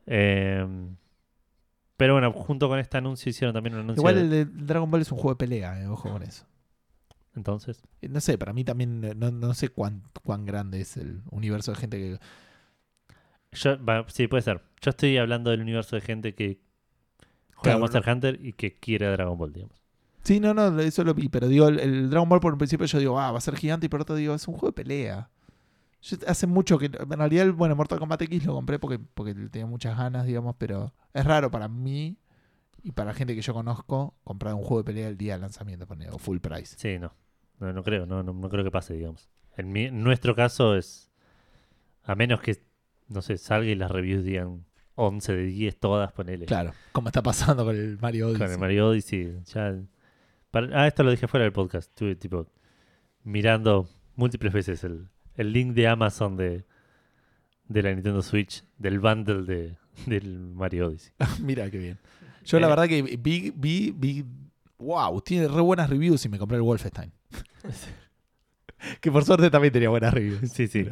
eh, pero bueno, junto con este anuncio hicieron también un anuncio. Igual de- el de Dragon Ball es un juego de pelea, eh, ojo con eso. Entonces, Eh, No sé, para mí también eh, no, no sé cuán, cuán grande es el universo de gente que. yo- va, sí, puede ser. Yo estoy hablando del universo de gente que juega Claro, Monster Hunter y que quiere a Dragon Ball, digamos. Sí, no, no, eso lo vi, pero digo, el, el Dragon Ball por un principio yo digo, ah, va a ser gigante, y por otro digo, es un juego de pelea. Yo hace mucho que, en realidad, el, bueno, Mortal Kombat X lo compré porque, porque le tenía muchas ganas, digamos, pero es raro para mí y para gente que yo conozco comprar un juego de pelea el día del lanzamiento, ponele, o full price. Sí, no. No, no creo, no, no, no creo que pase, digamos. En, mi- en nuestro caso es. A menos que, no sé, salga y las reviews digan 11 de 10 todas, ponele. Claro, como está pasando con el Mario Odyssey. Con el Mario Odyssey. Ya, para- ah, esto lo dije fuera del podcast. Estuve, tipo, mirando múltiples veces el, el link de Amazon de, de la Nintendo Switch, del bundle de, del Mario Odyssey. Mira qué bien. Yo la Eh. verdad que vi, vi, vi, wow, tiene re buenas reviews y me compré el Wolfenstein. que por suerte también tenía buenas reviews. Sí, sí.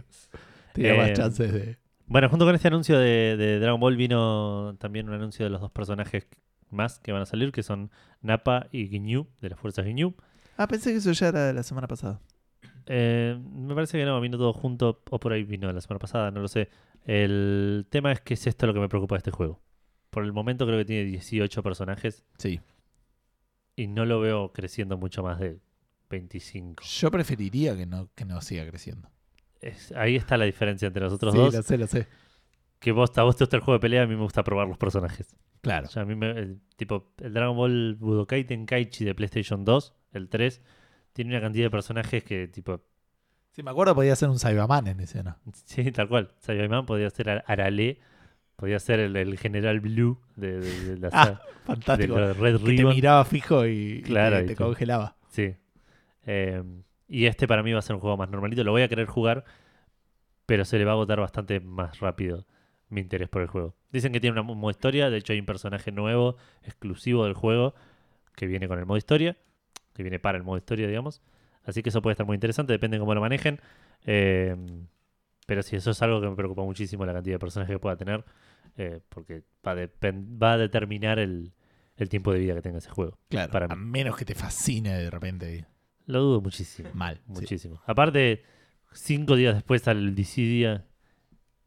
Tenía Eh, más chances de... Bueno, junto con este anuncio de, de Dragon Ball vino también un anuncio de los dos personajes más que van a salir, que son Nappa y Ginyu, de las fuerzas Ginyu. Ah, pensé que eso ya era de la semana pasada. Eh, me parece que no, vino todo junto, o por ahí vino la semana pasada, no lo sé. El tema es que es esto lo que me preocupa de este juego. Por el momento creo que tiene 18 personajes Sí. y no lo veo creciendo mucho más de 25. Yo preferiría que no, que no siga creciendo. Es- ahí está la diferencia entre nosotros sí, dos. lo sé, lo sé. Que vos, a vos te gusta el juego de pelea, a mí me gusta probar los personajes. Claro. O sea, a mí me- el, tipo, el Dragon Ball Budokai Tenkaichi de PlayStation 2, el 3, tiene una cantidad de personajes que, tipo, Si me acuerdo, podía ser un Cyberman en escena. sí, tal cual. Saiyaman podía ser Ar- Arale, podía ser el, el General Blue de, de- de la saga- Ah, de fantástico. la Red Que te Ribbon. miraba fijo y, y Claro, te, y te tú. congelaba. Sí. Eh, y este para mí va a ser un juego más normalito. Lo voy a querer jugar, pero se le va a agotar bastante más rápido mi interés por el juego. Dicen que tiene una modo historia. De hecho, hay un personaje nuevo, exclusivo del juego, que viene con el modo historia. Que viene para el modo historia, digamos. Así que eso puede estar muy interesante. Depende de cómo lo manejen. Eh, pero sí, eso es algo que me preocupa muchísimo la cantidad de personajes que pueda tener. eh, porque va a, depen- va a determinar el, el tiempo de vida que tenga ese juego. Claro. Para a mí. menos que te fascine de repente. Lo dudo muchísimo. Mal. sí. Muchísimo. Aparte, cinco días después sale el Dissidia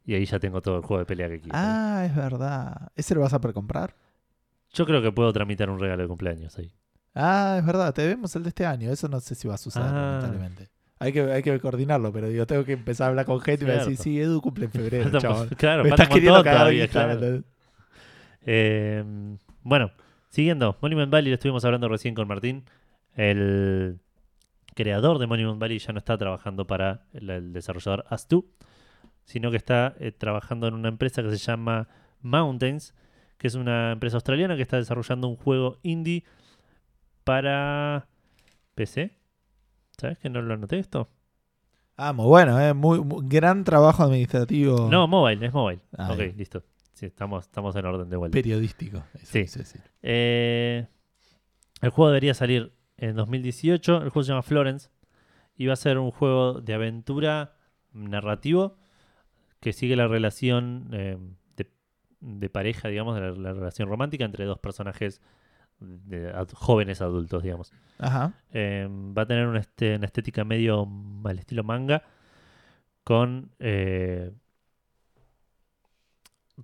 y ahí ya tengo todo el juego de pelea que quiero. Ah, es verdad. ¿Ese lo vas a precomprar? Yo creo que puedo tramitar un regalo de cumpleaños ahí. Ah, es verdad. Te vemos el de este año. Eso no sé si vas a usar, Ah. lamentablemente. Hay que, hay que coordinarlo, pero digo, tengo que empezar a hablar con gente y me decir, Cierto. sí, Edu cumple en febrero, Falta- chabón. claro, Me falta estás un montón queriendo cagar todavía, guita, claro. ¿entendés? Eh, bueno, siguiendo, Monument Valley, lo estuvimos hablando recién con Martín. El creador de Monument Valley ya no está trabajando para el, el desarrollador Astu, sino que está eh, trabajando en una empresa que se llama Mountains, que es una empresa australiana que está desarrollando un juego indie para PC. ¿Sabes que no lo anoté esto? Ah, muy bueno, eh. Muy, muy- gran trabajo administrativo. No, mobile, es mobile. Ah, ok, bien. listo. sí, estamos, estamos en orden de vuelta. Periodístico. eso Sí. quise decir. Eh, el juego debería salir en 2018. El juego se llama Florence. Y va a ser un juego de aventura narrativo que sigue la relación eh, de, de pareja, digamos, de la, la relación romántica entre dos personajes de ad- jóvenes adultos, digamos. Ajá. Eh, va a tener una, este- una estética medio m- al estilo manga. Con eh,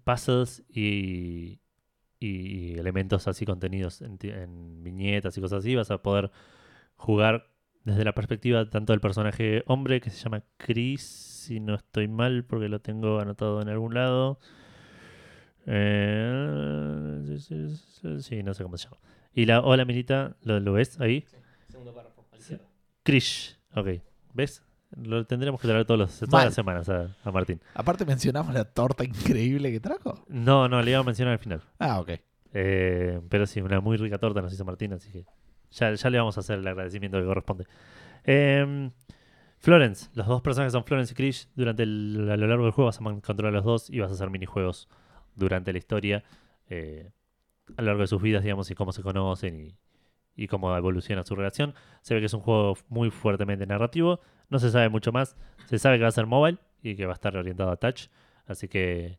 puzzles y, y elementos así contenidos en, ti- en viñetas y cosas así. Vas a poder jugar desde la perspectiva tanto del personaje hombre que se llama Chris, si no estoy mal, porque lo tengo anotado en algún lado. Eh, sí, no sé cómo se llama. Y la hola milita, ¿lo, lo ves ahí? Segundo párrafo, a la Sí. izquierda. Krish. Ok. ¿Ves? Lo tendremos que traer todos los, todas Mal. las semanas a, a Martín. Aparte mencionamos la torta increíble que trajo. No, no, le iba a mencionar al final. Ah, ok. Eh, pero sí, una muy rica torta nos hizo Martín, así que ya, ya le vamos a hacer el agradecimiento que corresponde. Eh, Florence, los dos personajes son Florence y Krish. Durante el- a lo largo del juego vas a man- controlar a los dos y vas a hacer minijuegos durante la historia, eh, a lo largo de sus vidas, digamos, y cómo se conocen y, y cómo evoluciona su relación. Se ve que es un juego muy fuertemente narrativo, no se sabe mucho más, se sabe que va a ser mobile y que va a estar orientado a touch, así que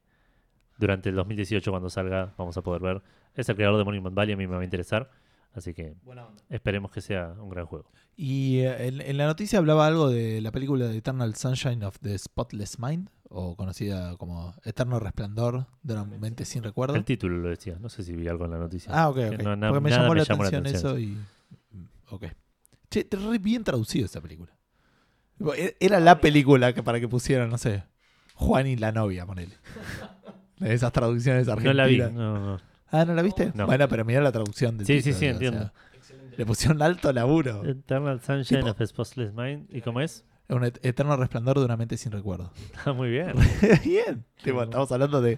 durante el 2018 cuando salga vamos a poder ver. Es el creador de Monument Valley, a mí me va a interesar, así que Buena onda. esperemos que sea un gran juego. Y eh, en, en la noticia hablaba algo de la película de Eternal Sunshine of the Spotless Mind, o conocida como Eterno Resplandor de una mente sin recuerdo. El título lo decía, no sé si vi algo en la noticia. Ah, ok, ok. Este, No, na- Porque me nada llamó, me la, llamó la atención atención. eso y. mm, Ok. Che, te re bien traducido esa película. Tipo, e- Era la película que para que pusieran, no sé, Juan y la novia, ponele. De esas traducciones no argentinas. la vi, no, no. Ah, ¿no la viste? No. Bueno, pero mirá la traducción del Sí, sí, título, sí, o sea, entiendo. Eh. le pusieron alto laburo. Eternal Sunshine Tipo- of the Spotless Mind. ¿Y cómo es? Un et- eterno resplandor de una mente sin recuerdo. Está muy bien. bien. Tipo, estamos hablando de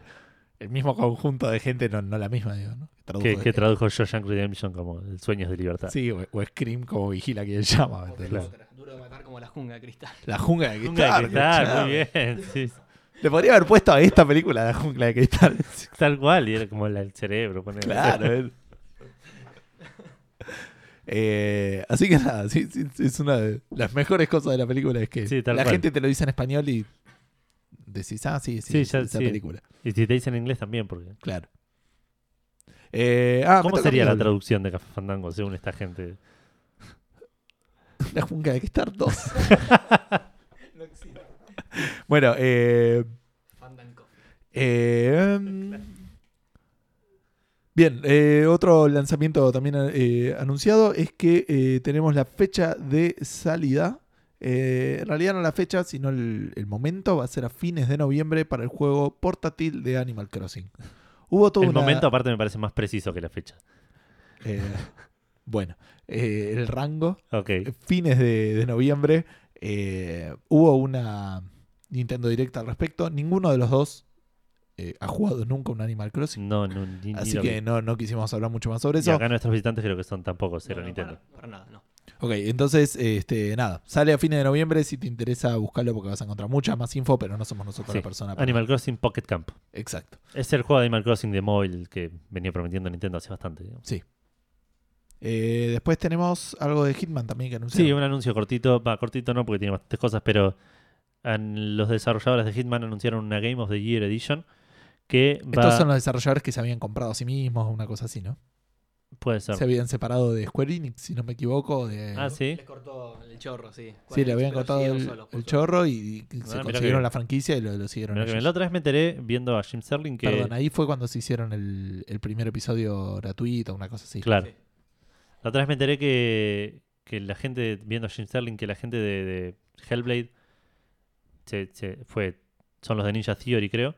el mismo conjunto de gente, no, no la misma, digo, ¿no? Que tradujo que, que de- tradujo Shawshank Redemption como el Sueños de Libertad. Sí, o, o Scream como vigila quien llama. ¿me Porque entendés? otra, Duro de matar como la junga de cristal. La jungla de Jungla cristal. de cristal, chao. muy bien. sí, Le podría haber puesto a esta película la jungla de cristal. sí, tal cual, y era como la- el cerebro. ponele. Claro. es- Eh, así que nada, sí, sí, sí, es una de las mejores cosas de la película es que Sí, la tal cual. gente te lo dice en español y decís, ah, sí, sí, Sí, es ya- esa sí. película. Y si te dicen en inglés también, porque. Claro. Eh, ah, me ¿Cómo toca sería a mí la hablar. traducción de Café Fandango según esta gente? La jungla de cristal 2. No existe. bueno, eh, Fandango. Eh, bien, eh, otro lanzamiento también eh, anunciado es que eh, tenemos la fecha de salida. Eh, en realidad no la fecha, sino el, el momento. Va a ser a fines de noviembre para el juego portátil de Animal Crossing. Hubo todo El momento, aparte, me parece más preciso que la fecha. eh, bueno, eh, el rango Eh, Ok. fines de, de noviembre eh, hubo una Nintendo Direct al respecto. Ninguno de los dos eh, ha jugado nunca un Animal Crossing. No, no, ni, ni Así lo que vi. no, no quisimos hablar mucho más sobre Y eso. acá nuestros visitantes creo que son tampoco cero No, no, Nintendo. Para, para nada, no. Ok, entonces, este, nada, sale a fines de noviembre. Si te interesa, buscarlo porque vas a encontrar mucha más info, pero no somos nosotros Sí. la persona. para- Animal Crossing Pocket Camp. Exacto. Es el juego de Animal Crossing de móvil que venía prometiendo Nintendo hace bastante. digamos. Eh, después tenemos algo de Hitman también que anunciar. Sí, un anuncio cortito. Va, cortito no, porque tiene bastantes cosas, pero an- los desarrolladores de Hitman anunciaron una Game of the Year Edition que va... Estos son los desarrolladores que se habían comprado a sí mismos, una cosa así, ¿no? Puede ser. Se habían separado de Square Enix, si no me equivoco. De... Ah, sí. Les cortó el chorro, sí. Sí, le habían Pero cortado siguieron el, solos, por el suerte. chorro y, y se Ah, mirá que consiguieron bien. la franquicia y lo, lo siguieron. Mirá que bien. ellos. La otra vez me enteré viendo a Jim Sterling que... Perdón, ahí fue cuando se hicieron el, el primer episodio gratuito, una cosa así. Claro. Sí. La otra vez me enteré que, que la gente, viendo a Jim Sterling, que la gente de, de Hellblade se- se- fue, son los de Ninja Theory, creo.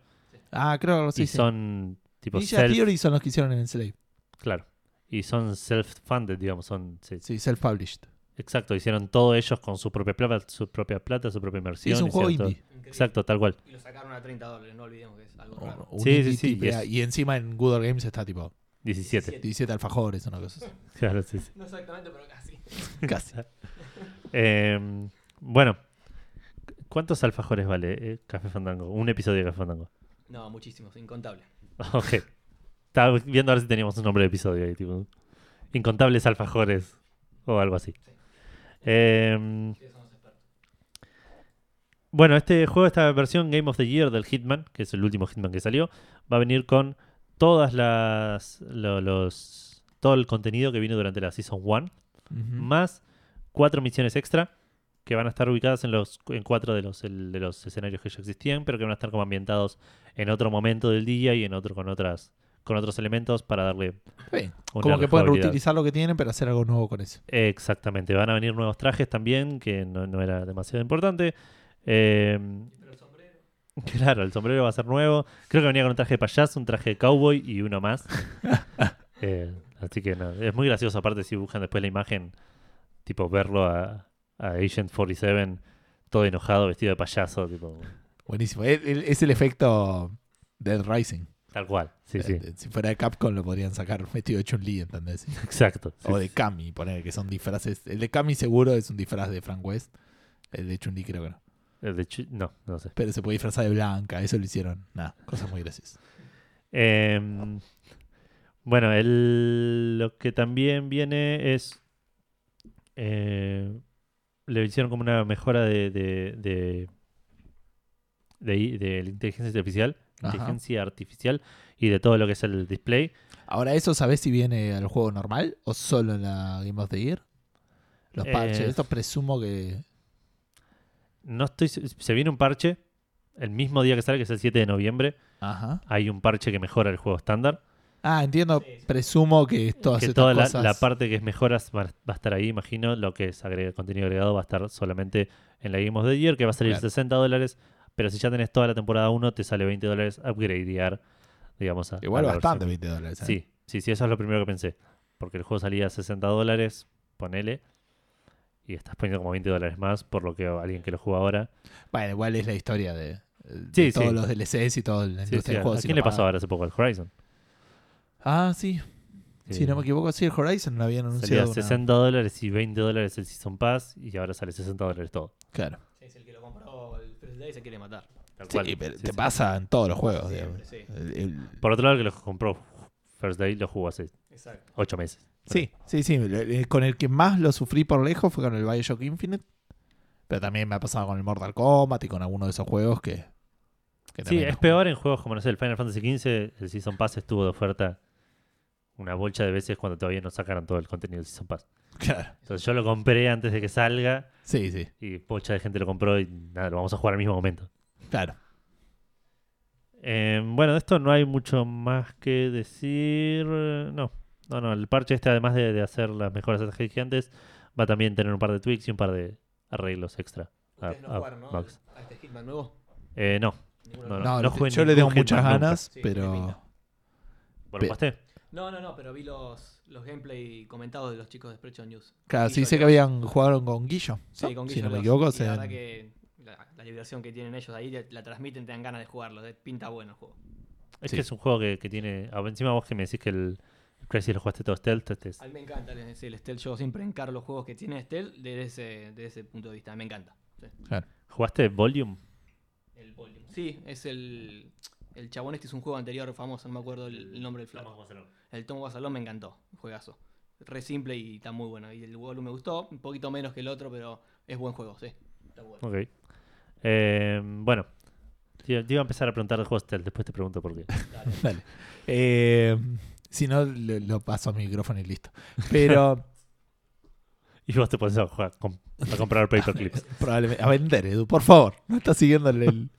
Ah, creo que algo así. y sí. son tipo Ninja self- Theory son los que hicieron en Enslave. Claro. Y son self-funded, digamos. Son, se- Sí, self-published. Exacto, hicieron todo ellos con su propia plata, su propia plata, su propia inversión. Sí, es un juego hicieron todo. indie. Increíble. Exacto, tal cual. Y lo sacaron a 30 dólares, no olvidemos que es algo O- raro. un Sí, sí, indie sí, triple y es- A. Y encima en Good Old Games está tipo 17. 17 alfajores, una cosa así. Claro, sí, sí. No exactamente, pero casi. Casi. Eh, bueno, ¿cuántos alfajores vale eh, Café Fandango? Un episodio de Café Fandango. No, muchísimos, incontable. Ok. Estaba viendo a ver si teníamos un nombre de episodio ahí, tipo. Incontables alfajores o algo así. Em, bueno, este juego, esta versión Game of the Year del Hitman, que es el último Hitman que salió, va a venir con todas las. lo- los, todo el contenido que vino durante la Season 1 más cuatro misiones extra que van a estar ubicadas en los en cuatro de los, el- de los escenarios que ya existían, pero que van a estar como ambientados en otro momento del día y en otro con otras con otros elementos para darle Está bien. una Como que pueden rejugabilidad. reutilizar lo que tienen, pero hacer algo nuevo con eso. Exactamente, van a venir nuevos trajes también, que no, no era demasiado importante. Eh, Claro, el sombrero va a ser nuevo. Creo que venía con un traje de payaso, un traje de cowboy y uno más. Eh, así que no, es muy gracioso, aparte si buscan después la imagen, tipo verlo a, a Agent 47 todo enojado, vestido de payaso, tipo, Buenísimo. Es, es- es el efecto Dead Rising. tal cual. Sí, sí, Eh, Si fuera de Capcom lo podrían sacar metido de Chun-Li, ¿entendés? exacto. sí, O de Kami, poner que son disfraces. El de Kami seguro es un disfraz de Frank West. El de Chun-Li creo que no. el de Chi- no, no sé. Pero se puede disfrazar de blanca, eso lo hicieron. Nada, cosas muy graciosas. Em, bueno, el- lo que también viene es. eh, le hicieron como una mejora de. de, de de i- de la inteligencia artificial, Ajá. inteligencia artificial y de todo lo que es el display. Ahora, ¿eso sabés si viene al juego normal o solo en la Game of the Year? Los Eh. parches, esto presumo que. No estoy se- se viene un parche el mismo día que sale que es el 7 de noviembre, Ajá. hay un parche que mejora el juego estándar. Ah, entiendo, Sí, sí. presumo que todas que estas toda la, cosas. la parte que es mejoras va, va a estar ahí, imagino. Lo que es agrega- contenido agregado va a estar solamente en la Game of the Year, que va a salir Claro. 60 dólares. Pero si ya tenés toda la temporada 1, te sale 20 dólares upgradear, digamos. A, Igual a la bastante, versión. 20 dólares. ¿eh? Sí, sí, sí, eso es lo primero que pensé. Porque el juego salía a 60 dólares, ponele. Y estás poniendo como 20 dólares más, por lo que alguien que lo juega ahora. Bueno, igual es la historia de, de Sí, sí. todos los DLCs y todo el la Sí, industria sí, del ¿A juego. a si quién lo le pasó pagan. ahora hace poco el Horizon? Ah, sí. Que Si no me equivoco, sí, el Horizon lo habían Eh, Salía anunciado. a una- 60 dólares y 20 dólares el Season Pass, y ahora sale 60 dólares todo. Claro. Sí, es el que lo compró el First Day y se quiere matar. Tal Sí, cual. pero Sí, te sí. pasa en todos los juegos. digamos. Siempre, sí. El- el- Por otro lado, el que los compró First Day lo jugó hace Exacto. 8 meses. Sí, sí, sí. el- el- Con el que más lo sufrí por lejos fue con el Bioshock Infinite. Pero también me ha pasado con el Mortal Kombat y con alguno de esos juegos que. que Sí, también es los jugué. peor en juegos como, no sé, el Final Fantasy XV, el Season Pass estuvo de oferta una bolcha de veces cuando todavía no sacaron todo el contenido del Season Pass. Claro. Entonces yo lo compré antes de que salga Sí, sí, y bolcha de gente lo compró y nada, lo vamos a jugar al mismo momento. claro. Eh, bueno, de esto no hay mucho más que decir. eh, No, no, no. El parche este, además de, de hacer las mejoras estrategias gigantes, va a también tener un par de tweaks y un par de arreglos extra. a- Ah, Ustedes no a jugaron, ¿no? bugs. A este Hitman nuevo. Eh, no, Ninguno No, lo- no. No, jugué yo le tengo ningún muchas Hitman nunca. ganas, Sí, me pero. pinta. ¿Vos lo Pe- jugaste? No, no, no, pero vi los, los gameplay comentados de los chicos de Spreadshot News. Claro, sí Guillo sé que Leos. habían jugado con Guillo. Sí, ¿no? con Si Guillo no me Leos. equivoco, Y se- La verdad que la, la diversión que tienen ellos ahí la, la transmiten, te dan ganas de jugarlo. de- Pinta bueno el juego. Es Sí. que es un juego que, que tiene. ah, Encima vos que me decís que el, el Crazy lo jugaste todo stealth. Este es- A mí me encanta el, el Stealth. Yo siempre encaro los juegos que tiene Stealth desde ese, desde ese punto de vista. Me encanta. Sí. ¿Jugaste Volume? El volumen. Sí, es el. El chabón este es un juego anterior famoso, no me acuerdo el, el nombre del flaco. El Tom Guasalón me encantó, un juegazo. Re simple y está muy bueno. Y el volumen me gustó, un poquito menos que el otro, pero es buen juego, sí. Está bueno. Ok. Eh, bueno. Te, te iba a empezar a preguntar de juegos stealth, después te pregunto por qué. Dale. Eh, si no, lo, lo paso a mi micrófono y listo. Pero Y vos te pones a, jugar, com- a comprar paperclips. probablemente. A vender, Edu, por favor. No estás siguiendo el- el.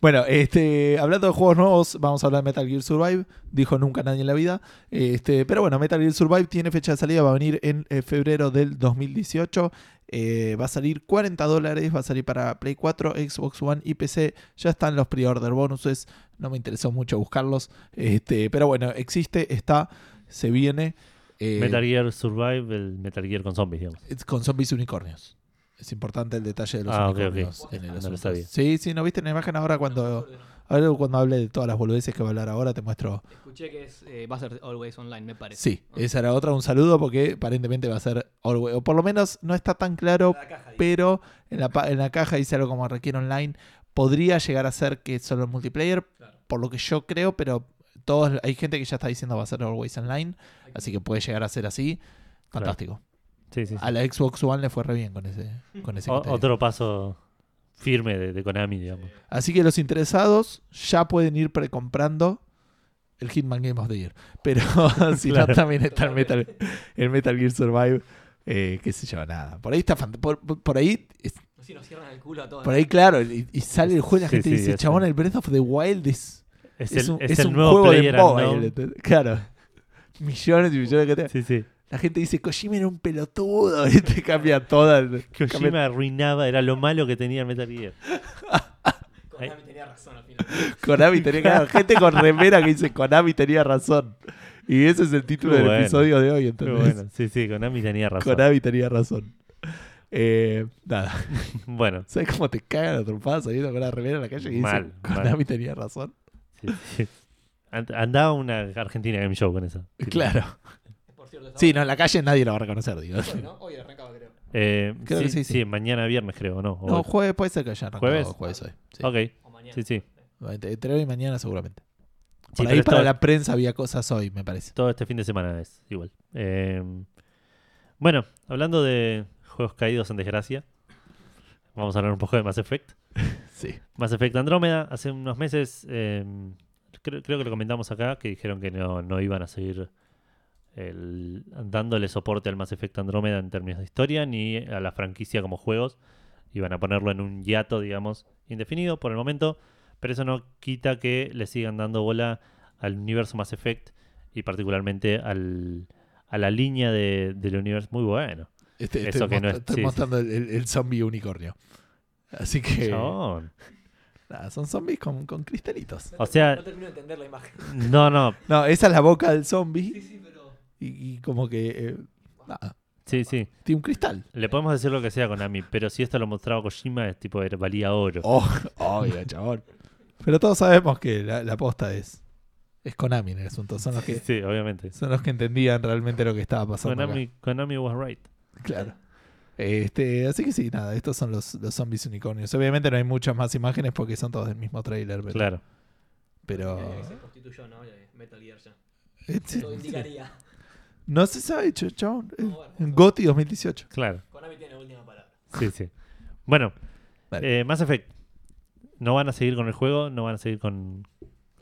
Bueno, este, hablando de juegos nuevos, vamos a hablar de Metal Gear Survive. Dijo nunca nadie en la vida. Este, pero bueno, Metal Gear Survive tiene fecha de salida, va a venir en eh, febrero del 2018. Eh, va a salir 40 dólares, va a salir para Play 4, Xbox One y PC. Ya están los pre-order bonuses, no me interesó mucho buscarlos. Este, pero bueno, existe, está, se viene. Eh, Metal Gear Survive, el Metal Gear con zombies, digamos. es Con zombies y unicornios. Es importante el detalle de los Ah, ok, ok. unicornios en el No lo asunto. sabía. Sí, sí, ¿no viste en la imagen ahora cuando, ahora cuando hable de todas las boludeces que va a hablar ahora? Te muestro. Escuché que es, eh, va a ser Always Online, me parece. Sí, esa era otra. Un saludo porque aparentemente va a ser Orwell. O por lo menos no está tan claro, La caja, dice. pero en la, pa- en la caja dice algo como requiere online. Podría llegar a ser que es solo multiplayer, Claro. por lo que yo creo, pero todos hay gente que ya está diciendo va a ser Always Online, así que puede llegar a ser así. Fantástico. Sí, sí, sí. A la Xbox One le fue re bien con ese, con ese O- criterio. otro paso firme de, de Konami, digamos. Así que los interesados ya pueden ir precomprando el Hitman Game of the Year. Pero si Claro. no, también está el Metal, el Metal Gear Survive. Eh, qué sé yo, nada. Por ahí está fant- por, por- por ahí, Así nos cierran el culo a todos. por ahí claro, y, y sale el juego y la Sí, gente sí, dice, es chabón, un- el Breath of the Wild es, Es, es el, un, es es el un nuevo juego de player mobile. unknown. ¿entendés? Claro. Millones y millones que te... Sí, sí. La gente dice, Kojima era un pelotudo. Y te cambia toda. el- cambia- Kojima arruinaba, era lo malo que tenía el Metal Gear. Konami tenía razón al final. Konami tenía claro, gente con remera que dice Konami tenía razón. Y ese es el título Muy del bueno. episodio de hoy, Pero entonces. bueno, sí, sí, Konami tenía razón. Konami tenía razón. Eh, nada. Bueno, ¿Sabes cómo te cagan a trompadas saliendo con la remera en la calle y Mal, dicen Konami mal. tenía razón? sí, sí. And- andaba una Argentina Game Show con eso. Claro. Por cierto, esta Sí, hora- no, en la calle nadie lo va a reconocer, digo. hoy, ¿no? Hoy arrancaba, creo. Eh, Creo sí, que sí, sí. sí, mañana viernes creo, ¿no? O- No, jueves puede ser que haya arrancado ¿Jueves? jueves hoy. Sí. ok, O mañana. sí, sí. Entre entre hoy y mañana seguramente. Sí, Por pero ahí es para todo- la prensa había cosas hoy, me parece. Todo este fin de semana es igual. Eh, bueno, hablando de juegos caídos en desgracia, vamos a hablar un poco de Mass Effect. Sí. Mass Effect Andrómeda, hace unos meses, eh, creo, creo que lo comentamos acá, que dijeron que no, no iban a seguir el- dándole soporte al Mass Effect Andrómeda en términos de historia ni a la franquicia como juegos. Iban a ponerlo en un hiato, digamos, indefinido por el momento, pero eso no quita que le sigan dando bola al universo Mass Effect y particularmente al- a la línea de- del universo muy bueno. Este, Eso estoy que no mostra- es- estoy sí, sí. mostrando el- el, el zombie unicornio. Así que. Chabón. Nada, Ah, son zombies con, con cristalitos. O sea, No termino de entender la imagen. no, no, No, esa es la boca del zombie Sí, sí, pero. y, y como que. eh, nada, sí, sí. tiene un cristal. Le podemos decir lo que sea a Konami, pero si esto lo mostraba Kojima, es tipo, era- valía oro. Oh, obvio, chabón. Pero todos sabemos que la, la posta es. Es Konami en el asunto. Son los que, Sí, obviamente. son los que entendían realmente lo que estaba pasando. acá. Konami, Konami was right. Claro. Este, así que sí, nada, estos son los, los zombies unicornios. Obviamente no hay muchas más imágenes porque son todos del mismo trailer, pero, Claro. pero Eh, Se constituyó, ¿no? Eh, Metal Gear ya. eh, Ah. sí, Todo indicaría. no se sabe, ch- chabón. Eh, Vamos a ver. Goti 2018. Claro. Konami tiene la última palabra. Sí, sí. Bueno, Dale. eh, Mass Effect. No van a seguir con el juego, no van a seguir con.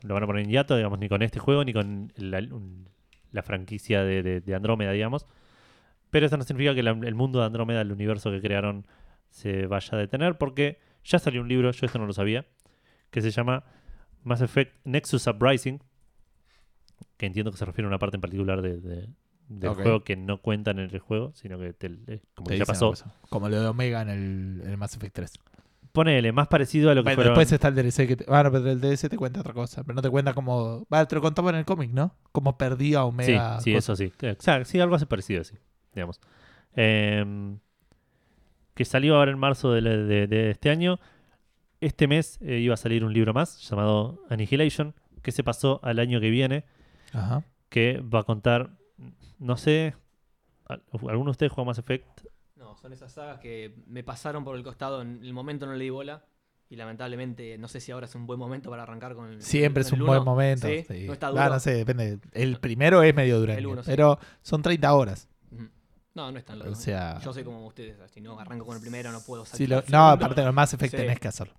Lo van a poner en hiato, digamos, ni con este juego, ni con la, un- la franquicia de, de- de Andrómeda, digamos. Pero eso no significa que la- el mundo de Andrómeda, el universo que crearon, se vaya a detener, porque ya salió un libro, yo esto no lo sabía, que se llama Mass Effect Nexus Uprising, que entiendo que se refiere a una parte en particular de- de- del Ok. juego que no cuentan en el juego, sino que te- eh, como Te que ya dicen pasó. algo eso. Como lo de Omega en el, en el Mass Effect 3. Ponele, más parecido a lo que Bueno, fueron- después está el DLC que te, bueno, pero el DLC te cuenta otra cosa, pero no te cuenta como, va, te lo contaba en el cómic, ¿no? Como perdí a Sí, Omega. sí, cosa. eso sí. Exacto, sí, algo así parecido, sí. Digamos. Em, que salió ahora en marzo de, la- de- de este año. Este mes eh, iba a salir un libro más llamado Annihilation, que se pasó al año que viene, Ajá. que va a contar, no sé, al- ¿alguno de ustedes juega Mass Effect? No, son esas sagas que me pasaron por el costado. En el momento no le di bola. Y lamentablemente, no sé si ahora es un buen momento para arrancar con el. Siempre con es el un uno. buen momento. Sí, sí. no está Ah, duro. no sé, depende. El primero es medio El duraño, uno, sí. pero son 30 horas. Ujú. No, no es tan loco. O sea, Yo soy como ustedes. Si no arranco con el primero, no puedo si salir. lo- no, aparte de los Mass Effect Sí. tenés que hacerlo.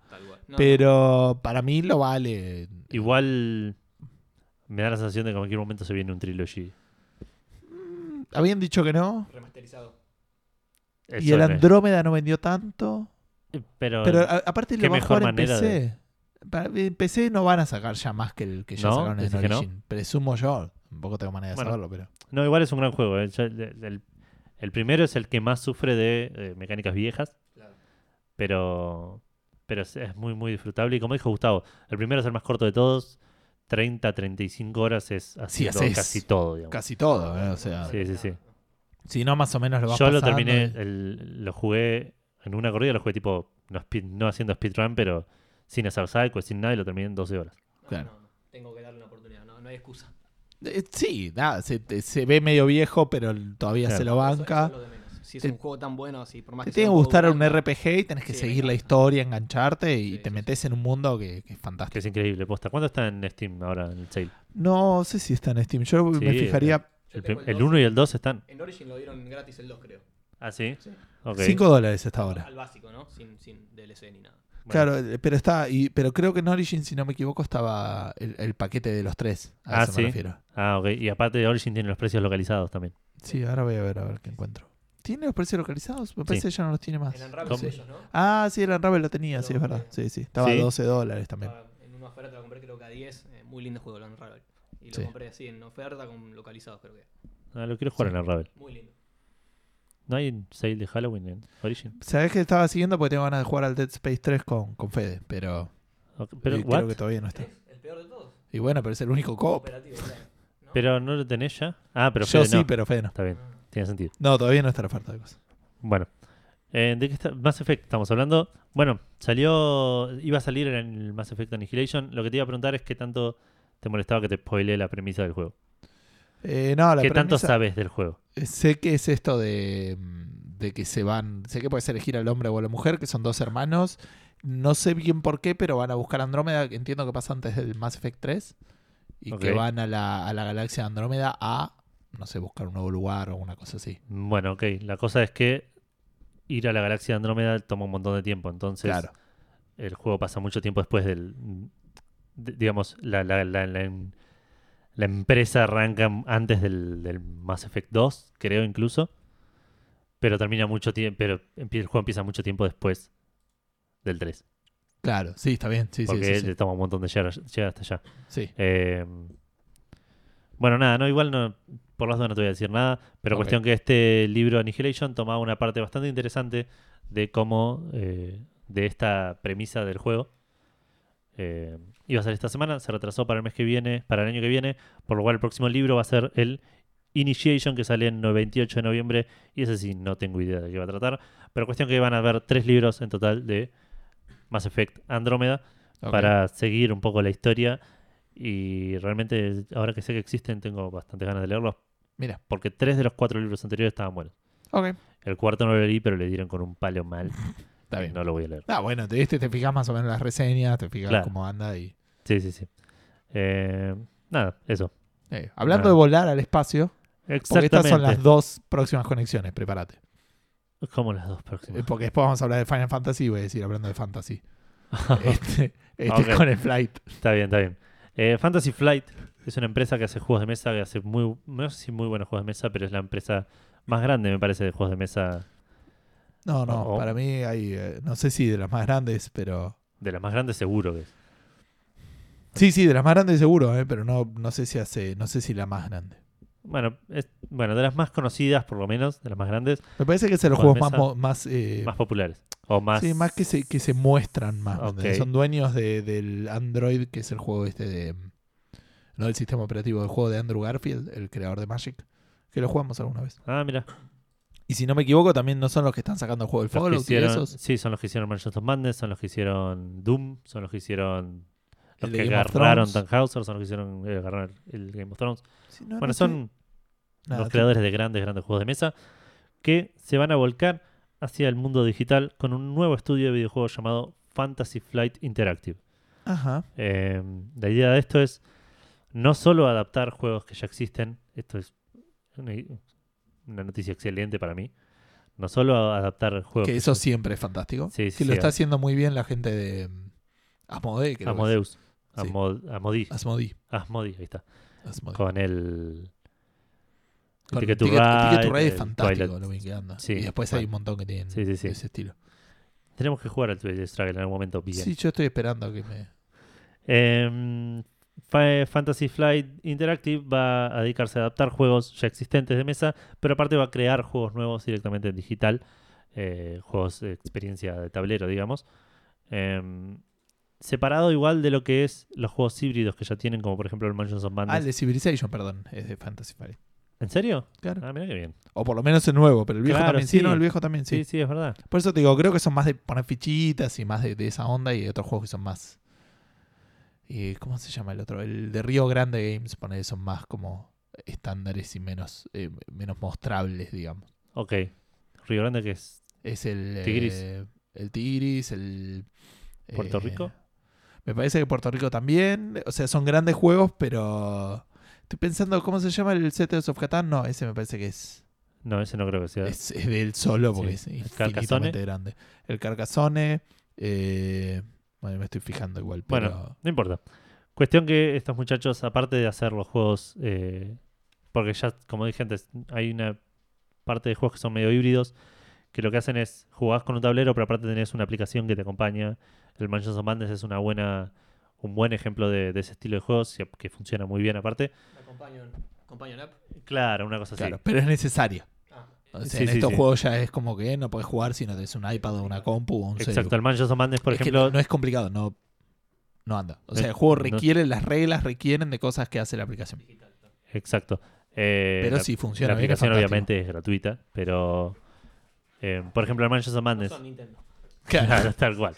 Pero. Pero para mí lo vale. Igual me da la sensación de que en cualquier momento se viene un trilogy. Habían dicho que no. Remasterizado. y Eso el me- Andrómeda no vendió tanto. Pero, Pero a- aparte qué lo va a mejor jugar en manera PC. Para- En PC eh, no van a sacar ya más que el que ya ¿No? sacaron en ¿Decís que no? Origin. Presumo yo. Tampoco tengo manera de Bueno. saberlo, pero. No, igual es un gran juego. eh. Ya El, el- el primero es el que más sufre de eh, mecánicas viejas, Claro. pero, pero es, es muy, muy disfrutable. Y como dijo Gustavo, el primero es el más corto de todos. 30, 35 horas es haciendo haces casi todo. digamos. Casi todo, ¿eh? O sea. Sí, sí, sí. Si no, más o menos lo vas Yo lo pasando. terminé, el- lo jugué en una corrida, lo jugué tipo, no, speed- no haciendo speedrun, pero sin hacer sidequests, sin nada, y lo terminé en 12 horas. No, Claro. no, no. Tengo que darle una oportunidad. No, no hay excusa. Eh, Sí, nada, se, te- se ve medio viejo, pero todavía Claro. se lo Eso- eso banca. es lo de menos. si es Te- un juego tan bueno, si por más Te que tiene sea que juego gustar un grande, RPG y tenés que Sí, seguir me la encanta. historia, engancharte y Sí, te sí, metes en un mundo que, que es Que fantástico. es increíble, posta. ¿Cuánto está en Steam ahora en el sale? No sé si está en Steam. Yo me Sí, eh, fijaría yo El, tengo prim- el dos. 1 y el 2 están. En Origin lo dieron gratis el 2, creo. Ah, sí. Sí. Ok. 5 dólares hasta ahora. Al básico, ¿no? Sin, sin DLC ni nada. Bueno, Claro, eh, pero está, y, pero creo que en Origin, si no me equivoco, estaba el, el paquete de los tres. A Ah, eso sí. me refiero. Ah, ok. Y aparte de Origin tiene los precios localizados también. Sí, ahora voy a ver a ver qué encuentro. ¿Tiene los precios localizados? Me parece que ya no los tiene más. En Unravel eh, Sí. ellos, ¿no? Ah, sí, el Unravel lo tenía, sí, es Lo- verdad. Sí, sí. Estaba Sí. a 12 dólares también. Estaba En una oferta lo compré creo que a 10. eh, muy lindo juego el Unravel. Y lo Sí. compré así en oferta con localizados, creo que. Ah, lo quiero jugar Sí. en Unravel. Muy lindo. ¿No hay un sale de Halloween en Origin? Sabés que estaba siguiendo porque tengo ganas de jugar al Dead Space 3 con, con Fede, pero, Ok, Pero, eh, ¿what? creo que todavía no está. ¿Tres? El peor de todos. Y bueno, pero es el único co-op. Operativo, claro. ¿no? ¿Pero no lo tenés ya? Ah, pero Yo Fede sí, no. pero Fede no. Está bien, Ah, tiene sentido. No, todavía no está la oferta de cosas. Bueno, eh, ¿de qué está? Mass Effect estamos hablando? Bueno, salió, iba a salir en el Mass Effect Annihilation. Lo que te iba a preguntar es qué tanto te molestaba que te spoileé la premisa del juego. Eh, no, la ¿Qué tanto premisa- sabes del juego? Eh, Sé que es esto de, mm, de que se van. Sé que puedes elegir al hombre o a la mujer, que son dos hermanos. No sé bien por qué, pero van a buscar Andrómeda. que Entiendo que pasa antes del Mass Effect 3. Y que Ok. van a la, a la galaxia de Andrómeda a, no sé, buscar un nuevo lugar o una cosa así. Bueno, ok. La cosa es que ir a la galaxia de Andrómeda toma un montón de tiempo. Entonces, claro. el juego pasa mucho tiempo después del. de- digamos, la, la, la, la, la empresa arranca antes del, del Mass Effect 2, creo incluso. Pero termina mucho tiempo. Pero empie- el juego empieza mucho tiempo después del 3. Claro, sí, está bien. Sí, sí, porque sí, le sí, toma un montón de llegar, llegar hasta allá. sí. Eh, bueno, nada, no, igual no, por las dos no te voy a decir nada, pero Ok. cuestión que este libro Annihilation tomaba una parte bastante interesante de cómo, eh, de esta premisa del juego. Eh, iba a ser esta semana, se retrasó para el mes que viene, para el año que viene, por lo cual el próximo libro va a ser el Initiation, que sale en 28 de noviembre, y ese sí no tengo idea de qué va a tratar, pero cuestión que van a haber tres libros en total de Mass Effect Andrómeda, Ok. para seguir un poco la historia. Y realmente, ahora que sé que existen, tengo bastantes ganas de leerlos. Mira, Porque tres de los cuatro libros anteriores estaban buenos. ok, El cuarto no lo leí, pero le dieron con un palo mal. está y bien. No lo voy a leer. Ah, bueno, te, viste, te fijas más o menos las reseñas, te fijas Claro. cómo anda y. Sí, sí, sí. Eh, nada, eso. Eh, hablando Ah. de volar al espacio, porque Exactamente. estas son las dos próximas conexiones, prepárate. Como las dos Eh, próximas. Porque después vamos a hablar de Final Fantasy y voy a decir hablando de Fantasy. este este Ok. con el Flight. Está bien, está bien. Eh, Fantasy Flight es una empresa que hace juegos de mesa, que hace muy, no sé si muy buenos juegos de mesa, pero es la empresa más grande, me parece, de juegos de mesa, No, no, Oh. para mí hay, eh, no sé si de las más grandes, pero... de las más grandes seguro que es. Sí, sí, de las más grandes seguro, eh, pero no, no sé si hace, no sé si la más grande. Bueno, es, bueno, de las más conocidas, por lo menos, de las más grandes, Me parece que es de los Juegos juegos de más... mesa. mo- más, eh, más populares. O más. Sí, más que se, que se muestran más. Ok. ¿entendés? Son dueños de- del Android, que es el juego este de... No del sistema operativo, del juego de Andrew Garfield, el creador de Magic, que lo jugamos alguna vez. Ah, mira. Y si no me equivoco, también no son los que están sacando el juego del Los que Fallout y hicieron, esos. sí, son los que hicieron Mansions of Madness, son los que hicieron Doom, son los que hicieron. Los El de que Game of agarraron Thrones. Ah, Tannhauser, son los que hicieron eh, agarrar el Game of Thrones. Sí, Ah, no, no bueno, estoy- son los nada, estoy- creadores de grandes, grandes juegos de mesa que se van a volcar hacia el mundo digital con un nuevo estudio de videojuegos llamado Fantasy Flight Interactive. Ajá. Eh, la idea de esto es no solo adaptar juegos que ya existen, esto es una, una noticia excelente para mí, no solo adaptar juegos Que que eso ya- siempre es fantástico. Sí, que sí, lo sí. está haciendo muy bien la gente de mm, Asmodee, creo. que Amadeus, Sí. Ah. Amo- Amodi, es. Asmodee. Asmodi, ahí está, Asmodee. con el... el Con Ticket to Ticket- Ticket to Ride, Ride es el fantástico Twilight. lo bien que anda. Sí, y después hay bueno. un montón que tienen Sí, sí, sí. de ese estilo. Tenemos que jugar al Twilight Struggle en algún momento bien. Sí, yo estoy esperando que me. Em, Fa- Fantasy Flight Interactive va a dedicarse a adaptar juegos ya existentes de mesa, pero aparte va a crear juegos nuevos directamente en digital, eh, juegos de experiencia de tablero, digamos. Em, separado igual de lo que es los juegos híbridos que ya tienen, como por ejemplo el Mansions of Ah, el Madness. de Civilization, perdón. Es de Fantasy Flight. ¿En serio? Claro. Ah, mira qué bien. O por lo menos el nuevo, pero el viejo Claro, también. Sí, sí. no, el viejo también, sí. Sí, sí, es verdad. Por eso te digo, creo que son más de poner fichitas y más de, de esa onda y de otros juegos que son más. eh, ¿Cómo se llama el otro? El de Río Grande Games, poner son más como estándares y menos, eh, menos mostrables, digamos. Ok. Río Grande que es Es el. eh, Tigris. el Tigris, el. Puerto eh, Rico. Me parece que Puerto Rico también. O sea, son grandes juegos, pero. Estoy pensando, ¿cómo se llama el Settlers of Catan? No, ese me parece que es. No, ese no creo que sea. Es, es de él solo porque Sí. es El Carcassonne. infinitamente grande. El Carcassonne. eh, bueno, me estoy fijando igual, pero. Bueno, no importa. Cuestión que estos muchachos, aparte de hacer los juegos, eh, porque ya, como dije antes, hay una parte de juegos que son medio híbridos, que lo que hacen es jugás con un tablero, pero aparte tenés una aplicación que te acompaña. El Mansions of Madness es una buena, un buen ejemplo de, de ese estilo de juegos y- que funciona muy bien aparte. Companion, Companion App. Claro, una cosa así. Claro, pero es necesario. Ah, O sea, Sí, en sí, estos sí. juegos ya es como que no puedes jugar si no tenés un iPad o una compu o un celu. Exacto, el Mansions of Madness, por Es que ejemplo, no, no es complicado, no, no anda. O No sea, es- el juego no- requiere, las reglas requieren de cosas que hace la aplicación. Exacto. Eh, Pero la- sí funciona La bien, es aplicación fantástico. obviamente es gratuita, pero eh, por ejemplo el Mansions of no Madness, son Nintendo. claro, tal cual.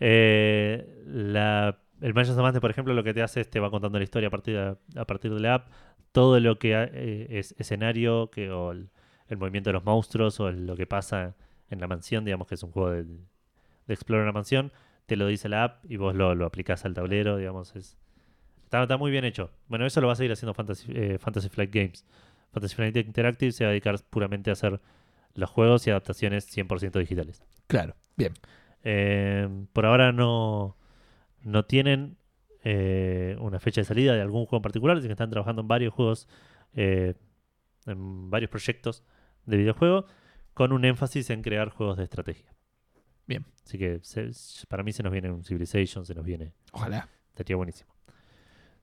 Eh, la- el Mansions of Madness, por ejemplo, lo que te hace es te va contando la historia a partir de, a partir de la app, todo lo que ha- eh, es escenario que, o el, el movimiento de los monstruos o el- lo que pasa en la mansión, digamos que es un juego de, de explorar una mansión, te lo dice la app y vos lo, lo aplicás al tablero, digamos, es... Está, está muy bien hecho. Bueno, eso lo va a seguir haciendo Fantasy, eh, Fantasy Flight Games. Fantasy Flight Interactive se va a dedicar puramente a hacer los juegos y adaptaciones 100% digitales. Claro, bien. Eh, por ahora no, no tienen eh, una fecha de salida de algún juego en particular, sino que están trabajando en varios juegos, eh, en varios proyectos de videojuego, con un énfasis en crear juegos de estrategia. Bien. Así que se- para mí se nos viene un Civilization, se nos viene. Ojalá. Estaría buenísimo.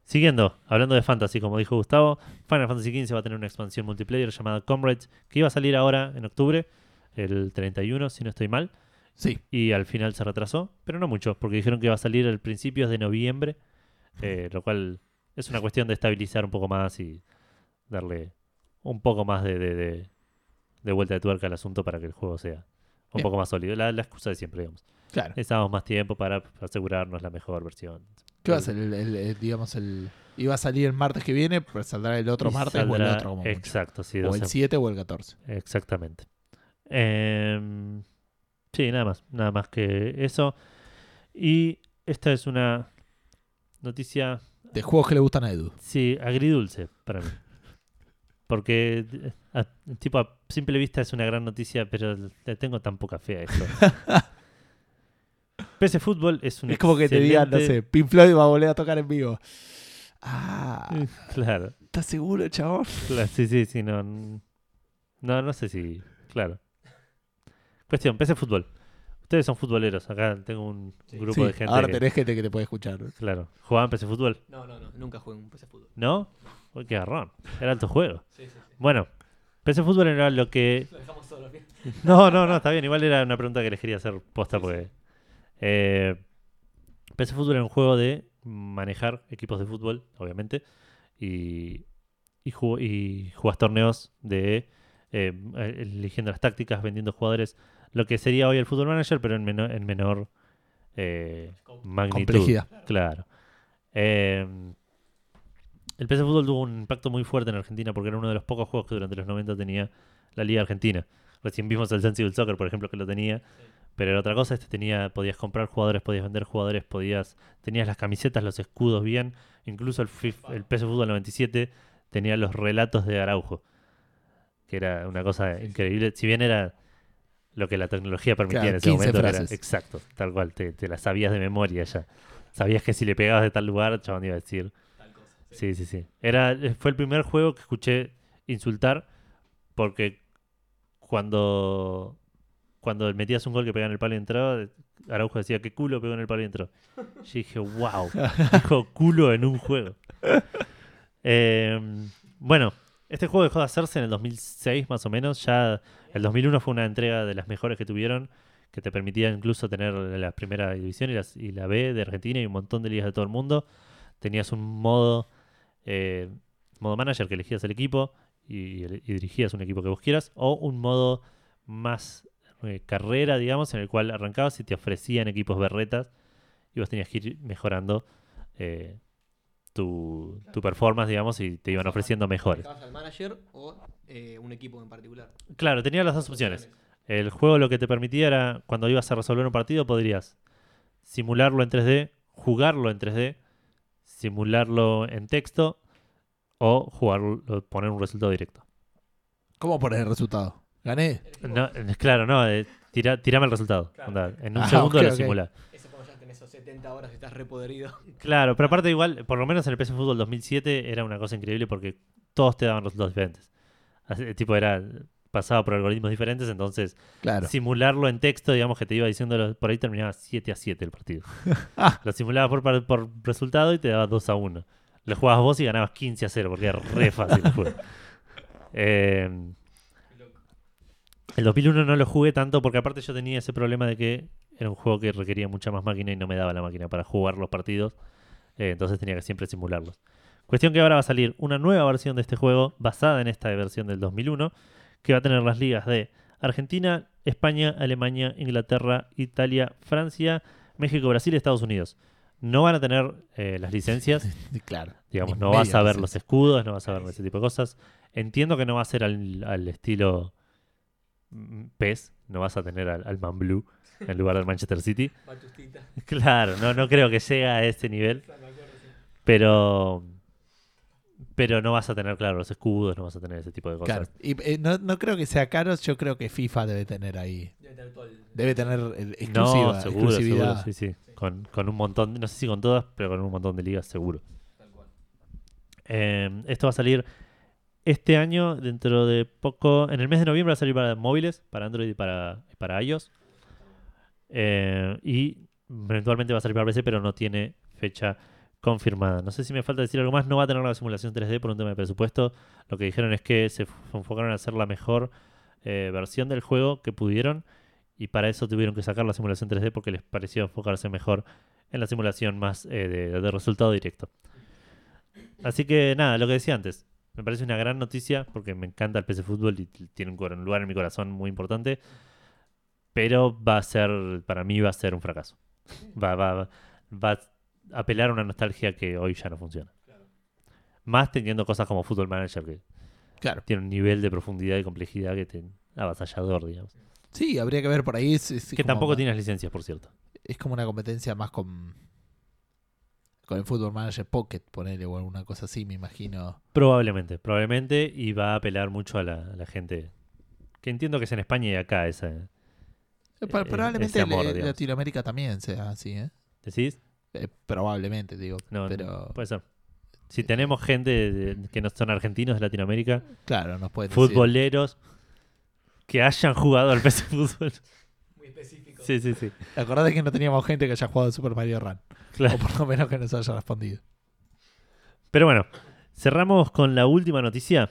Siguiendo, hablando de fantasy, como dijo Gustavo, Final Fantasy XV va a tener una expansión multiplayer llamada Comrades, que iba a salir ahora en octubre, el 31, si no estoy mal. Sí, Y al final se retrasó, pero no mucho, porque dijeron que iba a salir al principios de noviembre, eh, lo cual es una cuestión de estabilizar un poco más y darle un poco más de, de- de- de vuelta de tuerca al asunto para que el juego sea un Bien. poco más sólido. La, la excusa de siempre, digamos. claro. Necesitamos más tiempo para asegurarnos la mejor versión. ¿Qué va a ser? El, el- el- digamos, el, iba a salir el martes que viene, pero saldrá el otro Y martes o el saldrá- otro como mucho. Exacto, sí, O doce- el 7 o el 14. Exactamente. Em, sí, nada más. Nada más que eso. Y esta es una noticia De juegos que le gustan a Edu. Sí, agridulce para mí. Porque, eh, a- tipo, a simple vista es una gran noticia, pero le tengo tan poca fe a esto. PC Fútbol es un es como que te digan, no excelente- sé, Pink Floyd va a volver a tocar en vivo. Ah, Claro, ¿estás seguro, chabón? claro, sí, sí, sí, no. n- No, no sé si. Claro. Cuestión, PC Fútbol. Ustedes son futboleros. Acá tengo un grupo Sí, de gente. ahora que- tenés gente que te puede escuchar. Claro. ¿Jugaban PC Fútbol? No, no, no. Nunca jugué un PC Fútbol. ¿No? Uy, qué garrón. Era alto juego. Sí, sí, sí. Bueno, PC Fútbol era lo que Lo dejamos solo. bien. No, no, no, está bien. Igual era una pregunta que les quería hacer posta porque. Eh, PC Fútbol era un juego de manejar equipos de fútbol, obviamente. Y, y, ju- y jugás torneos de. eh, eligiendo las tácticas, vendiendo jugadores. Lo que sería hoy el Fútbol Manager, pero en, meno- en menor eh, magnitud. Complejidad. Claro. Eh, el PC Fútbol tuvo un impacto muy fuerte en Argentina porque era uno de los pocos juegos que durante los 90 tenía la Liga Argentina. Recién vimos el Sensible Soccer, por ejemplo, que lo tenía. Pero era otra cosa, este tenía, podías comprar jugadores, podías vender jugadores, podías, tenías las camisetas, los escudos bien. Incluso el, FIFA, el PC Fútbol 97 tenía los relatos de Araujo, que era una cosa increíble. Si bien era lo que la tecnología permitía Claro, en ese 15 momento, era- frases. exacto, tal cual, te, te las sabías de memoria ya. Sabías que si le pegabas de tal lugar, el chabón iba a decir. Tal cosa. sí. Sí, sí, sí. Era, eh, fue el primer juego que escuché insultar porque cuando, cuando metías un gol que pegaba en el palo y entraba, Araujo decía que culo pegó en el palo y entró. Yo dije, wow, dijo culo en un juego. Eh, bueno, este juego dejó de hacerse en el 2006 más o menos. Ya el 2001 fue una entrega de las mejores que tuvieron, que te permitía incluso tener la primera división y, las- y la B de Argentina y un montón de ligas de todo el mundo. Tenías un modo, eh, modo manager que elegías el equipo y, y dirigías un equipo que vos quieras, o un modo más eh, carrera, digamos, en el cual arrancabas y te ofrecían equipos berretas y vos tenías que ir mejorando eh, tu, tu performance, digamos, y te iban ofreciendo mejores. Vas al manager o eh, un equipo en particular. Claro, tenía las dos opciones. El juego lo que te permitía era, cuando ibas a resolver un partido, podrías simularlo en 3D, jugarlo en 3D, simularlo en texto o jugarlo, poner un resultado directo. ¿Cómo poner el resultado? ¿Gané? No, eh, claro, no, eh, tira- tirame el resultado. Claro. Onda, en un Ah, segundo ok, lo ok. simula. Ese como ya tenés 70 horas y estás repoderido. Claro, pero aparte igual, por lo menos en el PC Fútbol 2007 era una cosa increíble porque todos te daban resultados diferentes. Así, eh, tipo era pasado por algoritmos diferentes, entonces Claro. simularlo en texto, digamos que te iba diciendo, los- por ahí terminaba 7 a 7 el partido. Ah. lo simulabas por, par- por resultado y te daba 2 a 1. Lo jugabas vos y ganabas 15 a 0 porque era re fácil el juego. Eh, el 2001 no lo jugué tanto porque aparte yo tenía ese problema de que era un juego que requería mucha más máquina y no me daba la máquina para jugar los partidos. Eh, entonces tenía que siempre simularlos. Cuestión que ahora va a salir una nueva versión de este juego basada en esta versión del 2001 que va a tener las ligas de Argentina, España, Alemania, Inglaterra, Italia, Francia, México, Brasil y Estados Unidos. No van a tener eh, las licencias, Claro. digamos, Ni no vas media a ver licencia. los escudos, no vas a ver ese tipo de cosas. Entiendo que no va a ser al, al estilo mm, PES, no vas a tener al, al Man Blue en lugar del Manchester City. Batustita. Claro, no, no creo que llegue a ese nivel, Me acuerdo, sí. pero, pero no vas a tener, claro, los escudos, no vas a tener ese tipo de cosas. Claro. Y eh, no, no creo que sea caro, yo creo que FIFA debe tener ahí. Debe tener todo el- Debe tener el- exclusiva, No, seguro, seguro, exclusividad. sí, sí. Con, con un montón, no sé si con todas, pero con un montón de ligas, seguro. tal cual. Eh, esto va a salir este año, dentro de poco, en el mes de noviembre va a salir para móviles, para Android y para, y para iOS. Eh, y eventualmente va a salir para PC, pero no tiene fecha confirmada. No sé si me falta decir algo más, no va a tener la simulación 3D por un tema de presupuesto. Lo que dijeron es que se f- enfocaron a hacer la mejor eh, versión del juego que pudieron y para eso tuvieron que sacar la simulación 3D porque les pareció enfocarse mejor en la simulación más eh, de- de resultado directo. Así que nada, lo que decía antes. Me parece una gran noticia porque me encanta el PC Fútbol y t- tiene un cor- un lugar en mi corazón muy importante. Pero va a ser, para mí va a ser un fracaso. Va, va, va- va a apelar a una nostalgia que hoy ya no funciona. Más teniendo cosas como Football Manager que Claro. tiene un nivel de profundidad y complejidad que te avasallador, digamos. Sí, habría que ver por ahí. Es, es que como- tampoco tienes licencias, por cierto. Es como una competencia más con. Con el Football Manager Pocket, ponerle o alguna cosa así, me imagino. Probablemente, probablemente, y va a apelar mucho a la, a la gente. Que entiendo que es en España y acá esa. Eh, pa- Eh, probablemente ese amor, le- digamos. Latinoamérica también sea así, ¿eh? ¿Decís? Eh, probablemente, digo. No, no, pero puede ser. Si tenemos gente de- de- que no son argentinos de Latinoamérica, claro, nos pueden decir. futboleros que hayan jugado al PC Fútbol. Muy específico. Sí, sí, sí. Acordate que no teníamos gente que haya jugado Super Mario Run. Claro. O por lo menos que nos haya respondido. Pero bueno, cerramos con la última noticia.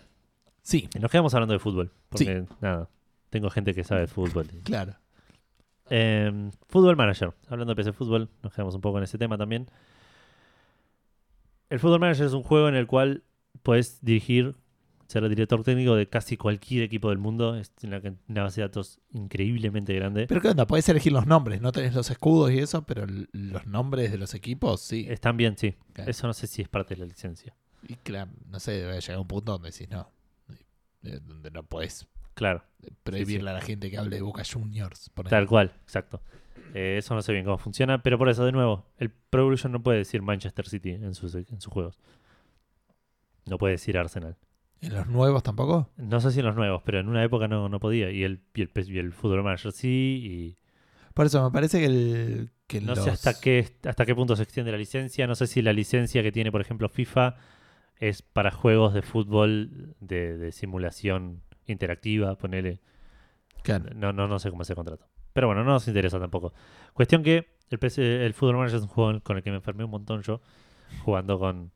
Sí, Nos quedamos hablando de fútbol. Porque nada, tengo gente que sabe de fútbol. claro. Eh, Fútbol Manager. Hablando de PC Fútbol, nos quedamos un poco en ese tema también. El Fútbol Manager es un juego en el cual puedes dirigir, ser el director técnico de casi cualquier equipo del mundo. Es una, can- una base de datos increíblemente grande. Pero qué onda, podés elegir los nombres, no tenés los escudos y eso, pero l- los nombres de los equipos sí. Están bien, sí. Ok. Eso no sé si es parte de la licencia. Y claro, no sé, debe llegar un punto donde decís no. eh, Donde no podés Claro, prohibirle a la gente que hable de Boca Juniors. ponele. tal cual, exacto. Eh, eso no sé bien cómo funciona, pero por eso, de nuevo, el Pro Evolution no puede decir Manchester City en sus, en sus juegos. No puede decir Arsenal. ¿En los nuevos tampoco? No sé si en los nuevos, pero en una época no, no podía. Y el, y el, PES y el Fútbol Manager sí. Por eso me parece que el. que Y no los- sé hasta qué, hasta qué punto se extiende la licencia. No sé si la licencia que tiene, por ejemplo, FIFA es para juegos de fútbol de, de simulación interactiva, ponele. Claro, No, no, no sé cómo se contrato. Pero bueno, no nos interesa tampoco. Cuestión que el, PC, el Fútbol Manager es un juego con el que me enfermé un montón yo, jugando con,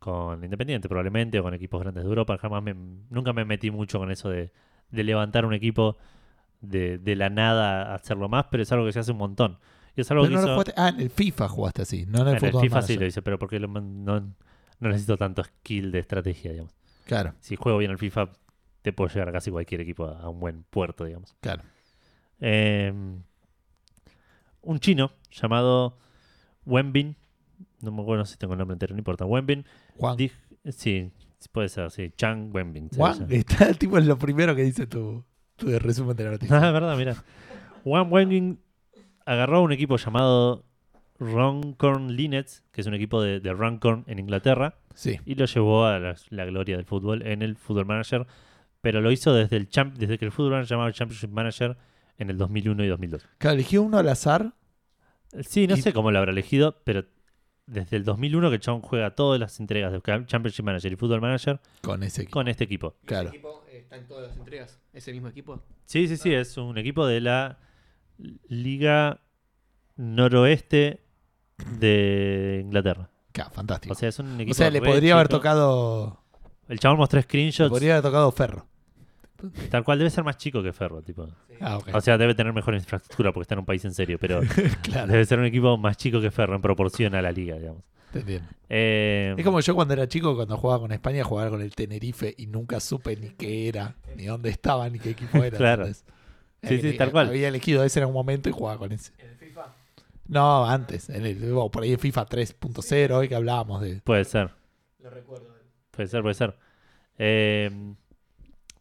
con Independiente probablemente, o con equipos grandes de Europa. Jamás me- nunca me metí mucho con eso de, de levantar un equipo de, de la nada a hacerlo más, pero es algo que se hace un montón. Y es algo Pero que no lo hizo- jugaste- Ah, en el FIFA jugaste así, no en en el el Fútbol FIFA sí Manager. lo hice, pero porque lo man- no, no necesito tanto skill de estrategia, digamos. Claro, Si juego bien al FIFA, te puedo llegar a casi cualquier equipo a- a un buen puerto, digamos. claro. Em, Eh, un chino llamado Wenbin no me acuerdo si tengo el nombre entero, no importa. Wenbin. Juan. dij- sí, puede ser, sí. Chang Wenbin. se Juan, dice. está el tipo, es lo primero que dice tu, tu resumen de la noticia. Ah, es verdad, mira. Juan Wenbin agarró a un equipo llamado Runcorn Linnets, que es un equipo de, de Runcorn en Inglaterra, Sí. y lo llevó a la, la gloria del fútbol en el Football Manager, pero lo hizo desde, el champ- desde que el Football Manager llamaba Championship Manager en el 2001 y 2002. Claro, eligió uno al azar. Sí, no Y- sé cómo lo habrá elegido, pero desde el 2001 que Chon juega todas las entregas de Cam- Championship Manager y Football Manager Con ese equipo. con este equipo. ¿Y ese Claro. equipo eh, está en todas las entregas? ¿Ese mismo equipo? Sí, sí, sí, es un equipo de la Liga Noroeste de Inglaterra. Claro, fantástico. O O sea, sea, es un equipo. le re podría haber chico. tocado. El chabón mostró Le screenshots. podría haber tocado Ferro. Tal cual, debe ser más chico que Ferro, tipo. Ah, ok. O sea, debe tener mejor infraestructura porque está en un país en serio, pero claro, debe ser un equipo más chico que Ferro en proporción a la liga, digamos. te entiendo. Eh, Es como yo cuando era chico, cuando jugaba con España, jugaba con el Tenerife y nunca supe ni qué era, ni dónde estaba, ni qué equipo era. Claro. ¿entendés? Sí, Eh, sí, tal cual. Había elegido ese en un momento y jugaba con ese. ¿En el FIFA? No, antes, en el, o por ahí en FIFA 3.0, hoy que hablábamos de... Puede ser. Lo recuerdo. Puede ser, puede ser. Eh,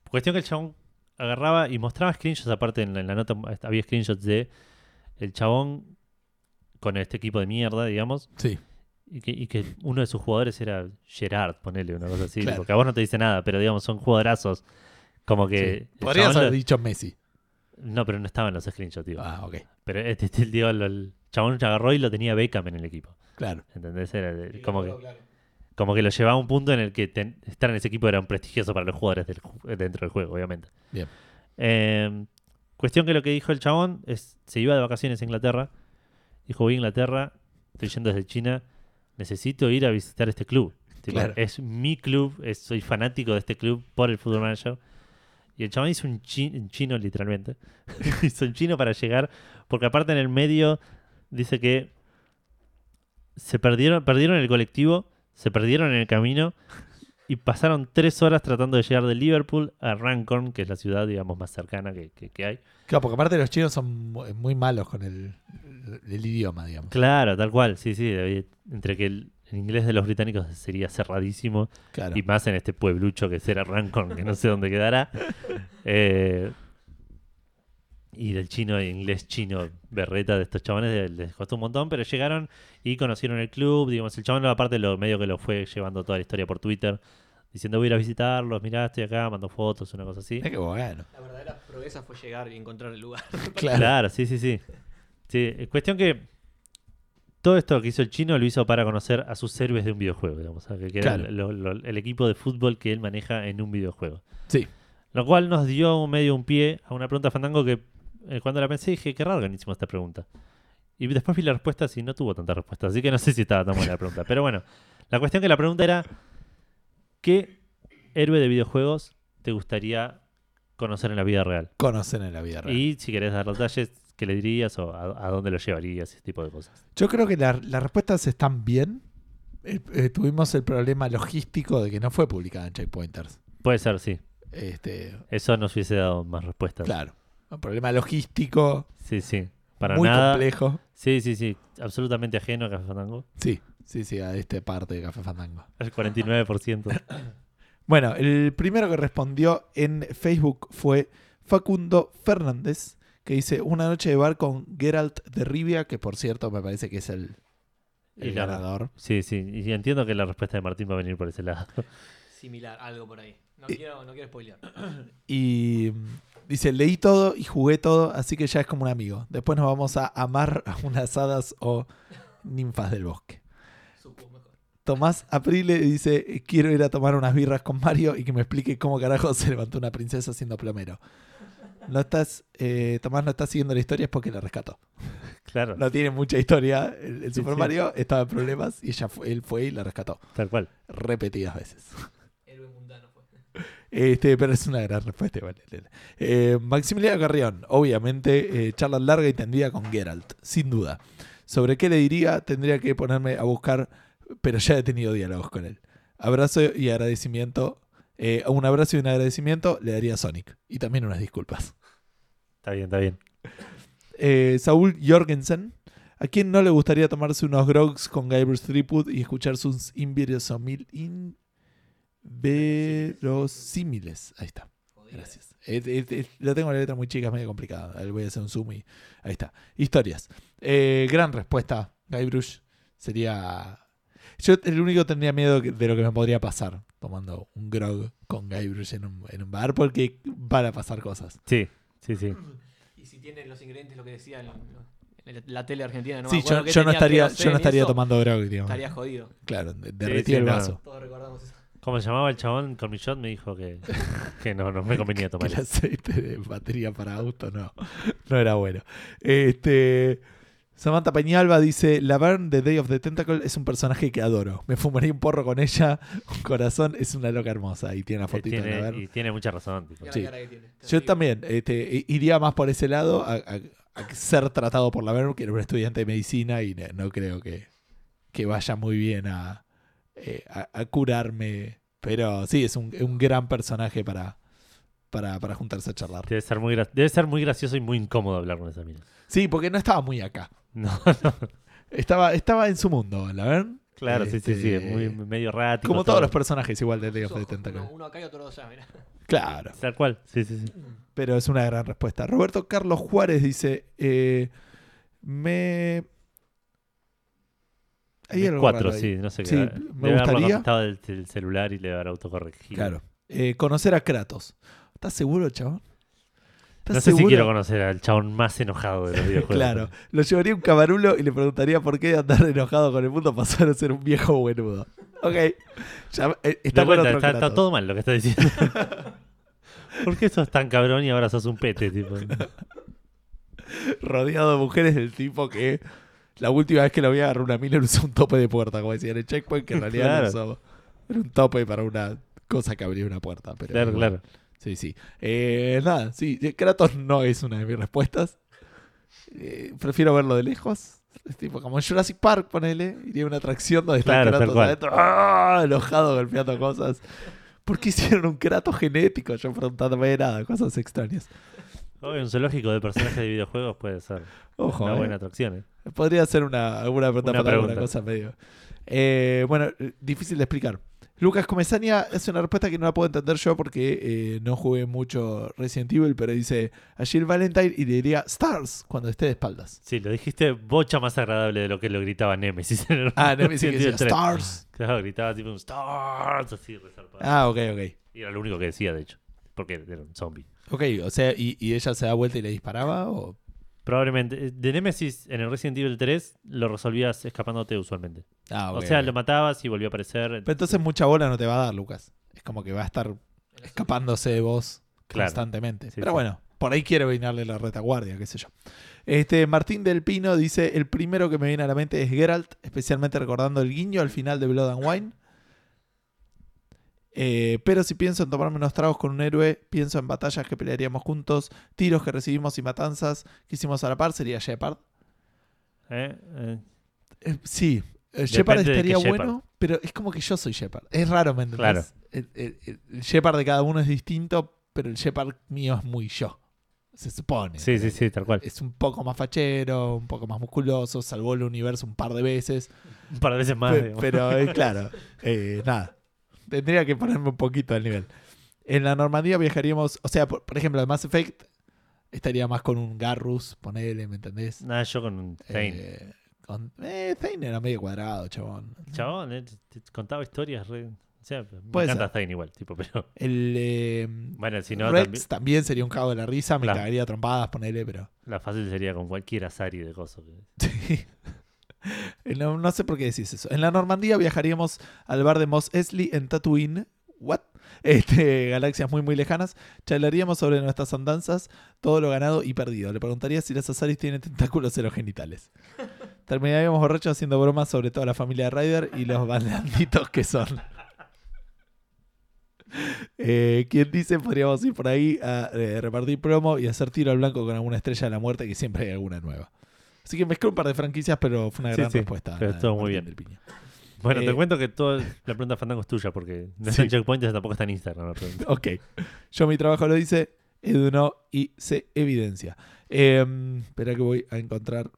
cuestión que el chabón agarraba y mostraba screenshots, aparte en la, en la nota había screenshots de el chabón con este equipo de mierda, digamos, Sí, y que, y que uno de sus jugadores era Gerard, ponele una cosa así, Claro. porque a vos no te dice nada, pero digamos, son jugadorazos. Como que... sí. el Podrías chabón haber lo- dicho Messi. No, pero no estaban los screenshots, tío. Ah, ok, Pero este, este- el, tío, lo- el chabón agarró y lo tenía Beckham en el equipo. claro. ¿Entendés? Era de- como que... Como que lo llevaba a un punto en el que ten- estar en ese equipo era un prestigioso para los jugadores del ju- eh, dentro del juego, obviamente. Bien. Eh, cuestión que lo que dijo el chabón es, se iba de vacaciones a Inglaterra. Dijo, voy a Inglaterra, estoy yendo desde China, necesito ir a visitar este club. Tipo, Claro. Es mi club, es- soy fanático de este club por el Football Manager. Y el chabón hizo un, chi- un chino, literalmente. hizo un chino para llegar, porque aparte en el medio dice que se perdieron, perdieron el colectivo, se perdieron en el camino y pasaron tres horas tratando de llegar de Liverpool a Rancorn, que es la ciudad, digamos, más cercana que, que- que hay. Claro, porque aparte los chinos son mu- muy malos con el, el idioma, digamos. Claro, tal cual, sí, sí. había- Entre que el, el inglés de los británicos sería cerradísimo Claro. y más en este pueblucho que será Rancorn, que no sé dónde quedará. eh, y del chino, inglés chino, berreta de estos chabones de- les costó un montón, pero llegaron y conocieron el club. Digamos, el chabón, aparte, lo medio que lo fue llevando toda la historia por Twitter, diciendo voy a ir a visitarlos, mirá, estoy acá, mando fotos, una cosa así. Es que bueno. La verdadera proeza fue llegar y encontrar el lugar. Claro. Claro, sí, sí, sí. Sí, eh, cuestión que todo esto que hizo el chino lo hizo para conocer a sus héroes de un videojuego, digamos, o sea, que que era Claro. lo- lo- el equipo de fútbol que él maneja en un videojuego. Sí. Lo cual nos dio un medio un pie a una pregunta fandango que eh, cuando la pensé dije, qué raro que no hicimos esta pregunta. Y después vi la respuesta y no tuvo tanta respuesta, así que no sé si estaba tan buena la pregunta. Pero bueno, la cuestión que la pregunta era, ¿qué héroe de videojuegos te gustaría conocer en la vida real? Conocen en la vida real. Y si querés dar los detalles, ¿qué le dirías o a, a dónde lo llevarías? Ese tipo de cosas. Yo creo que la- las respuestas están bien. Eh, eh, tuvimos el problema logístico de que no fue publicada en Checkpointers. Puede ser, sí. Este, Eso nos hubiese dado más respuestas. claro. Un problema logístico Sí, sí. Para muy nada. complejo. Sí, sí, sí. Absolutamente ajeno a Café Fandango. Sí, sí, sí, a esta parte de Café Fandango. El 49%. Bueno, el primero que respondió en Facebook fue Facundo Fernández, que dice una noche de bar con Geralt de Rivia, que por cierto me parece que es el, el Y la- ganador. Sí, sí. Y entiendo que la respuesta de Martín va a venir por ese lado. Similar, algo por ahí. No, Y- quiero, no quiero spoilear. Y mm, dice, leí todo y jugué todo, así que ya es como un amigo. Después nos vamos a amar a unas hadas o ninfas del bosque. Supo mejor. Tomás Aprile dice, quiero ir a tomar unas birras con Mario y que me explique cómo carajo se levantó una princesa siendo plomero. No estás, eh, Tomás no está siguiendo la historia, es porque la rescató. Claro, No tiene mucha historia. El, el Sí, Super sí. Mario estaba en problemas y ella fue- él fue y la rescató tal cual. repetidas veces. Héroe mundano fue. Este, pero es una gran respuesta. igual. Eh, Maximiliano Carrión, obviamente, eh, charla larga y tendida con Geralt, sin duda. Sobre qué le diría, tendría que ponerme a buscar, pero ya he tenido diálogos con él. Abrazo y agradecimiento. eh, un abrazo y un agradecimiento le daría a Sonic. Y también unas disculpas. Está bien, está bien. Eh, Saúl Jorgensen, ¿A quién no le gustaría tomarse unos grogs con Guybrush Threepwood y escuchar sus inverosímil- inverosímiles? Ahí está. Gracias. Es- es- es- lo tengo la letra muy chica, es medio complicada. Ahí Voy a hacer un zoom y ahí está. Historias. Eh, gran respuesta, Guybrush. Sería... Yo el único que tendría miedo que- de lo que me podría pasar tomando un grog con Guybrush en un, en un bar porque van a pasar cosas. Sí, sí, sí. Y si tienen los ingredientes, lo que decía el- el- la tele argentina, no me sí, acuerdo yo, qué yo no tenía estaría, querosene yo no y estaría eso, tomando grog, digamos. Estaría jodido. Claro, de- derretí sí, el no. vaso. Todos recordamos eso. Como se llamaba el chabón con mi shot, me dijo que, que no, no me convenía Que tomar. el aceite de batería para auto no, no era bueno. Este, Samantha Peñalba dice: Laverne de Day of the Tentacle es un personaje que adoro. Me fumaría un porro con ella. Un corazón es una loca hermosa. Y tiene la Eh, fotito de tiene- Laverne. y tiene mucha razón. tipo. Mira la Sí. cara que tiene. Yo también este, i- iría más por ese lado a, a- a ser tratado por Laverne, que era un estudiante de medicina y no, no creo que, que vaya muy bien a, eh, a- a curarme. Pero sí, es un, un gran personaje para, para, para juntarse a charlar. Debe ser, muy gra- debe ser muy gracioso y muy incómodo hablar con esa mina. Sí, porque no estaba muy acá. No, Estaba, estaba en su mundo, Laverne. claro, sí, sí, sí. Este, es Muy, medio rático. Como todos todo. los personajes, igual de Day of the Ojos, Tentacle. uno, uno acá y otro allá, mira. Claro. Tal cual. Sí, sí, sí. pero es una gran respuesta. Roberto Carlos Juárez dice: eh, Me. Hay algo Cuatro, raro ahí. sí, no sé qué. Sí, me Debe haberlo gustaría. contestado del, del celular y le haber autocorregido. Claro. Eh, conocer a Kratos. ¿Estás seguro, chabón? ¿Estás No sé si seguro? quiero conocer al chabón más enojado de los videojuegos. Claro, lo llevaría a un cabarulo y le preguntaría por qué de andar enojado con el mundo pasar a ser un viejo buenudo. Ok. Ya, eh, Te das cuenta, está con otro está, está Kratos. todo mal lo que está diciendo. ¿Por qué sos tan cabrón y ahora sos un pete? Tipo? rodeado de mujeres del tipo que la última vez que lo vi agarró una mina le usó un tope de puerta, como decían en el checkpoint, que en realidad Claro. lo usó- era un tope para una cosa que abría una puerta. Pero Claro, claro. bueno, Sí, sí. Eh, nada, sí, Kratos no es una de mis respuestas. Eh, prefiero verlo de lejos. Es tipo como en Jurassic Park, ponele. Iría a una atracción donde está Claro, tal Kratos cual. adentro, ¡ah! enojado, golpeando cosas. ¿Por qué hicieron un Kratos genético? Yo preguntándome de nada, cosas extrañas. Obvio, un zoológico de personajes de videojuegos puede ser Ojo. una eh. buena atracción. ¿eh? Podría ser una, alguna pregunta Una para alguna pregunta. cosa medio. Eh, bueno, eh, difícil de explicar. Lucas Comezaña es una respuesta que no la puedo entender yo porque eh, no jugué mucho Resident Evil, pero dice a Jill Valentine y le diría Stars cuando esté de espaldas. Sí, lo dijiste bocha más agradable de lo que lo gritaba Nemesis. en el- Ah, no me dice que sentido del decía tren. Stars. Claro, gritaba tipo un Stars así, resarpado. Ah, ok, ok. Y era lo único que decía, de hecho. Porque era un zombie. Ok, o sea, ¿y, y ella se da vuelta y le disparaba? O... Probablemente. eh, De Nemesis en el Resident Evil 3 lo resolvías escapándote usualmente. Ah, ok, o sea, ok. lo matabas y volvió a aparecer. Pero entonces mucha bola no te va a dar, Lucas. Es como que va a estar escapándose de vos Claro. constantemente. Sí, Pero sí. bueno, por ahí quiero venirle la retaguardia, qué sé yo. Este, Martín del Pino dice: El primero que me viene a la mente es Geralt, especialmente recordando el guiño al final de Blood and Wine. Eh, pero si pienso en tomarme unos tragos con un héroe, pienso en batallas que pelearíamos juntos, tiros que recibimos y matanzas que hicimos a la par, sería Shepard. ¿eh? Eh, Eh, sí, eh, Shepard Depende de qué estaría Shepard. bueno, pero es como que yo soy Shepard. Es raro, ¿me entendés? Claro. El, el- el- el Shepard de cada uno es distinto, pero el Shepard mío es muy yo. Se supone. Sí, sí, sí, tal cual. Es un poco más fachero, un poco más musculoso, salvó el universo un par de veces. Un par de veces más. Pe- digamos. pero eh, claro, eh, nada. Tendría que ponerme un poquito al nivel. En la Normandía viajaríamos, o sea, por, por ejemplo, en Mass Effect estaría más con un Garrus, ponele, ¿me entendés? Nada, yo con un Zane. Eh, con, eh, Zane era medio cuadrado, chabón. Chabón, eh, te- te contaba historias. re- O sea, me Puede encanta Zane igual, tipo, pero. El eh, Bueno, si no, Rex también- también... sería un cago de la risa, me Claro. cagaría a trompadas, ponele, pero. la fácil sería con cualquier Azari de cosas. Sí. No, no sé por qué decís eso. En la Normandía viajaríamos al bar de Mos Esli en Tatooine. What? Este, galaxias muy muy lejanas. Charlaríamos sobre nuestras andanzas, todo lo ganado y perdido. Le preguntaría si las Azaris tienen tentáculos en los genitales. Terminaríamos borrachos haciendo bromas sobre toda la familia de Ryder y los banditos que son. Eh, ¿Quién dice? Podríamos ir por ahí a eh, repartir promo y hacer tiro al blanco con alguna estrella de la muerte, que siempre hay alguna nueva. Así que mezclé un par de franquicias, pero fue una Sí, gran sí, respuesta. pero la de estuvo muy Martín bien. del Piña. Bueno, Eh, te cuento que toda la pregunta Fandango es tuya, porque no Sí. está en Checkpoint, esa tampoco está en Instagram. la pregunta. Ok. Yo mi trabajo lo hice, Edu Em, no y se evidencia. Eh, espera que voy a encontrar.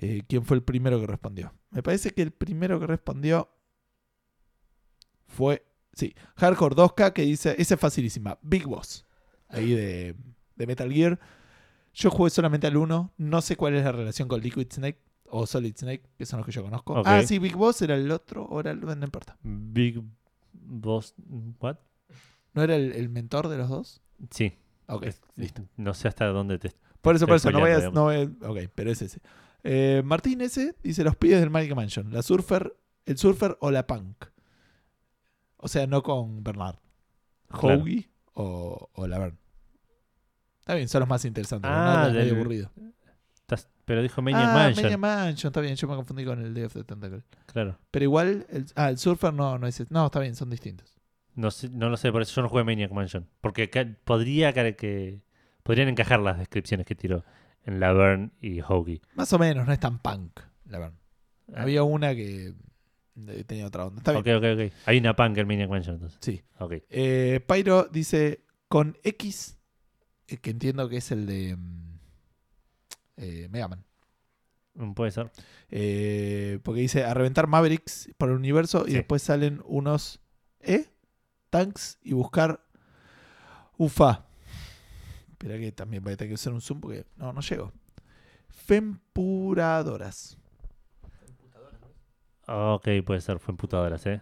eh, quién fue el primero que respondió. Me parece que el primero que respondió fue, sí, Hardcore 2K que dice, esa es facilísima, Big Boss, ahí de, de Metal Gear. Yo jugué solamente al 1, no sé cuál es la relación con Liquid Snake o Solid Snake, que son los que yo conozco. Ok. Ah, sí, Big Boss era el otro, o era el, no importa. Big Boss. ¿What? ¿No era el, el mentor de los dos? Sí. Ok, Es- listo. No sé hasta dónde te. Por eso, por eso, Estoy no vayas. spoileando, No vayas- ok, pero es ese. Eh, Martín S. dice: Los pibes del Magic Mansion, la surfer, el surfer o la punk. O sea, no con Bernard. Claro. Hoagie o, o la Bern. Está bien, son los más interesantes. Ah, Bernard es medio del- aburrido. estás- Pero dijo Maniac ah, Mansion. Maniac Mansion, está bien. Yo me confundí con el Day of the Tentacle. Claro. Pero igual, el, ah, el surfer no, no es. No, está bien, son distintos. No, sé- no lo sé, por eso yo no jugué Maniac Mansion. Porque ca- podría cara- que. Podrían encajar las descripciones que tiró en Laverne y Hoagie. Más o menos, no es tan punk, la Bern. Ah. Había una que eh, tenía otra onda. Está bien. Ok, ok, ok. Hay una punk en Maniac Mansion entonces. Sí. Ok. Eh, Pyro dice con X, eh, que entiendo que es el de mm, eh, Mega Man. Mm, Puede ser. Eh, porque dice a reventar Mavericks por el universo y Sí. después salen unos E, tanks y buscar UFA. Espera que también voy a tener que usar un zoom porque no, no llego. Fempuradoras. Ok, puede ser. Fue emputadoras, ¿eh?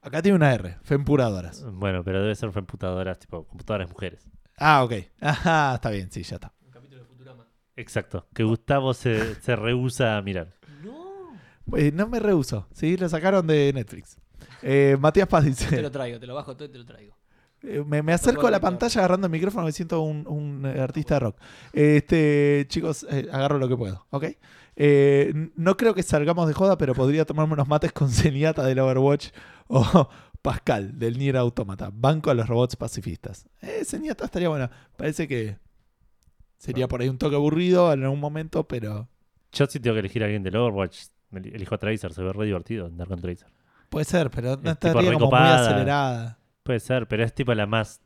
Acá tiene una R, Fempuradoras. Bueno, pero debe ser fue emputadoras, tipo computadoras mujeres. Ah, ok. Ajá, está bien, sí, ya está. Un capítulo de Futurama. Exacto. Que Gustavo se, se rehúsa a mirar. No. Eh, no me rehuso, sí, la sacaron de Netflix. Eh, Matías Paz dice. Te lo traigo, te lo bajo todo y te lo traigo. Eh, Me, me acerco a la pantalla agarrando el micrófono, me siento un, un, eh, artista de rock. Este, chicos, eh, agarro lo que puedo, ¿ok? Eh, n- no creo que salgamos de joda, pero podría tomarme unos mates con Zenyatta del Overwatch o Pascal del Nier Automata. Banco a los robots pacifistas. Eh, Zenyatta estaría bueno. Parece que sería por ahí un toque aburrido en algún momento, pero Yo sí tengo que elegir a alguien del Overwatch. me el- Elijo a Tracer, se ve re divertido andar con Tracer. puede ser, pero no Es tipo estaría como muy recopada. acelerada. Puede ser, pero es tipo la más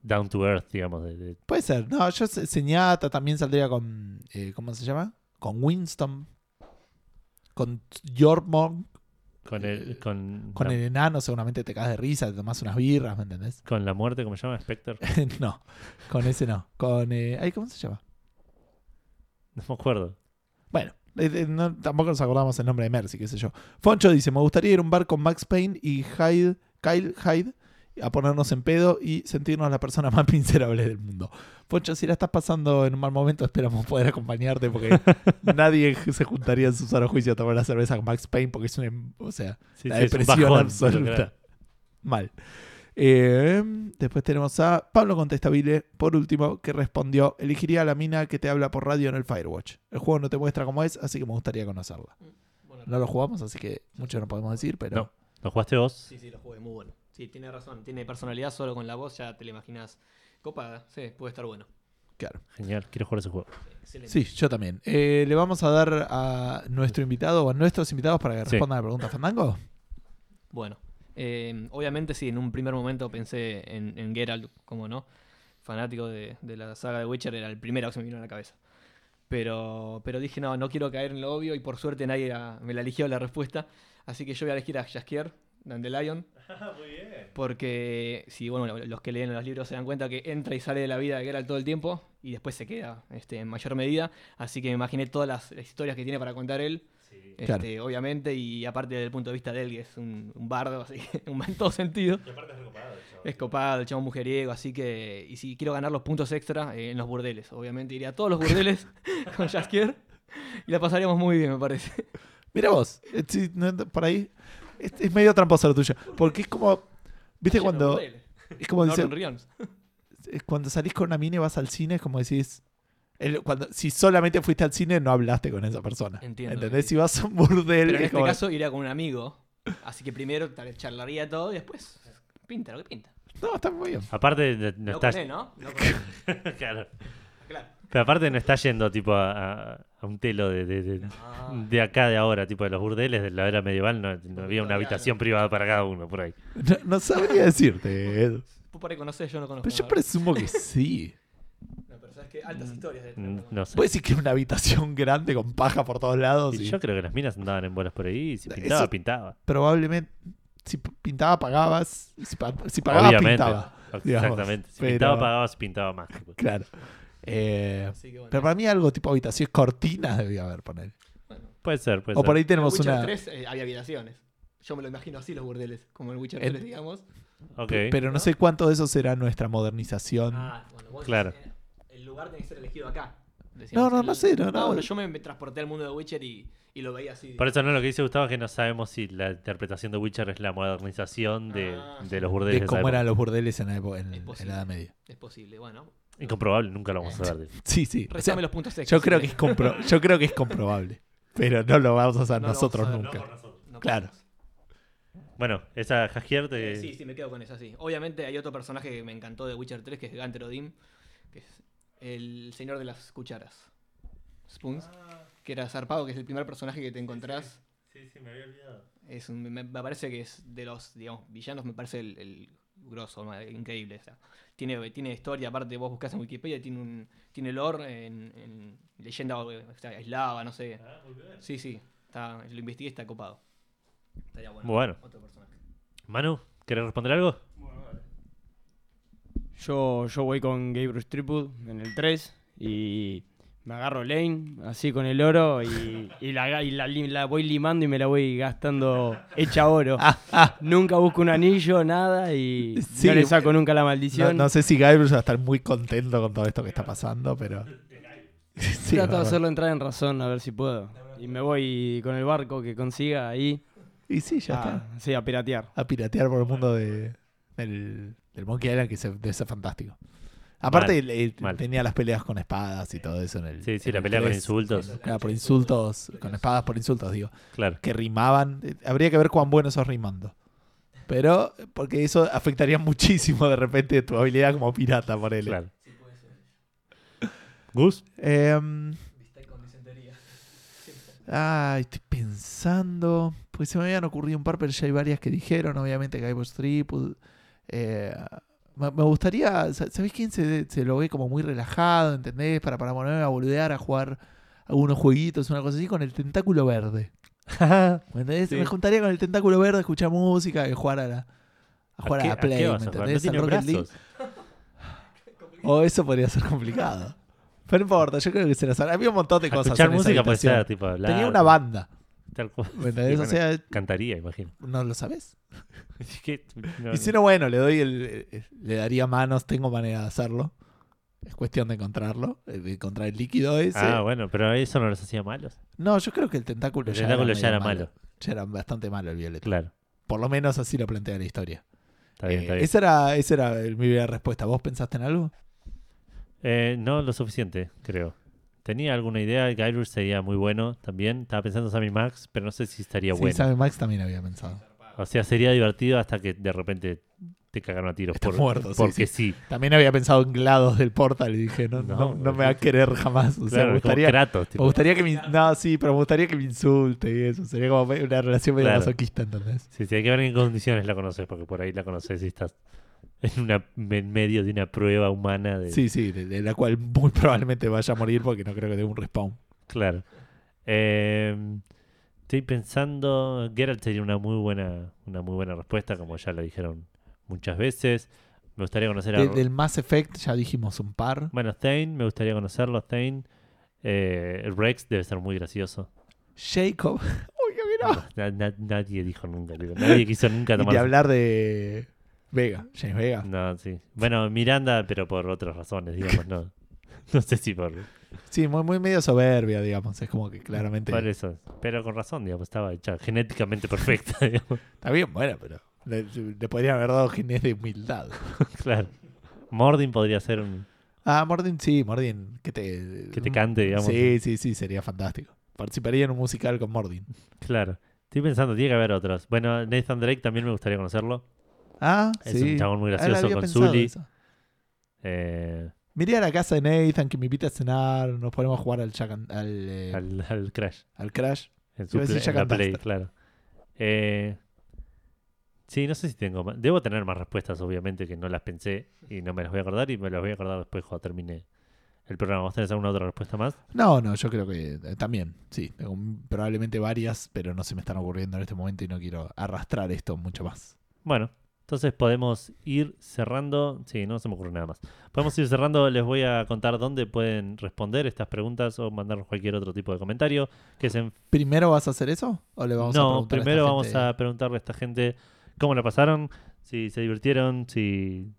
down to earth, digamos. de- de- Puede ser. No, yo se- Señata también saldría con. eh, ¿Cómo se llama? Con Winston. Con Yormon. con, Eh, el, con, Con la, el enano, seguramente te caes de risa, te tomás unas birras, ¿me entendés? con la muerte, ¿cómo se llama? Spectre. Eh. no, con ese no. Con. eh, ay, ¿Cómo se llama? No me acuerdo. Bueno, eh, eh, no- tampoco nos acordamos el nombre de Mercy, qué sé yo. Foncho dice: Me gustaría ir a un bar con Max Payne y Hyde, Kyle Hyde a ponernos en pedo y sentirnos las personas más miserables del mundo. Foncho, si la estás pasando en un mal momento, esperamos poder acompañarte porque nadie se juntaría en su sano juicio a tomar la cerveza con Max Payne porque es una. em- O sea, Sí, la sí, es un depresión bajón, absoluta. claro. Mal. Eh, después tenemos a Pablo Contestabile, por último, que respondió: Elegiría a la mina que te habla por radio en el Firewatch. El juego no te muestra cómo es, así que me gustaría conocerla. Bueno, No lo jugamos, así que mucho no podemos decir, pero. No. ¿Lo jugaste vos? Sí, sí, lo jugué, muy bueno. Sí, tiene razón, tiene personalidad solo con la voz, ya te la imaginas copada. Sí, puede estar bueno. Claro. Genial, quiero jugar ese juego. Excelente. Sí, yo también. Eh, ¿Le vamos a dar a nuestro invitado o a nuestros invitados para que Sí. respondan a la pregunta, Fernando? Bueno, eh, obviamente sí, en un primer momento pensé en, en Geralt, como no, fanático de, de la saga de Witcher, era el primero que se me vino a la cabeza. Pero, pero dije, no, no quiero caer en lo obvio y por suerte nadie la- me la eligió la respuesta. Así que yo voy a elegir a Jaskier, Dandelion. Porque, si bueno, los que leen los libros se dan cuenta que entra y sale de la vida de Geralt todo el tiempo y después se queda este, en mayor medida. Así que me imaginé todas las historias que tiene para contar él. Este, Claro. Obviamente, y aparte del punto de vista de él, que es un, un bardo, así que un- en todo sentido. Es copado, el chavo mujeriego, así que. Y si quiero ganar los puntos extra, eh, en los burdeles. Obviamente iría a todos los burdeles con Jaskier y la pasaríamos muy bien, me Este parece. Mira vos, eh, sí, no, no, por ahí. Es, es medio tramposo lo tuyo. Porque es como. ¿Viste Lleno de cuando.? burdeles. Es como dice. Norton Reedus. es eh, cuando salís con una mina y vas al cine, es como decís. el- cuando, si solamente fuiste al cine, no hablaste con esa persona. Entiendo, ¿Entendés? sí. Si vas a un burdel, Pero en es este como- caso iría con un amigo. Así que primero tal vez charlaría todo y después pinta lo que pinta. No, está muy bien. Aparte, no, no No, estás. con él, ¿no? No con él, Claro. claro. Pero aparte, no estás yendo tipo a, a- a un telo de, de- de- Ah. de acá de ahora, tipo de los burdeles de la era medieval. No, no había una habitación privada para cada uno por ahí. No, no sabría decirte, Edu. Vos por ahí conocés, yo no conozco. Pero yo nada. presumo que sí. No, pero ¿sabes que altas historias de este Mm, No sé. Puedes decir que era una habitación grande con paja por todos lados. Y y- yo creo que las minas andaban en bolas por ahí. Y si pintaba, Eso- pintaba. Probablemente, si p- pintaba, pagabas. Si, pa- si pagabas, Obviamente. pintaba. digamos, Exactamente. Si pero- pintaba, pagaba, si pintaba más. tipo. Claro. Eh, Así que bueno. pero para mí algo tipo habitación, cortinas debía haber, poner. bueno. Puede ser, puede O por ser. ahí tenemos en Witcher una... 3 eh, había habitaciones. Yo me lo imagino así los burdeles, como el Witcher En- 3, digamos. Ok. Pero no sé cuánto de eso será nuestra modernización. Ah, bueno, vos Claro. eh, el lugar tiene que ser elegido acá. No, decíamos. no, El- no sé, no, no. bueno, yo me, me transporté al mundo de Witcher y, y lo veía así. Por eso no lo que dice Gustavo es que no sabemos si la interpretación de Witcher es la modernización de, Ah, de los burdeles de de esa cómo época. eran los burdeles en la, época- en- Es en la posible. Edad Media. Es posible, bueno. Incomprobable, nunca lo vamos a ver. Sí, sí. O sea, Restame los puntos extra. yo, creo que es compro- yo creo que es comprobable. Pero no lo vamos a hacer No lo nosotros vamos a nunca. No claro. podemos. Bueno, esa Jaskier te... Eh, sí, sí, me quedo con eso, sí. Obviamente hay otro personaje que me encantó de Witcher 3, que es Ganter Odin, que es el señor de las cucharas. Spoons. Que era zarpado, que es el primer personaje que te encontrás. sí, me había olvidado. Es un- me, me parece que es de los, digamos, villanos, me parece el, el grosso, ma- increíble. o sea, tiene, tiene historia, aparte vos buscás en Wikipedia, tiene un tiene lore en, en leyenda eh, o sea, eslava, no sé. Sí, sí, está, lo investigué, está copado. Estaría bueno. Bueno. Otro personaje. Manu, ¿querés responder algo? Yo, yo voy con Gabriel Tripwood en el 3 y me agarro lane así con el oro y, y la, ga- y la li- la voy limando y me la voy gastando hecha oro. Nunca busco un anillo, nada y Sí, no le saco bueno, nunca la No, maldición. no sé si Guybrush va a estar muy contento con todo esto que está pasando, pero. Sí, Trato de bárbaro. hacerlo entrar en razón a ver si puedo. Y me voy con el barco que consiga ahí Y sí, Ah. ya a, está. sí, a piratear. A piratear por el mundo de, del, del Monkey Island, que se- debe ser fantástico. Aparte, Mal, le- mal. tenía las peleas con espadas y todo eso en el. Sí, sí, en la el pelea con 3. insultos. Claro, por insultos, con espadas por insultos, digo. Claro. Que rimaban. Eh, Habría que ver cuán bueno sos rimando. Pero, porque eso afectaría muchísimo de repente tu habilidad como pirata, por él. Claro. Gus, Viste con disentería. Em, Ay, estoy pensando. Pues se me habían ocurrido un par, pero ya hay varias que dijeron, obviamente, Guybrush Threepwood. Eh, me, me gustaría. sa- ¿Sabés quién se, se lo ve como muy relajado, entendés? Para, para ponerme a boludear, a jugar algunos jueguitos, una cosa así, con el tentáculo verde. ¿Me entendés? Sí. Me juntaría con el tentáculo verde, escuchar música y jugar a la. A jugar a, qué- la qué Play, vas ¿me a jugar? entendés? No Al tiene Rocket League. brazos. O Oh, eso podría ser complicado. Pero no importa, yo creo que se las Había un montón de cosas. Escuchar en esa música puede habitación. ser, tipo hablar. Tenía una banda. tal cual. ¿Me entendés? O Bueno, sea, Cantaría, imagino. no lo sabes. Es que- no, Y si no, bueno, le doy el. eh, Le daría manos, tengo manera de hacerlo. Es cuestión de encontrarlo, eh, de encontrar el líquido ese. Ah, bueno, pero eso no los hacía malos. No, yo creo que el tentáculo, El tentáculo ya medio era malo. Ya era bastante malo el violeta. Claro. Por lo menos así lo plantea la historia. Está bien, Eh, está bien. Esa era, esa era el- mi primera respuesta. ¿Vos pensaste en algo? Eh, no lo suficiente, creo. Tenía alguna idea, Guybrush sería muy bueno también. Estaba pensando en Sammy Max, pero no sé si estaría sí, bueno. sabe, Max también había pensado. O sea, sería divertido hasta que de repente te cagaron a tiros. Estás muerto, sí, Porque sí. También había pensado en GLaDOS del Portal y dije, no, No, no, no, no, me va a querer jamás. O sea, Claro, me como gustaría, Kratos, tipo. me gustaría que me... No, sí, pero me gustaría que me insulte y eso. Sería como una relación medio Claro. masoquista, ¿entendés? Sí, sí, hay que ver en qué condiciones la conoces, porque por ahí la conoces y estás en, una, en medio de una prueba humana. De, Sí, sí, de, de la cual muy probablemente vaya a morir porque no creo que dé un respawn. Claro. Eh, estoy pensando. Geralt sería una muy buena, una muy buena respuesta, como ya lo dijeron muchas veces. Me gustaría conocer a. De- del Mass Effect ya dijimos un par. Bueno, Thane, me gustaría conocerlo, Thane. Eh, Rex debe ser muy gracioso. Jacob. Uy, qué no. Na- na- nadie dijo nunca, digo, nadie quiso nunca Y tomar. de hablar de Vega, James Vega. No, sí. Bueno, Miranda, pero por otras razones, digamos, no. No sé si por, Sí, muy, muy medio soberbia, digamos. Es como que claramente... por eso. Pero con razón, digamos, estaba hecha genéticamente perfecta, digamos. Está bien, bueno, pero... Le, le podrían haber dado genes de humildad. Claro. Mordin podría ser un. Ah, Mordin, sí, Mordin. Que te, Que te cante, digamos. Mm, Sí, sí, sí, sería fantástico. Participaría en un musical con Mordin. Claro. Estoy pensando, tiene que haber otros. Bueno, Nathan Drake también me gustaría conocerlo. Ah, Es sí. un chabón muy Ah, lo gracioso había con pensado Zully. eso. Eh, Me iría a la casa de Nathan, que me invite a cenar, nos ponemos a jugar al, Jack and- al, eh, al, al, al Crash. Crash. En su Iba a play, en decir Jack la and Play, Daxter. claro. Eh, sí, no sé si tengo más. Debo tener más respuestas, obviamente, que no las pensé y no me las voy a acordar y me las voy a acordar después cuando termine el programa. ¿Vos tenés alguna otra respuesta más? No, no, yo creo que eh, también, sí. Tengo m- probablemente varias, pero no se me están ocurriendo en este momento y no quiero arrastrar esto mucho más. Bueno, entonces podemos ir cerrando. Sí, no se me ocurre nada más. Podemos ir cerrando. Les voy a contar dónde pueden responder estas preguntas o mandarnos cualquier otro tipo de comentario. Que se en- ¿Primero vas a hacer eso? ¿O le vamos a no, preguntar a esta primero vamos gente? a preguntarle a esta gente cómo la pasaron, si se divirtieron, si.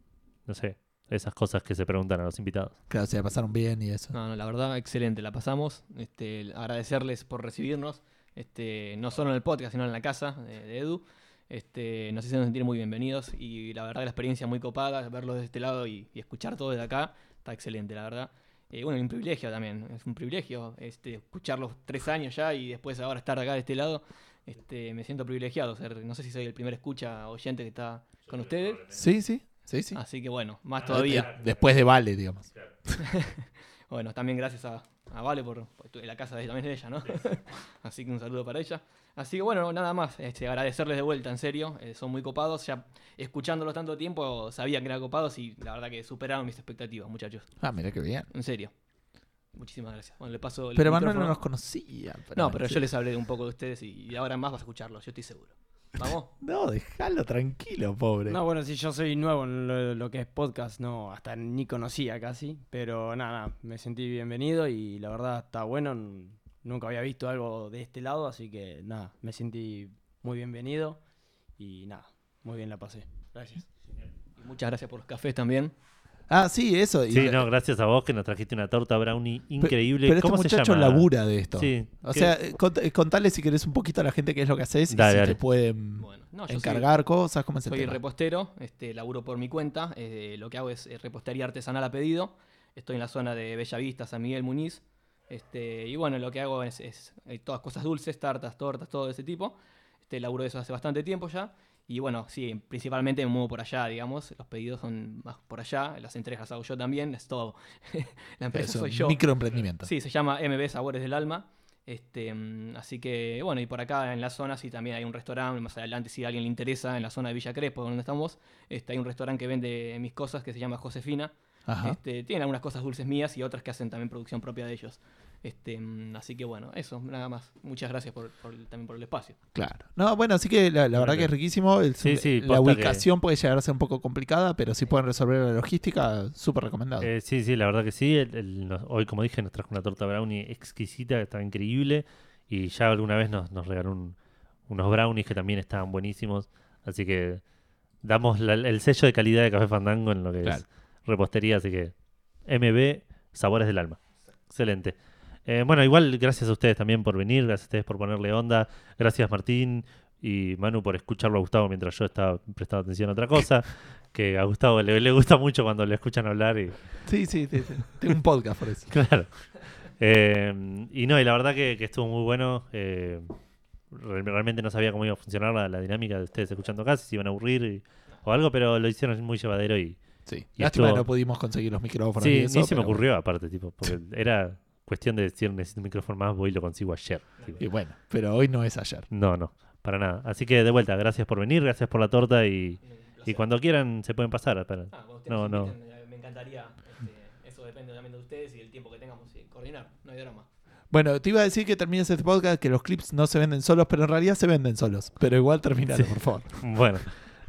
No sé, esas cosas que se preguntan a los invitados. Claro, se la pasaron bien y eso. No, no, la verdad, excelente, la pasamos. Este, agradecerles por recibirnos, este, no solo en el podcast, sino en la casa de, de Edu. Este, nos hicieron sentir muy bienvenidos y la verdad la experiencia muy copada, verlos de este lado y, y escuchar todo desde acá, está excelente, la verdad. Eh, bueno, y un privilegio también, es un privilegio este, escucharlos tres años ya y después ahora estar acá de este lado. Este, me siento privilegiado, ser- no sé si soy el primer escucha oyente que está con ustedes, Sí, sí, sí, Ah, sí. así que bueno, más Eh, todavía. eh, Después de Vale, digamos. Bueno, también gracias a, a Vale por, por tu- la casa de, también de ella, ¿no? Así que un saludo para ella. Así que bueno, nada más, este, agradecerles de vuelta, en serio, eh, son muy copados, ya escuchándolos tanto tiempo sabía que eran copados y la verdad que superaron mis expectativas, muchachos, Ah, mira qué bien. en serio. Muchísimas gracias. Bueno, le paso el Pero Manuel no micrófono. nos conocía. No, pero yo les hablé de un poco de ustedes y, y ahora más vas a escucharlos, yo estoy seguro. ¿Vamos? No, déjalo tranquilo, pobre. No, bueno, si yo soy nuevo en lo, lo que es podcast, no, hasta ni conocía casi, pero nada, nada, me sentí bienvenido y la verdad está bueno, n- nunca había visto algo de este lado, así que nada, me sentí muy bienvenido y nada, muy bien la pasé. Gracias. Y muchas gracias por los cafés también. Ah, sí, eso. y- Sí, no, gracias a vos que nos trajiste una torta brownie Pe- increíble. Pero este ¿Cómo se muchacho llama? labura de esto. Sí. O ¿Qué? sea, eh, cont- eh, contale si querés un poquito a la gente qué es lo que haces y Dale, si dale. te pueden Bueno, no, yo soy- encargar cosas, cómo es el Soy tema? repostero, este, laburo por mi cuenta. eh, lo que hago es eh, repostería artesanal a pedido. Estoy en la zona de Bellavista, San Miguel Muniz. Este, y bueno, lo que hago es, es, eh, todas cosas dulces, tartas, tortas, todo ese tipo. Este, laburo eso hace bastante tiempo ya. Y bueno, sí, principalmente me muevo por allá, digamos. Los pedidos son más por allá. Las entregas las hago yo también. Es todo. la empresa Es un soy yo. Microemprendimiento. Sí, se llama MB Sabores del Alma. Este, mm, así que, bueno, y por acá en la zona sí también hay un restaurante, más adelante si a alguien le interesa, en la zona de Villa Crespo, donde estamos, este, hay un restaurante que vende mis cosas que se llama Josefina. Ajá. Este, tienen algunas cosas dulces mías y otras que hacen también producción propia de ellos. Este, mm, así que bueno, eso, nada más. Muchas gracias por, por el- también por el espacio. Claro. No, bueno, así que la, la verdad que es riquísimo. El- Sí, sí, la posta ubicación puede llegar a ser un poco complicada, pero si pueden resolver la logística, súper recomendado. Eh, sí, sí, la verdad que sí. El- el- nos- hoy, como dije, nos trajo una torta brownie exquisita, que estaba increíble. Y ya alguna vez nos, nos regaló un- unos brownies que también estaban buenísimos. Así que damos la- el sello de calidad de Café Fandango en lo que Claro. es repostería. Así que MB, sabores del alma. Excelente. Eh, bueno, igual gracias a ustedes también por venir, gracias a ustedes por ponerle onda, gracias Martín y Manu por escucharlo a Gustavo mientras yo estaba prestando atención a otra cosa, que a Gustavo le- le gusta mucho cuando le escuchan hablar y, Sí, sí, sí, sí. tengo un podcast por eso. Claro. Eh, y no, y la verdad que, que estuvo muy bueno. eh, re- realmente no sabía cómo iba a funcionar la, la dinámica de ustedes escuchando acá, si se iban a aburrir y- o algo, pero lo hicieron muy llevadero y. Sí. Y Lástima que estuvo- no pudimos conseguir los micrófonos. sí, y eso, ni se me pero- ocurrió aparte, tipo, porque era cuestión de decir necesito un micrófono más, voy y lo consigo ayer. tipo. Y bueno, pero hoy no es ayer. No, no, para nada. Así que de vuelta, gracias por venir, gracias por la torta y, y cuando quieran se pueden pasar. para- Ah, cuando ustedes No, nos no. inviten, eh, me encantaría. este, eso depende también de ustedes y el tiempo que tengamos. eh, coordinar, no hay drama. Bueno, te iba a decir que termines este podcast, que los clips no se venden solos, pero en realidad se venden solos. Pero igual terminalo, por favor. Bueno,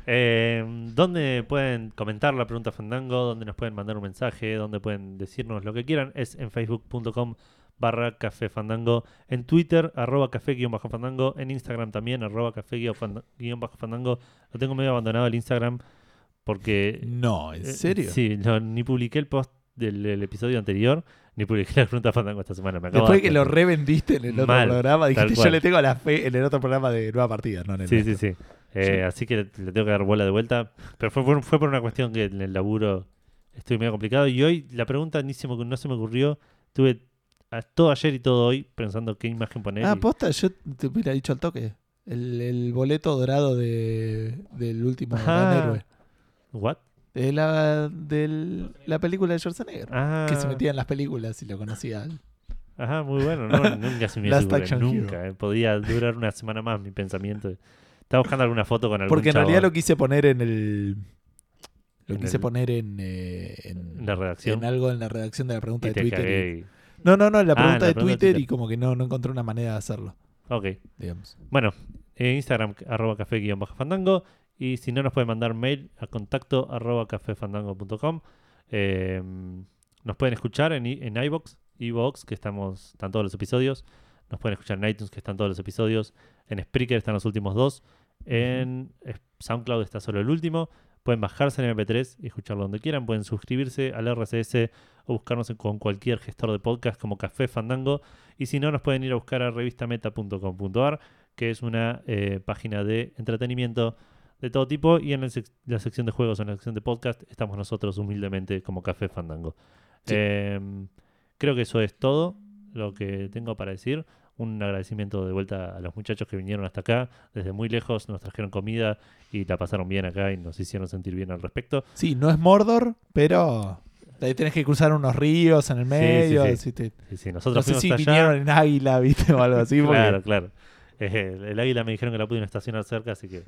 eh, ¿dónde pueden comentar la pregunta Fandango? ¿Dónde nos pueden mandar un mensaje? ¿Dónde pueden decirnos lo que quieran? Es en facebook.com barra café fandango, en twitter arroba café guión bajo fandango, en instagram también arroba café guión fanda- guión bajo fandango. Lo tengo medio abandonado el instagram porque... No, ¿en eh, serio? sí, no, ni publiqué el post del, del episodio anterior, ni publiqué la pregunta fandango esta semana. Me acabo Después de que dar lo cuenta. revendiste en el otro Mal, programa, dijiste tal yo cual. le tengo la fe en el otro programa de nueva partida, no en el Sí, nuestro". sí, sí. Eh, Así que le le tengo que dar bola de vuelta. Pero fue, por- fue por una cuestión que en el laburo estuve medio complicado. Y hoy la pregunta ni se me ocu- no se me ocurrió. Tuve a- todo ayer y todo hoy pensando qué imagen poner. Ah, y- posta, yo te hubiera dicho al toque. El, el boleto dorado de, del último Ah. gran héroe. ¿What? De la, del- la película de Schwarzenegger. Ah, Que se metía en las películas y lo conocía. al- ajá, muy bueno. No, nunca se me Last ocurre, Action Nunca. eh. Podía durar una semana más mi pensamiento. Estaba buscando alguna foto con algún Porque en realidad chabón. lo quise poner en el. Lo En quise el- poner en, eh, en, En la redacción. en algo en la redacción de la pregunta Y de te Twitter. y- cagué. No, no, no, en la Ah, pregunta en la pregunta de de Twitter, y Twitter. como que no, no encontré una manera de hacerlo, Ok. digamos. Bueno, eh, Instagram, arroba café-fandango. Y si no, nos pueden mandar mail a contacto arroba cafefandango.com. Eh, nos pueden escuchar en, i- en iVox, iVox, que estamos, están todos los episodios. Nos pueden escuchar en iTunes, que están todos los episodios. En Spreaker están los últimos dos. En es- SoundCloud está solo el último. Pueden bajarse en MP3 y escucharlo donde quieran. Pueden suscribirse al RSS o buscarnos en- con cualquier gestor de podcast como Café Fandango. Y si no, nos pueden ir a buscar a revistameta.com.ar que es una eh, página de entretenimiento de todo tipo. Y en el sec- la sección de juegos o en la sección de podcast estamos nosotros humildemente como Café Fandango. Sí. Em, creo que eso es todo lo que tengo para decir. Un agradecimiento de vuelta a los muchachos que vinieron hasta acá, desde muy lejos, nos trajeron comida y la pasaron bien acá y nos hicieron sentir bien al respecto. Sí, no es Mordor, pero ahí tenés que cruzar unos ríos en el sí, medio. sí. así te- Y si no nosotros sé fuimos si hasta allá- vinieron en águila, viste, o algo así. porque- Claro, claro. Eh, el, el águila me dijeron que la pudieron estacionar cerca, así que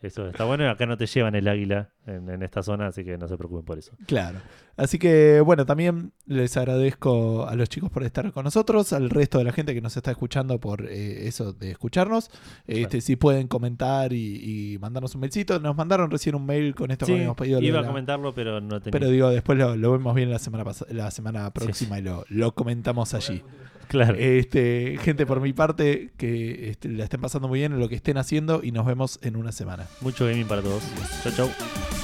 eso está bueno. Acá no te llevan el águila en, en esta zona, así que no se preocupen por eso. Claro. Así que bueno, también les agradezco a los chicos por estar con nosotros, al resto de la gente que nos está escuchando por eh, eso de escucharnos. Este, Claro. Si pueden comentar y, y mandarnos un mailcito. Nos mandaron recién un mail con esto que habíamos pedido. lo iba de a la- comentarlo, pero no tenía. pero digo, después lo, lo vemos bien la semana, pas- la semana próxima y lo, lo comentamos allí. claro. Este, gente, por mi parte, que este, la estén pasando muy bien en lo que estén haciendo y nos vemos en una semana. Mucho gaming para todos. Chau, chau.